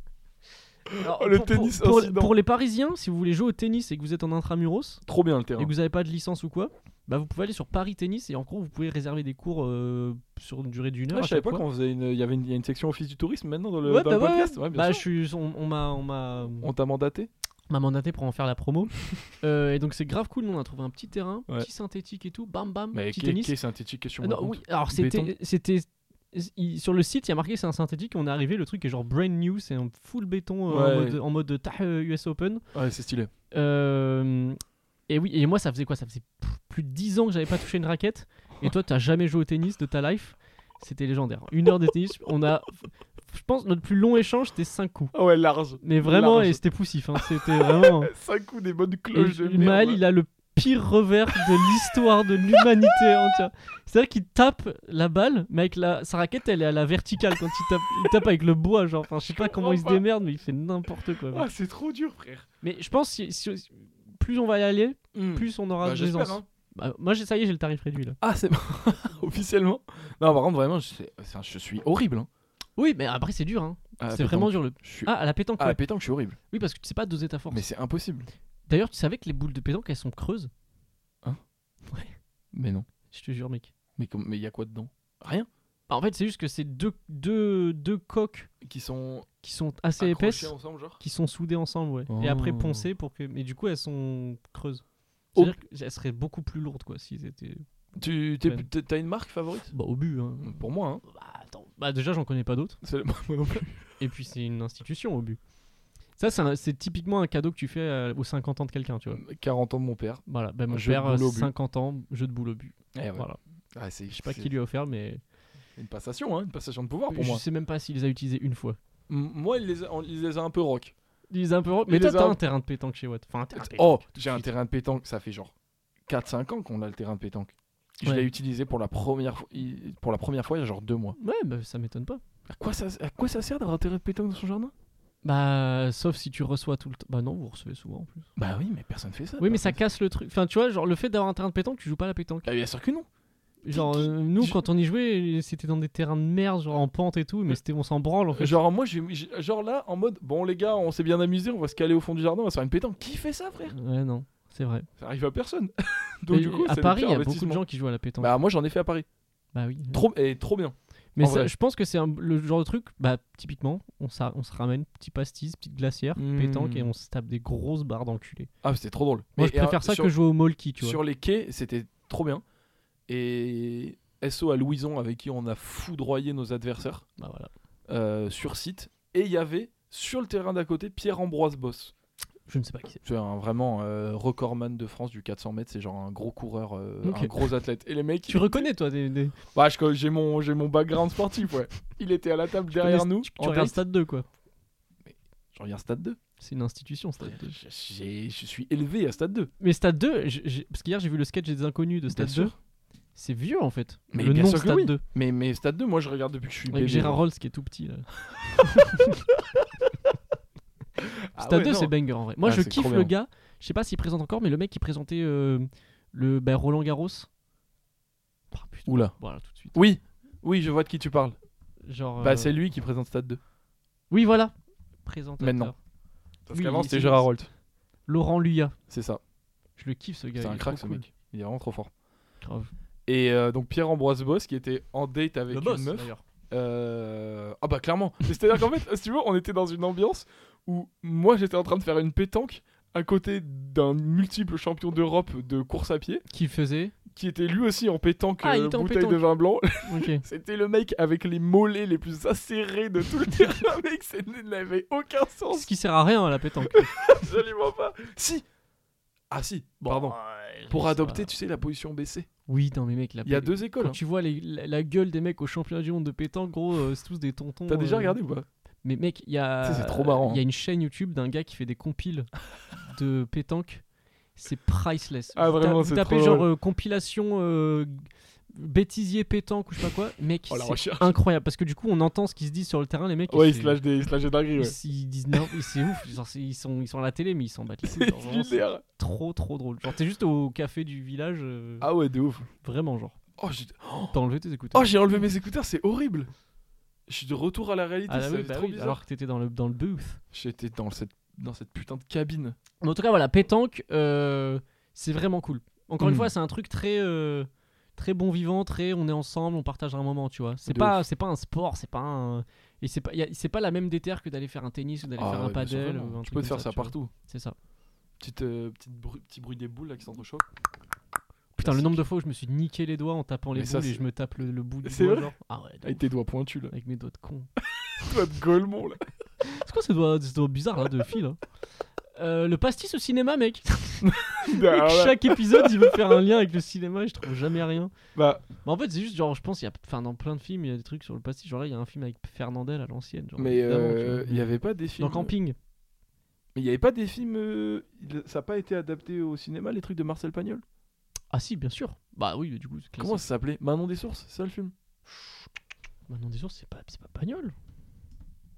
S1: Alors,
S3: Oh, le tennis
S1: pour,
S3: incident.
S1: pour les Parisiens, si vous voulez jouer au tennis et que vous êtes en intramuros
S3: trop bien le
S1: et
S3: terrain.
S1: que vous avez pas de licence ou quoi, bah vous pouvez aller sur Paris Tennis et en gros vous pouvez réserver des cours euh, sur une durée d'une heure.
S3: Ah,
S1: à
S3: je savais
S1: chaque
S3: pas
S1: fois.
S3: qu'on faisait une. Il y avait une, il y a une section office du tourisme maintenant dans le,
S1: Ouais,
S3: dans
S1: bah
S3: le
S1: ouais,
S3: podcast. Ouais, bien
S1: Bah, je
S3: sûr.
S1: suis, on on m'a, on m'a,
S3: On t'a mandaté
S1: m'a mandaté pour en faire la promo. Euh, et donc c'est grave cool, nous, on a trouvé un petit terrain,
S3: Ouais.
S1: petit synthétique et tout, bam bam,
S3: Mais
S1: petit
S3: qui
S1: tennis.
S3: est synthétique question
S1: Ah non, oui, alors
S3: Béton.
S1: c'était, c'était il- sur le site, il y a marqué c'est un synthétique. On est arrivé, le truc est genre brand new, c'est un full béton euh,
S3: Ouais.
S1: en mode, en mode tah, euh, US Open.
S3: Ouais, c'est stylé.
S1: Euh, et oui, et moi ça faisait quoi Ça faisait pff, plus de 10 ans que j'avais pas touché une raquette. Et toi, t'as jamais joué au tennis de ta life C'était légendaire. Une heure de tennis, on a, je pense, notre plus long échange c'était 5 coups.
S3: Ah ouais, large.
S1: Mais vraiment,
S3: Large.
S1: et c'était poussif. hein, c'était vraiment.
S3: 5 coups des bonnes
S1: Et
S3: cloches. de merde.
S1: Maël, il a le pire revers de l'histoire de l'humanité entière. C'est-à-dire qu'il tape la balle, mais avec la... sa raquette, elle est à la verticale quand il tape. Il tape avec le bois, genre. Enfin, je sais pas comment il se
S3: comprends pas.
S1: démerde, mais il fait n'importe quoi.
S3: Ah, c'est trop dur, frère.
S1: Mais je pense que si- si- plus on va y aller, plus on aura
S3: Bah,
S1: de l'aisance.
S3: j'espère. hein.
S1: Bah, moi, j'ai- ça y est, j'ai le tarif réduit là.
S3: Ah, c'est bon. Officiellement. Non, par contre, vraiment, je, c'est- c'est un- je suis horrible. hein.
S1: Oui, mais après, c'est dur. Hein.
S3: Ah,
S1: c'est
S3: pétanque.
S1: vraiment dur. Le...
S3: Je suis...
S1: Ah, à la pétanque,
S3: Ah,
S1: ouais.
S3: pétanque, je suis horrible.
S1: Oui, parce que tu sais pas doser ta force.
S3: Mais c'est impossible.
S1: D'ailleurs, tu savais que les boules de pétanque, elles sont creuses
S3: Mais non.
S1: Je te jure, mec.
S3: Mais comme- mais il y a quoi dedans Rien.
S1: Ah, en fait, c'est juste que c'est deux, deux, deux coques
S3: Qui sont
S1: qui sont assez
S3: accrochés
S1: épaisses.
S3: ensemble, genre
S1: qui sont soudées ensemble, ouais. Et après
S3: Oh.
S1: poncées pour que. Mais du coup, elles sont creuses.
S3: Au-
S1: C'est-à-dire qu'elles seraient beaucoup plus lourdes, quoi, si étaient.
S3: Tu t'es-
S1: Pleine.
S3: t'es- t'as une marque favorite
S1: Bah, au but, hein.
S3: Pour moi, hein.
S1: Bah, attends. Bah, déjà, j'en connais pas d'autres.
S3: C'est- Moi non plus.
S1: Et puis, c'est une institution, au but. Ça, c'est un- c'est typiquement un cadeau que tu fais euh, aux 50 ans de quelqu'un, tu vois.
S3: 40 ans de mon père.
S1: Voilà, bah, mon
S3: Un jeu de
S1: père,
S3: boule au but.
S1: 50 ans, jeu de boule au but.
S3: Eh ouais.
S1: Voilà.
S3: Ah, c'est-
S1: Je sais pas
S3: c'est
S1: qui lui a offert, mais
S3: Une passation, hein, une passation de pouvoir pour
S1: je
S3: moi.
S1: sais même pas s'il les a utilisés une fois.
S3: M- Moi, il les, a, on- il les a un peu rock.
S1: Il les a un peu. Mais
S3: Il
S1: toi,
S3: les a-
S1: t'as un terrain de pétanque chez Watt. Enfin, un terrain de
S3: Oh,
S1: Ah, pétanque, tout de
S3: j'ai un
S1: suite.
S3: terrain de pétanque, ça fait genre 4-5 ans qu'on a le terrain de pétanque. Je
S1: Ouais.
S3: l'ai utilisé pour la première fois, il- pour la première fois il y a genre deux mois.
S1: Ouais, bah, ça m'étonne pas.
S3: À quoi ça, à quoi ça sert d'avoir un terrain de pétanque dans son jardin
S1: Bah, sauf si tu reçois tout le temps. Bah, non, vous recevez souvent en plus.
S3: Bah oui, mais personne fait ça.
S1: Oui, mais ça
S3: personne
S1: casse le truc. Enfin, tu vois, genre le fait d'avoir un terrain de pétanque, tu joues pas à la pétanque.
S3: fait ça. Ah, bien sûr que non.
S1: Genre, euh, nous,
S3: tu-
S1: quand on y jouait, c'était dans des terrains de merde, genre en pente et tout, mais c'était on s'en branle en fait.
S3: Genre moi, j'ai- j'ai- genre là, en mode, bon les gars, on s'est bien amusé, on va se caler au fond du jardin, on va se faire une pétanque. Qui fait ça, frère
S1: Ouais, non, c'est vrai.
S3: Ça arrive à personne. Donc
S1: Et
S3: du coup, c'est
S1: à
S3: le
S1: Paris,
S3: pire
S1: il y a beaucoup de
S3: investissement.
S1: gens qui jouent à la pétanque. Bah,
S3: Bah moi, j'en ai fait à Paris.
S1: oui.
S3: Trop, et trop bien.
S1: mais
S3: en
S1: ça,
S3: vrai.
S1: je pense que c'est un- le genre de truc, bah, typiquement, on, s'a- on se ramène, petit pastis, petite glacière,
S3: Hmm.
S1: pétanque, et on se tape des grosses barres d'enculé.
S3: Ah, c'était trop drôle.
S1: Moi,
S3: Mais-
S1: je
S3: et,
S1: préfère
S3: euh,
S1: ça
S3: sur-
S1: que jouer au molki, tu vois.
S3: sur les quais, c'était trop bien. Et SO à Louison, avec qui on a foudroyé nos adversaires
S1: Bah voilà.
S3: euh, sur site. Et il y avait sur le terrain d'à côté Pierre-Ambroise Boss.
S1: Je ne sais pas qui c'est.
S3: C'est un vraiment euh, recordman de France du 400 mètres. C'est genre un gros coureur, euh,
S1: Ok.
S3: un gros athlète. Et les mecs,
S1: Tu reconnais, toi, des, des-
S3: bah, je- j'ai mon, j'ai mon background sportif, ouais. Il était à la table derrière
S1: connais-
S3: nous.
S1: Tu
S3: en
S1: regardes
S3: date.
S1: Stade 2, quoi.
S3: Je regarde Stade 2.
S1: C'est une institution, Stade 2.
S3: Je, j'ai- je suis élevé à Stade 2.
S1: Mais Stade 2, j'ai- j'ai- parce qu'hier j'ai vu le sketch des inconnus de Stade 2.
S3: sûr.
S1: C'est vieux en fait.
S3: Mais
S1: le
S3: bien
S1: nom
S3: sûr que
S1: Stade
S3: oui.
S1: 2.
S3: Mais, mais Stade 2, moi, je regarde depuis que je suis
S1: Avec
S3: bébé.
S1: Gérard Rolls qui est tout petit là.
S3: Ah
S1: Stade
S3: ouais,
S1: 2
S3: non.
S1: c'est banger en vrai. Moi
S3: Ah,
S1: je
S3: c'est trop
S1: kiffe
S3: bien.
S1: le gars. Je sais pas s'il présente encore, mais le mec qui présentait euh, le bah, Roland Garros. Ah, putain.
S3: Oula.
S1: Voilà tout de suite.
S3: Oui, Oui, je vois de qui tu parles.
S1: Genre. euh,
S3: Bah, c'est lui qui présente Stade 2.
S1: Oui, voilà. Présentateur.
S3: Maintenant.
S4: Parce
S1: Oui,
S4: qu'avant,
S1: il-
S3: C'était
S4: c'était
S3: Gérard Holt.
S1: Laurent Luya.
S3: C'est ça.
S1: Je le kiffe ce gars.
S3: C'est
S1: il
S3: un
S1: est
S3: crack,
S1: trop
S3: ce
S1: cool.
S3: mec. Il est vraiment trop fort.
S1: Grave.
S3: Et euh, donc, Pierre-Ambroise Boss, qui était en date avec
S1: Le
S3: une
S1: boss,
S3: meuf.
S1: d'ailleurs.
S3: Euh, Ah bah clairement. Mais C'est-à-dire qu'en fait, si tu veux, on était dans une ambiance où moi j'étais en train de faire une pétanque à côté d'un multiple champion d'Europe de course à pied,
S1: Qui faisait
S3: qui était lui aussi en pétanque,
S1: Ah, il
S3: euh,
S1: était en
S3: bouteille de
S1: pétanque.
S3: vin blanc.
S1: Ok.
S3: C'était le mec avec les mollets les plus acérés de tout le terrain, mec, ça n'avait aucun sens,
S1: Ce qui sert à rien à la pétanque.
S3: absolument pas. Si Ah si, pardon. Pour
S1: ça
S3: adopter,
S1: va.
S3: tu sais, la position baissée.
S1: Oui, non, mais mec, la
S3: Il y a
S1: pé-
S3: deux écoles.
S1: Quand
S3: hein.
S1: tu vois les- la, la gueule des mecs au championnat du monde de pétanque, gros, euh, c'est tous des tontons.
S3: T'as déjà
S1: euh,
S3: regardé ou pas
S1: Mais mec, il y a. euh,
S3: Ça, c'est trop marrant, hein.
S1: Il y a une chaîne YouTube d'un gars qui fait des compiles de pétanque. C'est priceless.
S3: Ah,
S1: Vous ta-
S3: vraiment,
S1: Vous
S3: c'est
S1: tapez
S3: trop
S1: genre
S3: drôle.
S1: euh, compilation euh, bêtisier pétanque ou je sais pas quoi. Mec,
S3: Oh la
S1: c'est
S3: recherche.
S1: incroyable parce que du coup, on entend ce qu'ils se disent sur le terrain, les mecs. et
S3: Ouais, il
S1: c'est-
S3: se lâche des, il se lâche des dingueries,
S1: ils,
S3: ouais.
S1: ils disent non, et c'est ouf. genre, c'est- ils, sont, ils sont à la télé, mais ils s'en battent les couilles. genre, vraiment, c'est
S3: Lunaire.
S1: trop, trop drôle. Genre, t'es juste au café du village, euh,
S3: Ah ouais, de ouf.
S1: vraiment, genre.
S3: Oh, j'ai-
S1: T'as enlevé tes écouteurs.
S3: Oh, j'ai enlevé mes écouteurs, c'est horrible. Je suis de retour à la réalité,
S1: Ah
S3: c'est
S1: bah oui, bah
S3: trop
S1: oui,
S3: bizarre.
S1: alors que t'étais dans le, dans le booth.
S3: J'étais dans cette, dans cette putain de cabine.
S1: Mais en tout cas, voilà, pétanque, euh, c'est vraiment cool. Encore
S3: Mm.
S1: une fois, c'est un truc très, euh, très bon vivant, très on est ensemble, on partage un moment, tu vois. C'est
S3: De
S1: pas, c'est pas un sport, c'est pas un. Et c'est pas, y a- c'est pas la même déterre que d'aller faire un tennis ou d'aller
S3: Ah
S1: faire un
S3: ouais, bien sûr,
S1: paddle.
S3: vraiment.
S1: ou un
S3: tu
S1: truc
S3: peux te
S1: comme
S3: faire ça,
S1: tu vois.
S3: partout.
S1: C'est ça.
S3: Petite, euh, petite bru- petit bruit des boules là qui s'entrechoquent.
S1: Putain, le
S3: Classique.
S1: nombre de fois où je me suis niqué les doigts en tapant les
S3: Mais
S1: boules
S3: ça,
S1: et
S3: c'est-
S1: je me tape le, le bout du
S3: C'est
S1: doigt,
S3: vrai
S1: genre. Ah ouais, de
S3: Avec
S1: ouf,
S3: tes doigts pointus là.
S1: avec mes doigts de con.
S3: Toi de Golemont là.
S1: C'est quoi ce doigt, ce doigt bizarre là, de fil hein Euh, le pastis au cinéma, mec. Mec,
S3: Alors là,
S1: Chaque épisode, il veut faire un lien avec le cinéma et je trouve jamais rien.
S3: bah,
S1: Mais en fait, c'est juste genre, je pense, il y a, enfin, dans plein de films, il y a des trucs sur le passé. Genre là, il y a un film avec Fernandel à l'ancienne. genre,
S3: mais
S1: évidemment, tu
S3: euh,
S1: vois.
S3: il y avait pas des films. euh,
S1: dans Camping.
S3: Mais il y avait pas des films. euh, il- Ça n'a pas été adapté au cinéma, les trucs de Marcel Pagnol.
S1: Ah si, bien sûr. Bah oui, mais du coup, c'est
S3: Comment
S1: classique.
S3: ça s'appelait Manon des Sources, c'est ça le film
S1: Maintenant des sources, c'est pas, c'est pas Pagnol.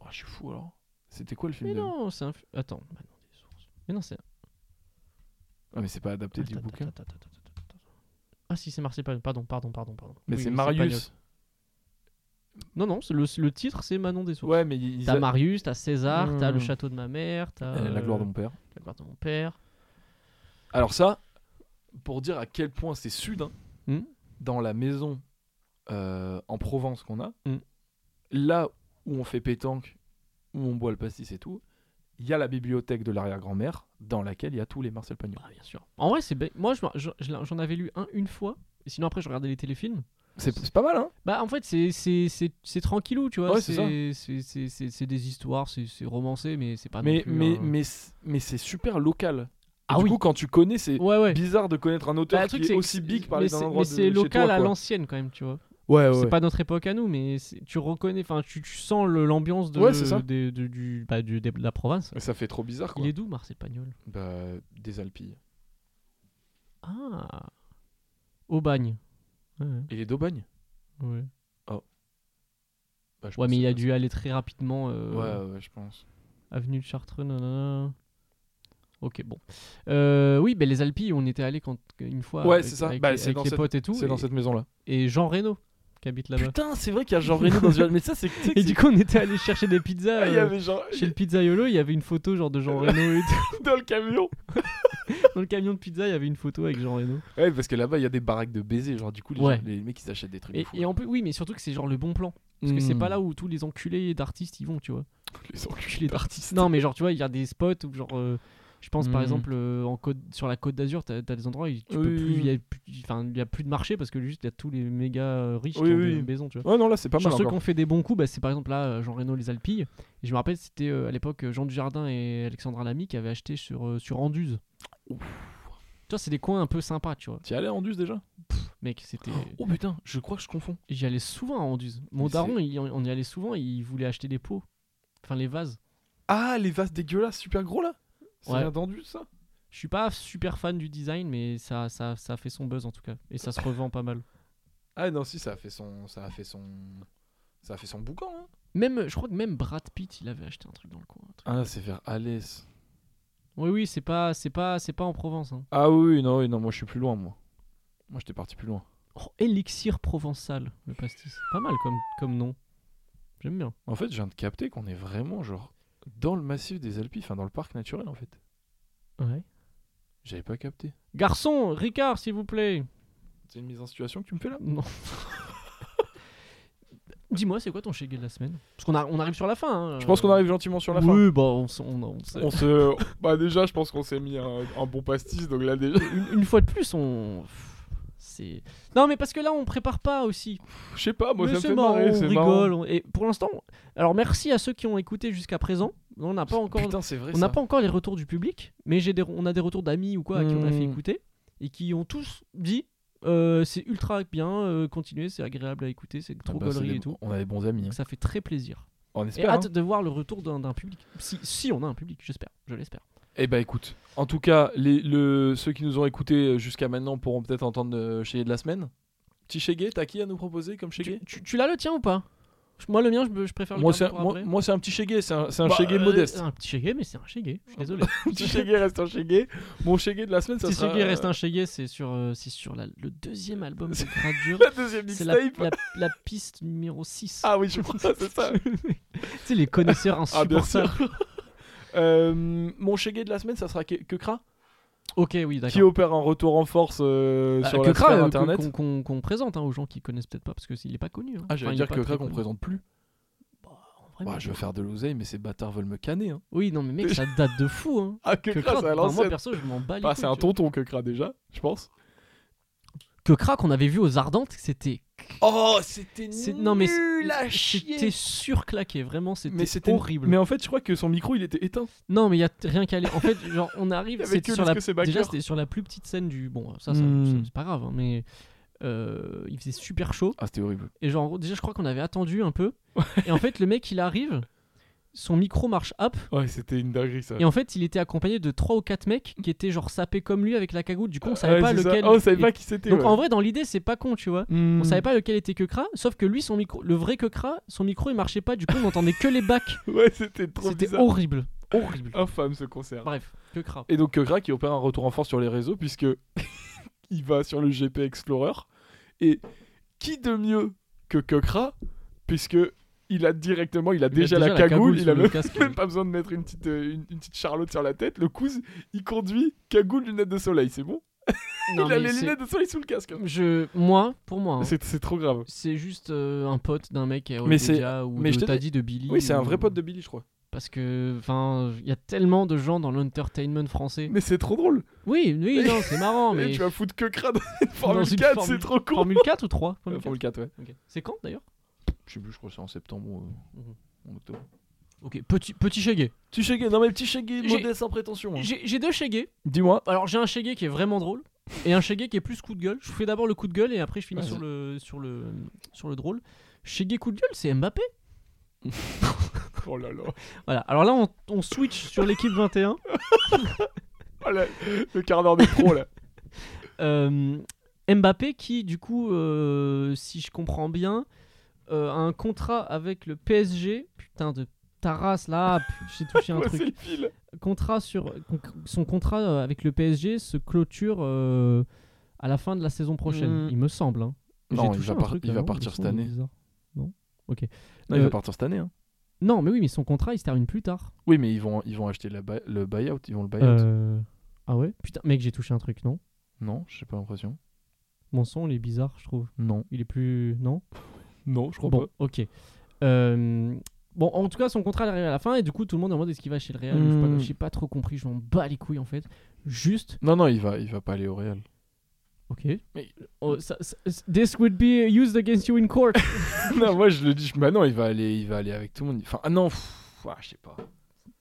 S3: Oh, je suis fou alors. C'était quoi le film
S1: Mais
S3: de-
S1: non, c'est un. fi- Attends, Maintenant des sources. Mais non, c'est.
S3: Ah, mais c'est pas adapté du
S1: Attends,
S3: bouquin.
S1: attends, attends, attends, attends, attends, attends. Ah si, c'est Marcel Pagnol. Pardon, pardon, pardon, pardon.
S3: Mais
S1: Oui,
S3: c'est
S1: oui, Pagnol.
S3: Marius.
S1: Non, non, c'est le, le titre, c'est Manon des sources.
S3: Ouais, mais ils
S1: T'as
S3: a-
S1: Marius, t'as César, t'as le
S3: Hmm.
S1: château de ma mère, t'as
S3: Euh, La gloire de
S1: euh,
S3: mon père.
S1: la gloire de mon père.
S3: Alors ça, pour dire à quel point c'est sud, hein,
S1: Hmm.
S3: dans la maison euh, en Provence qu'on a,
S1: Hmm.
S3: là où on fait pétanque, où on boit le pastis et tout, il y a la bibliothèque de l'arrière-grand-mère dans laquelle il y a tous les Marcel Pagnol.
S1: Ah, bien sûr. En vrai, c'est. ba- Moi, je m'en- je- je l'ai- j'en avais lu un une fois. Et sinon, après, je regardais les téléfilms.
S3: C'est c'est pas mal, hein
S1: Bah en fait c'est c'est c'est c'est tranquillou tu vois
S3: Ouais, c'est
S1: c'est c'est c'est c'est- c'est des histoires c'est c'est romancé mais c'est pas non
S3: Mais,
S1: plus
S3: mais,
S1: un-
S3: mais, c'est- mais c'est super local. Et
S1: Ah
S3: du
S1: oui.
S3: coup, quand tu connais, c'est
S1: ouais ouais
S3: bizarre de connaître un
S1: Bah,
S3: auteur
S1: le
S3: qui
S1: truc,
S3: est,
S1: c'est que
S3: aussi
S1: c'est-
S3: big par
S1: mais
S3: les
S1: c'est-
S3: endroits de
S1: mais c'est
S3: chez
S1: local
S3: toi,
S1: à
S3: quoi.
S1: l'ancienne quand même tu vois
S3: Ouais, ouais,
S1: c'est
S3: ouais.
S1: pas notre époque à nous mais c'est- tu reconnais enfin tu, tu sens le- l'ambiance de,
S3: Ouais, c'est ça.
S1: des- de- du bah, du- des- de la province
S3: Mais ça fait trop bizarre, quoi.
S1: il est d'où Marcel Pagnol
S3: Bah, des Alpilles.
S1: ah Aubagne ouais, ouais,
S3: Il est d'Aubagne
S1: ouais.
S3: Bah, je
S1: Ouais,
S3: pense
S1: mais
S3: que
S1: il a
S3: c'est
S1: dû aller très rapidement
S3: ça.
S1: euh,
S3: Ouais, ouais, je pense.
S1: Avenue de Chartreux, nanana. Ok, bon. Euh, oui, ben les Alpilles, on était allé quand une fois
S3: Ouais,
S1: avec,
S3: c'est ça.
S1: avec,
S3: Bah,
S1: avec
S3: c'est dans
S1: les
S3: cette-
S1: potes et tout.
S3: C'est
S1: Et,
S3: dans cette maison-là.
S1: et Jean Reno qui habite là-bas.
S3: Putain, c'est vrai qu'il y a Jean Reno dans une. Mais ça, c'est. Ah,
S1: Et du coup, on était allé chercher des pizzas
S3: il y
S1: euh,
S3: avait Euh. Jean
S1: chez le pizzaiolo. Il y avait une photo genre de Jean Reno et tout.
S3: dans le camion.
S1: Dans le camion de pizza, il y avait une photo avec Jean Reno.
S3: Ouais, parce que là-bas, il y a des baraques de baisers. Genre, du coup, les,
S1: Ouais.
S3: gens- les mecs, ils s'achètent des trucs. de
S1: Et,
S3: fou, hein.
S1: et en plus, oui, mais surtout que c'est genre le bon plan. Parce que
S3: Hmm.
S1: c'est pas là où tous les enculés d'artistes ils vont, tu vois.
S3: Les enculés.
S1: culé d'artiste. Non, mais genre, tu vois, il y a des spots où, genre, euh, je pense par
S3: Hmm.
S1: exemple euh, en côte, sur la côte d'Azur, t'as as des endroits où tu peux
S3: Oui,
S1: plus,
S3: oui.
S1: il y a plus- enfin, il y a plus de marché parce que juste il y a tous les méga euh, riches
S3: Oui,
S1: qui ont
S3: oui.
S1: des maisons, tu vois.
S3: Ouais, non, là, c'est pas mal.
S1: Genre ceux qui
S3: encore.
S1: ont fait des bons coups, bah, c'est par exemple là, euh, Jean Reno les Alpilles. Et je me rappelle, c'était euh, à l'époque euh, Jean Dujardin et Alexandra Lamy qui avaient acheté sur, euh, sur Anduze.
S3: Ouf.
S1: Tu vois, c'est des coins un peu sympas, tu vois.
S3: T'y allais en Duse déjà
S1: Mec, c'était.
S3: Oh putain, je crois que je confonds.
S1: J'y allais souvent à Anduze. Mon
S3: Mais c'est-
S1: daron, il- on y allait souvent, il voulait acheter des pots. Enfin, les vases.
S3: Ah, les vases dégueulasses super gros là Ça
S1: Ouais.
S3: vient d'endu ça
S1: Je suis pas super fan du design, mais ça, ça, ça fait son buzz en tout cas. Et ça se revend pas mal.
S3: Ah, non, si, ça a fait son. Ça a fait son. Ça a fait son boucan, hein.
S1: Même, je crois que même Brad Pitt, il avait acheté un truc dans le coin. un truc.
S3: Ah, là, c'est vers Alès.
S1: Oui, oui, c'est pas, c'est pas, c'est pas en Provence. hein.
S3: Ah, oui, oui, non, oui, non, moi, je suis plus loin, moi. Moi, j'étais parti plus loin.
S1: Oh, élixir provençal, le pastis. Pas mal comme, comme nom. J'aime bien.
S3: En fait, je viens de capter qu'on est vraiment genre dans le massif des Alpilles, enfin dans le parc naturel en fait.
S1: Ouais.
S3: J'avais pas capté.
S1: Garçon, Ricard, s'il vous plaît.
S3: C'est une mise en situation que tu me fais là
S1: Non. Dis-moi, c'est quoi ton chégué de la semaine Parce qu'on a- on arrive sur la fin. hein.
S3: Je pense qu'on arrive gentiment sur la fin.
S1: Oui, bah, on, s- on- on sait.
S3: On se. bah déjà, je pense qu'on s'est mis un, un bon pastis, donc là déjà.
S1: Une, une fois de plus, on. pff, C'est. Non, mais parce que là, on prépare pas aussi.
S3: Je sais pas, moi
S1: Mais
S3: ça me
S1: c'est
S3: fait
S1: marrant,
S3: marrer,
S1: on
S3: c'est
S1: rigole.
S3: marrant.
S1: on- Et pour l'instant, alors merci à ceux qui ont écouté jusqu'à présent. On n'a pas encore
S3: Putain, c'est vrai.
S1: On
S3: ça.
S1: n'a pas encore les retours du public, mais j'ai des, on a des retours d'amis ou quoi à qui on a fait
S3: Hmm.
S1: écouter et qui ont tous dit euh, c'est ultra bien, euh, continuez, c'est agréable à écouter, c'est
S3: Ah
S1: trop
S3: bah, c'est
S1: gaulerie
S3: des-
S1: et tout.
S3: On a des bons amis. hein.
S1: Donc ça fait très plaisir.
S3: On
S1: Et
S3: espère. hein.
S1: hâte de voir le retour d'un d'un public. Si, si on a un public, j'espère, je l'espère.
S3: Eh bah écoute, en tout cas, les, le, ceux qui nous ont écoutés euh, jusqu'à maintenant pourront peut-être entendre euh, Chégué de la semaine. Petit Chégué, t'as qui à nous proposer comme Chégué
S1: Tu, tu- tu l'as le tien ou pas Je- Moi le mien, je, me- je préfère le
S3: Moi, c'est
S1: garder
S3: un,
S1: pour
S3: moi,
S1: après.
S3: moi, c'est un petit Chégué, c'est un, c'est un
S1: Bah,
S3: Chégué
S1: euh,
S3: modeste. Ah bah.
S1: c'est Un petit chégué, mais c'est un chégué. Je suis désolé.
S3: petit Chégué reste un Chégué. Mon Chégué de la semaine, ça
S1: petit
S3: sera.
S1: chégué
S3: euh,
S1: reste un chégué, c'est sur, euh, c'est sur la- le deuxième album de Gradure.
S3: La deuxième
S1: c'est la,
S3: mixtape.
S1: la- la piste numéro 6.
S3: Ah oui, je crois que c'est ça.
S1: tu sais, les connaisseurs
S3: Ah, bien
S1: insupportables.
S3: sûr. Euh, mon Chégué de la semaine, ça sera Ke- Kekra,
S1: ok, oui,
S3: qui
S1: d'accord.
S3: opère un retour en force euh,
S1: Bah,
S3: sur la
S1: Kekra,
S3: sphère
S1: euh, qu'on-
S3: internet.
S1: qu'on qu'on- qu'on présente hein, aux gens qui connaissent peut-être pas, parce qu'il n'est pas connu. hein.
S3: Ah, j'allais
S1: Enfin, il est
S3: dire
S1: pas
S3: Kekra
S1: très
S3: qu'on
S1: connu.
S3: présente plus.
S1: En vrai,
S3: Bah,
S1: mais-
S3: je veux faire de l'oseille, mais ces bâtards veulent me canner. Hein.
S1: Oui, non, mais mec, ça date de fou. Hein.
S3: Ah, que
S1: Kekra,
S3: cra, ça a
S1: enfin, moi
S3: l'ancienne.
S1: perso, je m'en bats les
S3: Bah,
S1: couilles,
S3: c'est un
S1: tu vois.
S3: tonton que cra déjà, je pense.
S1: Kekra qu'on avait vu aux Ardentes, c'était.
S3: Oh, c'était
S1: c'est- Non, mais. c'est- C'était surclaqué, vraiment,
S3: Mais
S1: c'était
S3: c'était
S1: horrible.
S3: Mais en fait, je crois que son micro, il était éteint.
S1: Non, mais il y a t- rien qu'à aller. En fait, genre, on arrive.
S3: Il y avait
S1: c'était
S3: que
S1: sur
S3: le
S1: la...
S3: Scusse et Backer.
S1: Déjà, c'était sur la plus petite scène du. Bon, ça, ça-
S3: Hmm.
S1: c'est pas grave, hein, mais. euh, il faisait super chaud.
S3: Ah, c'était horrible.
S1: Et genre, en gros, déjà, je crois qu'on avait attendu un peu. Et en fait, le mec, il arrive, son micro marche up.
S3: Ouais, c'était une dinguerie ça.
S1: Et en fait, il était accompagné de 3 ou 4 mecs qui étaient genre sapés comme lui avec la cagoule. Du coup, on savait
S3: Ouais,
S1: pas
S3: c'est ça.
S1: lequel.
S3: Ah, on savait
S1: et-
S3: pas qui c'était.
S1: Donc,
S3: ouais.
S1: en vrai, dans l'idée, c'est pas con, tu vois.
S3: Hmm.
S1: On savait pas lequel était Kekra, sauf que lui, son micro, le vrai Kekra, son micro il marchait pas, du coup on entendait que les bacs.
S3: Ouais, c'était trop
S1: C'était
S3: bizarre.
S1: horrible. Horrible.
S3: Infâme ce concert.
S1: Bref, Kekra.
S3: Et donc Kekra qui opère un retour en force sur les réseaux puisque il va sur le GP Explorer et qui de mieux que Kekra puisque il a directement, il a déjà la cagoule, il a
S1: sous le
S3: même,
S1: casque.
S3: même pas besoin de mettre une petite, euh, une, une petite charlotte sur la tête. Le coup, il conduit cagoule lunettes de soleil, c'est bon.
S1: Non,
S3: il a
S1: mais
S3: les
S1: c'est-
S3: lunettes de soleil sous le casque. hein.
S1: Je, moi, pour moi, hein,
S3: C'est c'est trop grave.
S1: c'est juste euh, un pote d'un mec qui est
S3: Mais c'est-
S1: Wikipédia ou
S3: mais je
S1: de
S3: te dis-
S1: Taddy de Billy.
S3: Oui, c'est un vrai
S1: ou-
S3: pote de Billy, je crois.
S1: Parce que, enfin, il y a tellement de gens dans l'entertainment français.
S3: Mais c'est trop drôle.
S1: Oui, oui, non, c'est marrant,
S3: Eh,
S1: mais.
S3: Tu vas foutre Kekra dans une
S1: Dans
S3: Formule
S1: une
S3: 4,
S1: Formule-
S3: c'est trop con.
S1: Formule 4 ou 3
S3: Euh, Formule 4, ouais.
S1: C'est quand d'ailleurs
S3: Je sais plus, je crois que c'est en septembre ou euh,
S1: Mhm.
S3: en octobre.
S1: Ok, petit, petit chégué.
S3: Petit Chegué, non mais petit Chegué
S1: J'ai-
S3: modeste sans prétention. hein.
S1: J'ai j'ai deux chégués.
S3: Dis-moi.
S1: Alors j'ai un chégué qui est vraiment drôle et un chégué qui est plus coup de gueule. Je vous fais d'abord le coup de gueule et après je finis
S3: Vas-y.
S1: sur le, sur, le, sur le drôle. Chégué coup de gueule, c'est Mbappé.
S3: Oh là là.
S1: Voilà, alors là on, on switch sur l'équipe 21.
S3: Oh là, le quart d'heure de pro là.
S1: Euh, Mbappé qui, du coup, euh, si je comprends bien, euh, a un contrat avec le PSG. Putain de Taras là, pu- j'ai touché un
S3: Ouais, c'est
S1: truc.
S3: le fil.
S1: Contrat sur, con- son contrat euh, avec le PSG se clôture euh, à la fin de la saison prochaine,
S3: Mm.
S1: il me semble. hein. J'ai
S3: Non, il
S1: touché
S3: va
S1: un
S3: par-
S1: truc, hein,
S3: il
S1: là,
S3: va
S1: non
S3: partir
S1: Le son
S3: cette
S1: est
S3: année.
S1: bizarre. Non Ok.
S3: Non, il va
S1: Euh,
S3: partir cette année. hein.
S1: Non, mais oui, mais son contrat il se termine plus tard.
S3: Oui, mais ils vont, ils vont acheter la buy- le buyout. Ils vont le buyout.
S1: Euh, Ah ouais Putain, mec, j'ai touché un truc, non
S3: Non, j'ai pas l'impression.
S1: Mon son il est bizarre, je trouve.
S3: Non.
S1: Il est plus. Non
S3: Non, je crois
S1: bon,
S3: pas.
S1: ok. Euh, bon, en tout cas, son contrat il arrive à la fin et du coup, tout le monde est en mode est-ce qu'il va chez le Real ou je sais pas quoi.
S3: Hmm.
S1: J'ai pas trop compris, je m'en bats les couilles en fait. Juste,
S3: Non, non, il va, il va pas aller au Real.
S1: ok.
S3: Mais-
S1: Oh, ça- ça- this would be used against you in court.
S3: non, moi je le dis. je- Bah non, il va aller, il va aller avec tout le monde. Enfin, ah non, pff, ah, je sais pas.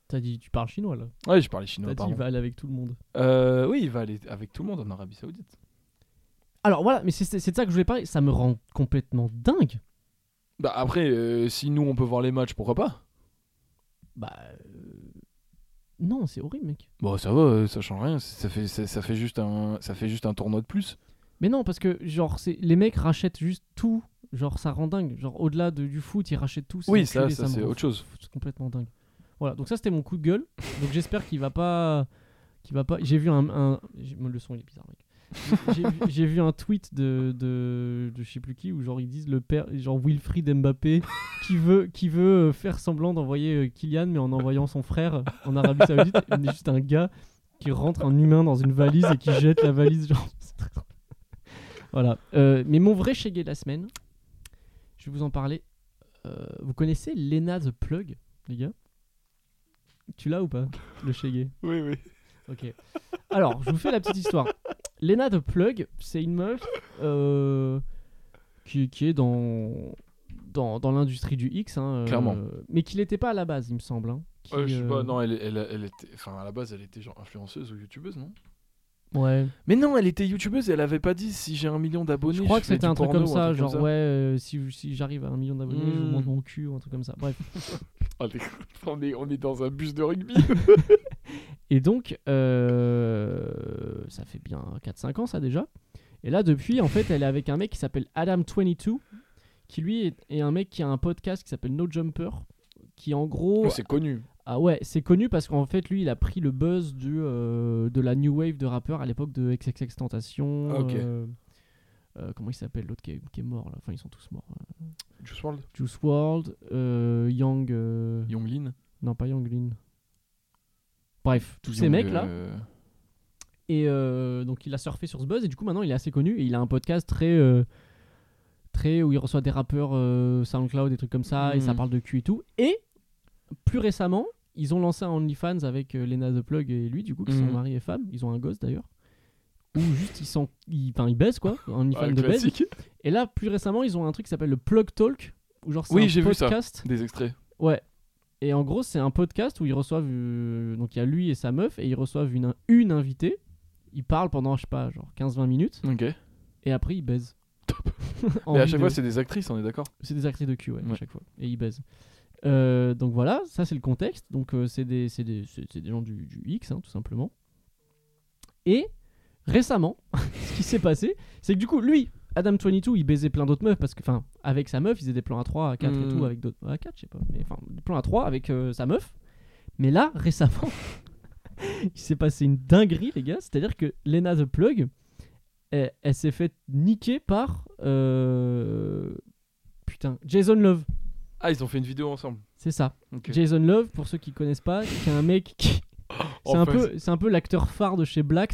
S1: T'as dit, tu parles chinois là.
S3: Ouais, je parlais
S1: T'as
S3: chinois.
S1: dit, il
S3: pardon.
S1: va aller avec tout le monde.
S3: Euh, oui, il va aller avec tout le monde en Arabie Saoudite.
S1: Alors voilà, mais c'est c'est de ça que je voulais parler. Ça me rend complètement dingue.
S3: Bah après, euh, si nous on peut voir les matchs, pourquoi pas
S1: Bah. euh, Non, c'est horrible, mec.
S3: Bon, ça va, euh, ça change rien. Ça fait, ça, ça fait juste un, ça fait juste un tournoi de plus.
S1: Mais non, parce que genre c'est les mecs rachètent juste tout, genre ça rend dingue. Genre au-delà de- du foot, ils rachètent tout. ces
S3: Oui, ça,
S1: enculés,
S3: ça,
S1: me
S3: c'est
S1: rend
S3: autre chose.
S1: fou- C'est complètement dingue. Voilà, donc ça c'était mon coup de gueule. Donc j'espère qu'il va pas, qu'il va pas. J'ai vu un, un- j'ai- Le son il est bizarre, mec. J'ai vu- J'ai vu un tweet de, de, de je sais plus qui où genre ils disent le père genre Wilfried Mbappé qui veut qui veut euh, faire semblant d'envoyer euh, Kylian mais en envoyant son frère en Arabie Saoudite il est juste un gars qui rentre un humain dans une valise et qui jette la valise genre c'est très drôle. voilà Euh, mais mon vrai chégué de la semaine je vais vous en parler Euh, vous connaissez Lena the Plug les gars tu l'as ou pas le chégué
S3: Oui, oui.
S1: Ok. Alors, je vous fais la petite histoire. Lena de Plug, c'est une meuf euh, qui, qui est dans, dans, dans l'industrie du X. hein, euh,
S3: Clairement.
S1: Mais qui l'était pas à la base, il me semble. hein, qui,
S3: je sais
S1: euh,
S3: pas, non, elle, elle, elle était. Enfin, à la base, elle était genre influenceuse ou youtubeuse, non
S1: Ouais.
S3: Mais non, elle était youtubeuse et elle avait pas dit si j'ai un million d'abonnés.
S1: Je crois
S3: je
S1: que
S3: fais
S1: c'était
S3: du
S1: un truc
S3: porno
S1: comme
S3: ou
S1: ça,
S3: truc
S1: genre, ouais, euh, si, si j'arrive à un million d'abonnés, je vous
S3: Hmm.
S1: montre mon cul ou un truc comme ça. Bref.
S3: Allez, on, est, on est dans un bus de rugby.
S1: Et donc, euh, ça fait bien 4-5 ans ça déjà. Et là, depuis, en fait, elle est avec un mec qui s'appelle Adam22, qui lui est, est un mec qui a un podcast qui s'appelle No Jumper, qui en gros.
S3: C'est connu.
S1: Ah ouais, c'est connu parce qu'en fait, lui, il a pris le buzz du, euh, de la new wave de rappeurs à l'époque de XXX Tentation.
S3: Ah, ok.
S1: euh, euh, comment il s'appelle l'autre qui, est- qui est mort là Enfin, ils sont tous morts. hein.
S3: Juice WRLD,
S1: Juice World, Young. euh,
S3: Yonglin.
S1: Non, pas Young Lean. Bref, tous ces
S3: Young,
S1: mecs là.
S3: euh,
S1: Et euh, donc il a surfé sur ce buzz et du coup maintenant il est assez connu et il a un podcast très euh, très où il reçoit des rappeurs euh, SoundCloud des trucs comme ça et ça
S3: Mhm.
S1: parle de cul et tout. Et plus récemment ils ont lancé un OnlyFans avec euh, Lena The Plug et lui du coup qui sont
S3: Mhm.
S1: mari et femme. Ils ont un gosse d'ailleurs. Ou juste ils sont ils, enfin, ils baisent quoi, un OnlyFans
S3: ah,
S1: de baise.
S3: classique.
S1: Et là plus récemment ils ont un truc qui s'appelle le Plug Talk où genre c'est
S3: Oui, j'ai
S1: un
S3: vu ça.
S1: podcast.
S3: Des extraits.
S1: Ouais. Et en gros, c'est un podcast où ils reçoivent. euh, donc, il y a lui et sa meuf, et ils reçoivent une, une invitée. Ils parlent pendant, je sais pas, genre 15-20 minutes,
S3: Ok. Mais
S1: et après, ils baisent. En
S3: à chaque
S1: vidéo.
S3: fois, c'est des actrices, on est d'accord
S1: C'est des actrices de cul, ouais, à
S3: Ouais.
S1: chaque fois. Et ils baisent. Euh, donc voilà, ça c'est le contexte. Donc euh, c'est des, c'est des, c'est- c'est des gens du, du X, hein, tout simplement. Et récemment, ce qui s'est passé, c'est que du coup, lui, Adam22, il baisait plein d'autres meufs parce que, enfin, avec sa meuf, il faisait des plans à 3, à 4 et
S3: Mm.
S1: tout, avec d'autres. À 4, je sais pas, mais enfin, des plans à 3 avec euh, sa meuf. Mais là, récemment, il s'est passé une dinguerie, les gars. C'est-à-dire que Lena The Plug, elle, elle s'est fait niquer par. euh, Putain, Jason Love,
S3: Ah, ils ont fait une vidéo ensemble.
S1: c'est ça.
S3: Ok.
S1: Jason Love, pour ceux qui connaissent pas, c'est un mec qui. C'est un
S3: Enfin,
S1: peu, c'est un peu l'acteur phare de chez Black.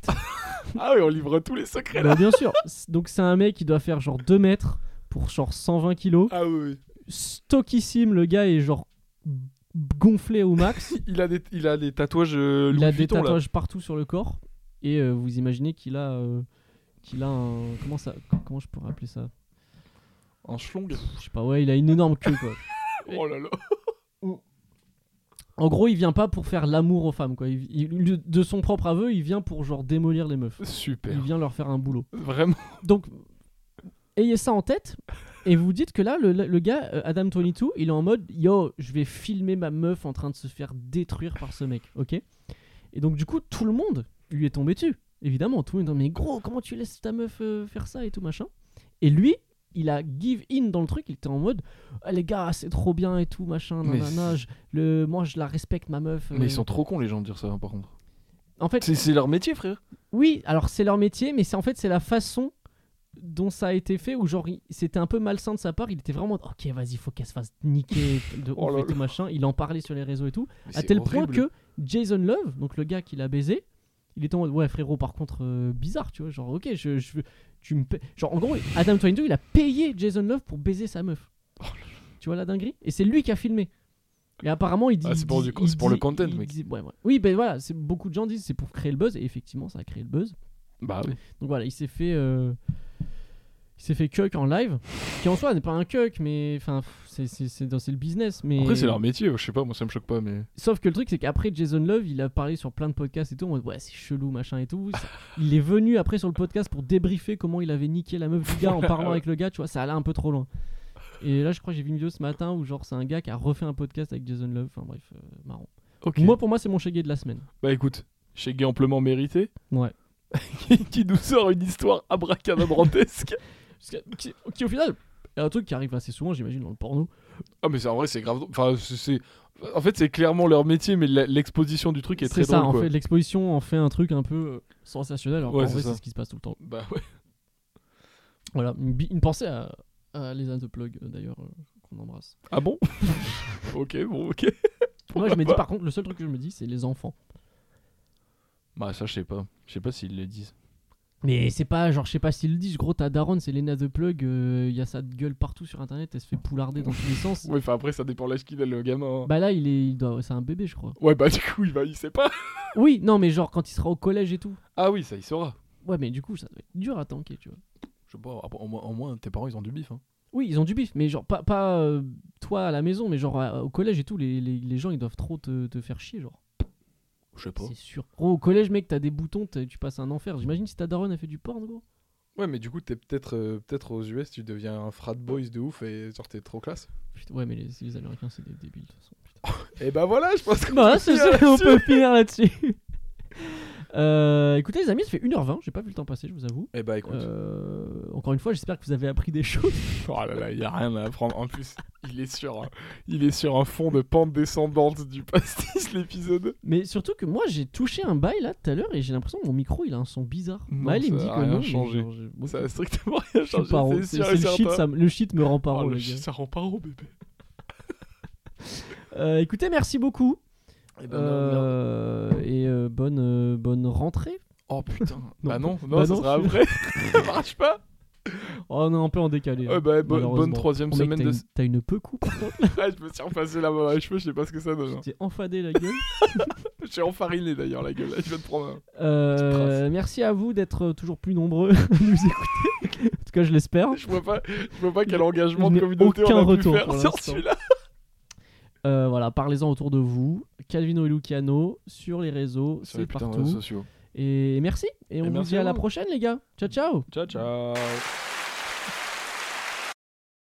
S3: Ah oui, on livre tous les secrets là.
S1: Bah, bien sûr. C'est- Donc c'est un mec qui doit faire genre 2 mètres pour genre 120 kilos.
S3: Ah oui, oui.
S1: Stockissime, le gars est genre gonflé au max.
S3: Il a des, il a des tatouages euh, Louis
S1: il a
S3: Vuitton,
S1: des
S3: là.
S1: tatouages partout sur le corps et euh, vous imaginez qu'il a euh, qu'il a un comment ça comment je pourrais appeler ça
S3: Un schlong.
S1: Pff, je sais pas ouais il a une énorme queue quoi
S3: Oh là là.
S1: en gros il vient pas pour faire l'amour aux femmes quoi Il- il- de son propre aveu il vient pour genre démolir les meufs il
S3: Super.
S1: vient leur faire un boulot
S3: Vraiment.
S1: donc ayez ça en tête et vous dites que là le, le gars euh, Adam 22 il est en mode yo je vais filmer ma meuf en train de se faire détruire par ce mec ok et donc du coup tout le monde lui est tombé dessus évidemment tout le monde dit, mais gros comment tu laisses ta meuf euh, faire ça et tout machin et lui il a give in dans le truc il était en mode Ah, les gars c'est trop bien et tout machin
S3: Mais
S1: nanana,
S3: c'est-
S1: je- le moi je la respecte ma meuf euh.
S3: Mais ils sont trop cons les gens de dire ça hein, par contre.
S1: en fait
S3: C'est, c'est leur métier, frère.
S1: oui, alors c'est leur métier, mais c'est en fait c'est la façon dont ça a été fait où genre il- c'était un peu malsain de sa part. Il était vraiment ok, vas-y, faut qu'elle se fasse niquer de
S3: Oh
S1: ouf
S3: là
S1: et tout machin. Il en parlait sur les réseaux et tout,
S3: Mais
S1: à
S3: c'est
S1: tel point
S3: horrible.
S1: que Jason Love, donc le gars qui l'a baisé, il était en mode ouais frérot, par contre euh, bizarre, tu vois, genre ok, je, je veux- tu me paies- genre en gros Adam 22 il a payé Jason Love pour baiser sa meuf.
S3: Oh
S1: Tu vois la dinguerie Et c'est lui qui a filmé. Et apparemment, il dit.
S3: Ah, c'est
S1: il
S3: pour
S1: dit-
S3: du con- c'est
S1: il
S3: pour le
S1: dit-
S3: content,
S1: il
S3: mec.
S1: dit- ouais, ouais. Oui, ben voilà, c'est- beaucoup de gens disent c'est pour créer le buzz, et effectivement, ça a créé le buzz.
S3: Bah oui.
S1: Donc voilà, il s'est fait. euh, Il s'est fait cuck en live, qui en soi n'est pas un cuck, mais enfin, pff, c'est- c'est c'est dans- c'est le business. Mais...
S3: Après, c'est leur métier. Je sais pas, moi ça me choque pas, mais.
S1: Sauf que le truc, c'est qu'après Jason Love, il a parlé sur plein de podcasts et tout, en mode ouais, c'est chelou, machin et tout. Ça- Il est venu après sur le podcast pour débriefer comment il avait niqué la meuf du gars en parlant avec le gars, tu vois, ça allait un peu trop loin. Et là, je crois que j'ai vu une vidéo ce matin où, genre, c'est un gars qui a refait un podcast avec Jason Love, enfin bref, euh, marrant.
S3: Ok.
S1: Moi, pour moi, c'est mon chégué de la semaine.
S3: Bah écoute, chez Gay amplement mérité.
S1: Ouais.
S3: qui nous sort une histoire abracadabrantesque.
S1: Parce que- qui, qui, au final, est un truc qui arrive assez souvent, j'imagine, dans le porno.
S3: ah mais c'est en vrai, c'est grave. Enfin, c'est- c'est. En fait, c'est clairement leur métier, mais la- l'exposition du truc est très
S1: C'est ça,
S3: drôle.
S1: en
S3: quoi.
S1: fait, l'exposition en fait un truc un peu euh, sensationnel. Alors
S3: Ouais,
S1: qu'en
S3: c'est
S1: vrai,
S3: ça.
S1: c'est ce qui se passe tout le temps.
S3: Bah ouais.
S1: Voilà, une, bi- une pensée à, à les The Plug, euh, d'ailleurs, euh, qu'on embrasse.
S3: Ah bon Ok, bon, ok.
S1: Moi, je me dis,
S3: pas
S1: par contre, le seul truc que je me dis, c'est les enfants.
S3: Bah ça, je sais pas. Je sais pas s'ils le disent.
S1: Mais c'est pas, genre, je sais pas s'ils le disent, gros, ta daronne, c'est Lena The Plug, euh, il y a sa gueule partout sur internet, elle se fait poularder dans tous les sens.
S3: Ouais, enfin après, ça dépend l'âge qu'il a, le gamin. hein.
S1: Bah là, il est, il doit- c'est un bébé, je crois.
S3: Ouais, bah du coup, il, va, il sait pas.
S1: Oui, non, mais genre, quand il sera au collège et tout.
S3: Ah oui, ça, il saura.
S1: Ouais, mais du coup, ça doit être dur à tanker, tu vois.
S3: Je sais pas, ah au moins, au moins, tes parents, ils ont du bif. Hein.
S1: Oui, ils ont du bif, mais genre, pas, pas euh, toi à la maison, mais genre à- au collège et tout, les, les, les gens, ils doivent trop te, te faire chier, genre.
S3: Je sais pas.
S1: C'est sûr. Gros, au collège, mec, t'as des boutons, t'as- tu passes un enfer. J'imagine si ta daronne a fait du porn, gros.
S4: Ouais, mais du coup, t'es peut-être euh, peut-être aux US, tu deviens un frat boys de ouf et genre t'es trop classe.
S1: Putain, ouais, mais les, les Américains, c'est des débiles, de toute façon. putain.
S3: Eh
S4: Et bah voilà, je pense que.
S1: Bah, c'est ça,
S3: hein.
S1: on peut finir là-dessus. Euh, écoutez, les amis, ça fait 1h20, j'ai pas vu le temps passer, je vous avoue.
S3: Eh
S4: Et bah écoute.
S1: Euh, encore une fois, j'espère que vous avez appris des choses.
S3: Oh là là, il y a rien à apprendre. En plus, il est sur, un- il est sur un fond de pente descendante du pastis l'épisode.
S1: Mais surtout que moi, j'ai touché un bail là tout à l'heure et j'ai l'impression que mon micro il a un son bizarre.
S3: Non,
S1: Maël, il me
S3: ça
S1: dit
S3: a
S1: que
S3: rien
S1: non. mais
S3: changé.
S1: genre, j'ai-
S3: Ça
S1: Ok.
S3: a strictement rien
S1: Je suis
S3: changé.
S1: paro,
S3: C'est
S1: c'est-
S3: sûr
S1: c'est
S3: et
S1: le shit,
S3: certain.
S1: ça me- le shit me rend
S3: Oh,
S1: paro,
S3: le
S1: les
S3: shit,
S1: gars.
S3: ça rend pas au bébé.
S1: Euh, écoutez, merci beaucoup.
S3: Eh
S1: ben, Euh, et euh, bonne, euh, bonne rentrée.
S3: Oh putain.
S1: Non,
S3: bah non, non,
S1: bah
S3: ça
S1: non,
S3: sera
S1: je-
S3: après. ça marche pas.
S1: Oh, on est un peu en décalé.
S3: Ouais, bah, bo-
S1: malheureusement.
S3: bonne troisième
S1: Oh, mec,
S3: semaine
S1: t'as
S3: de.
S1: une- T'as une peu coupe, hein.
S3: Ah, je me suis repassé la main à cheveux, je sais pas ce que ça donne. hein.
S1: t'es enfadé la gueule.
S3: J'ai enfariné d'ailleurs la gueule. Là, je vais te prendre un.
S1: Euh,
S3: Trace.
S1: merci à vous d'être toujours plus nombreux à nous écouter. en tout cas, je l'espère.
S3: Je vois pas, je vois pas quel engagement
S1: je
S3: de
S1: n'ai
S3: communauté
S1: aucun
S3: on a pu
S1: retour
S3: faire
S1: pour
S3: sur
S1: l'instant.
S3: celui-là.
S1: Euh, voilà, parlez-en autour de vous. Calvino et Luciano sur les réseaux,
S3: Sur les
S1: c'est
S3: putains de
S1: partout.
S3: sociaux.
S1: Et merci. Et on vous
S3: merci
S1: dit
S3: à
S1: à la
S3: vous.
S1: prochaine, les gars. Ciao, ciao.
S3: Ciao, ciao.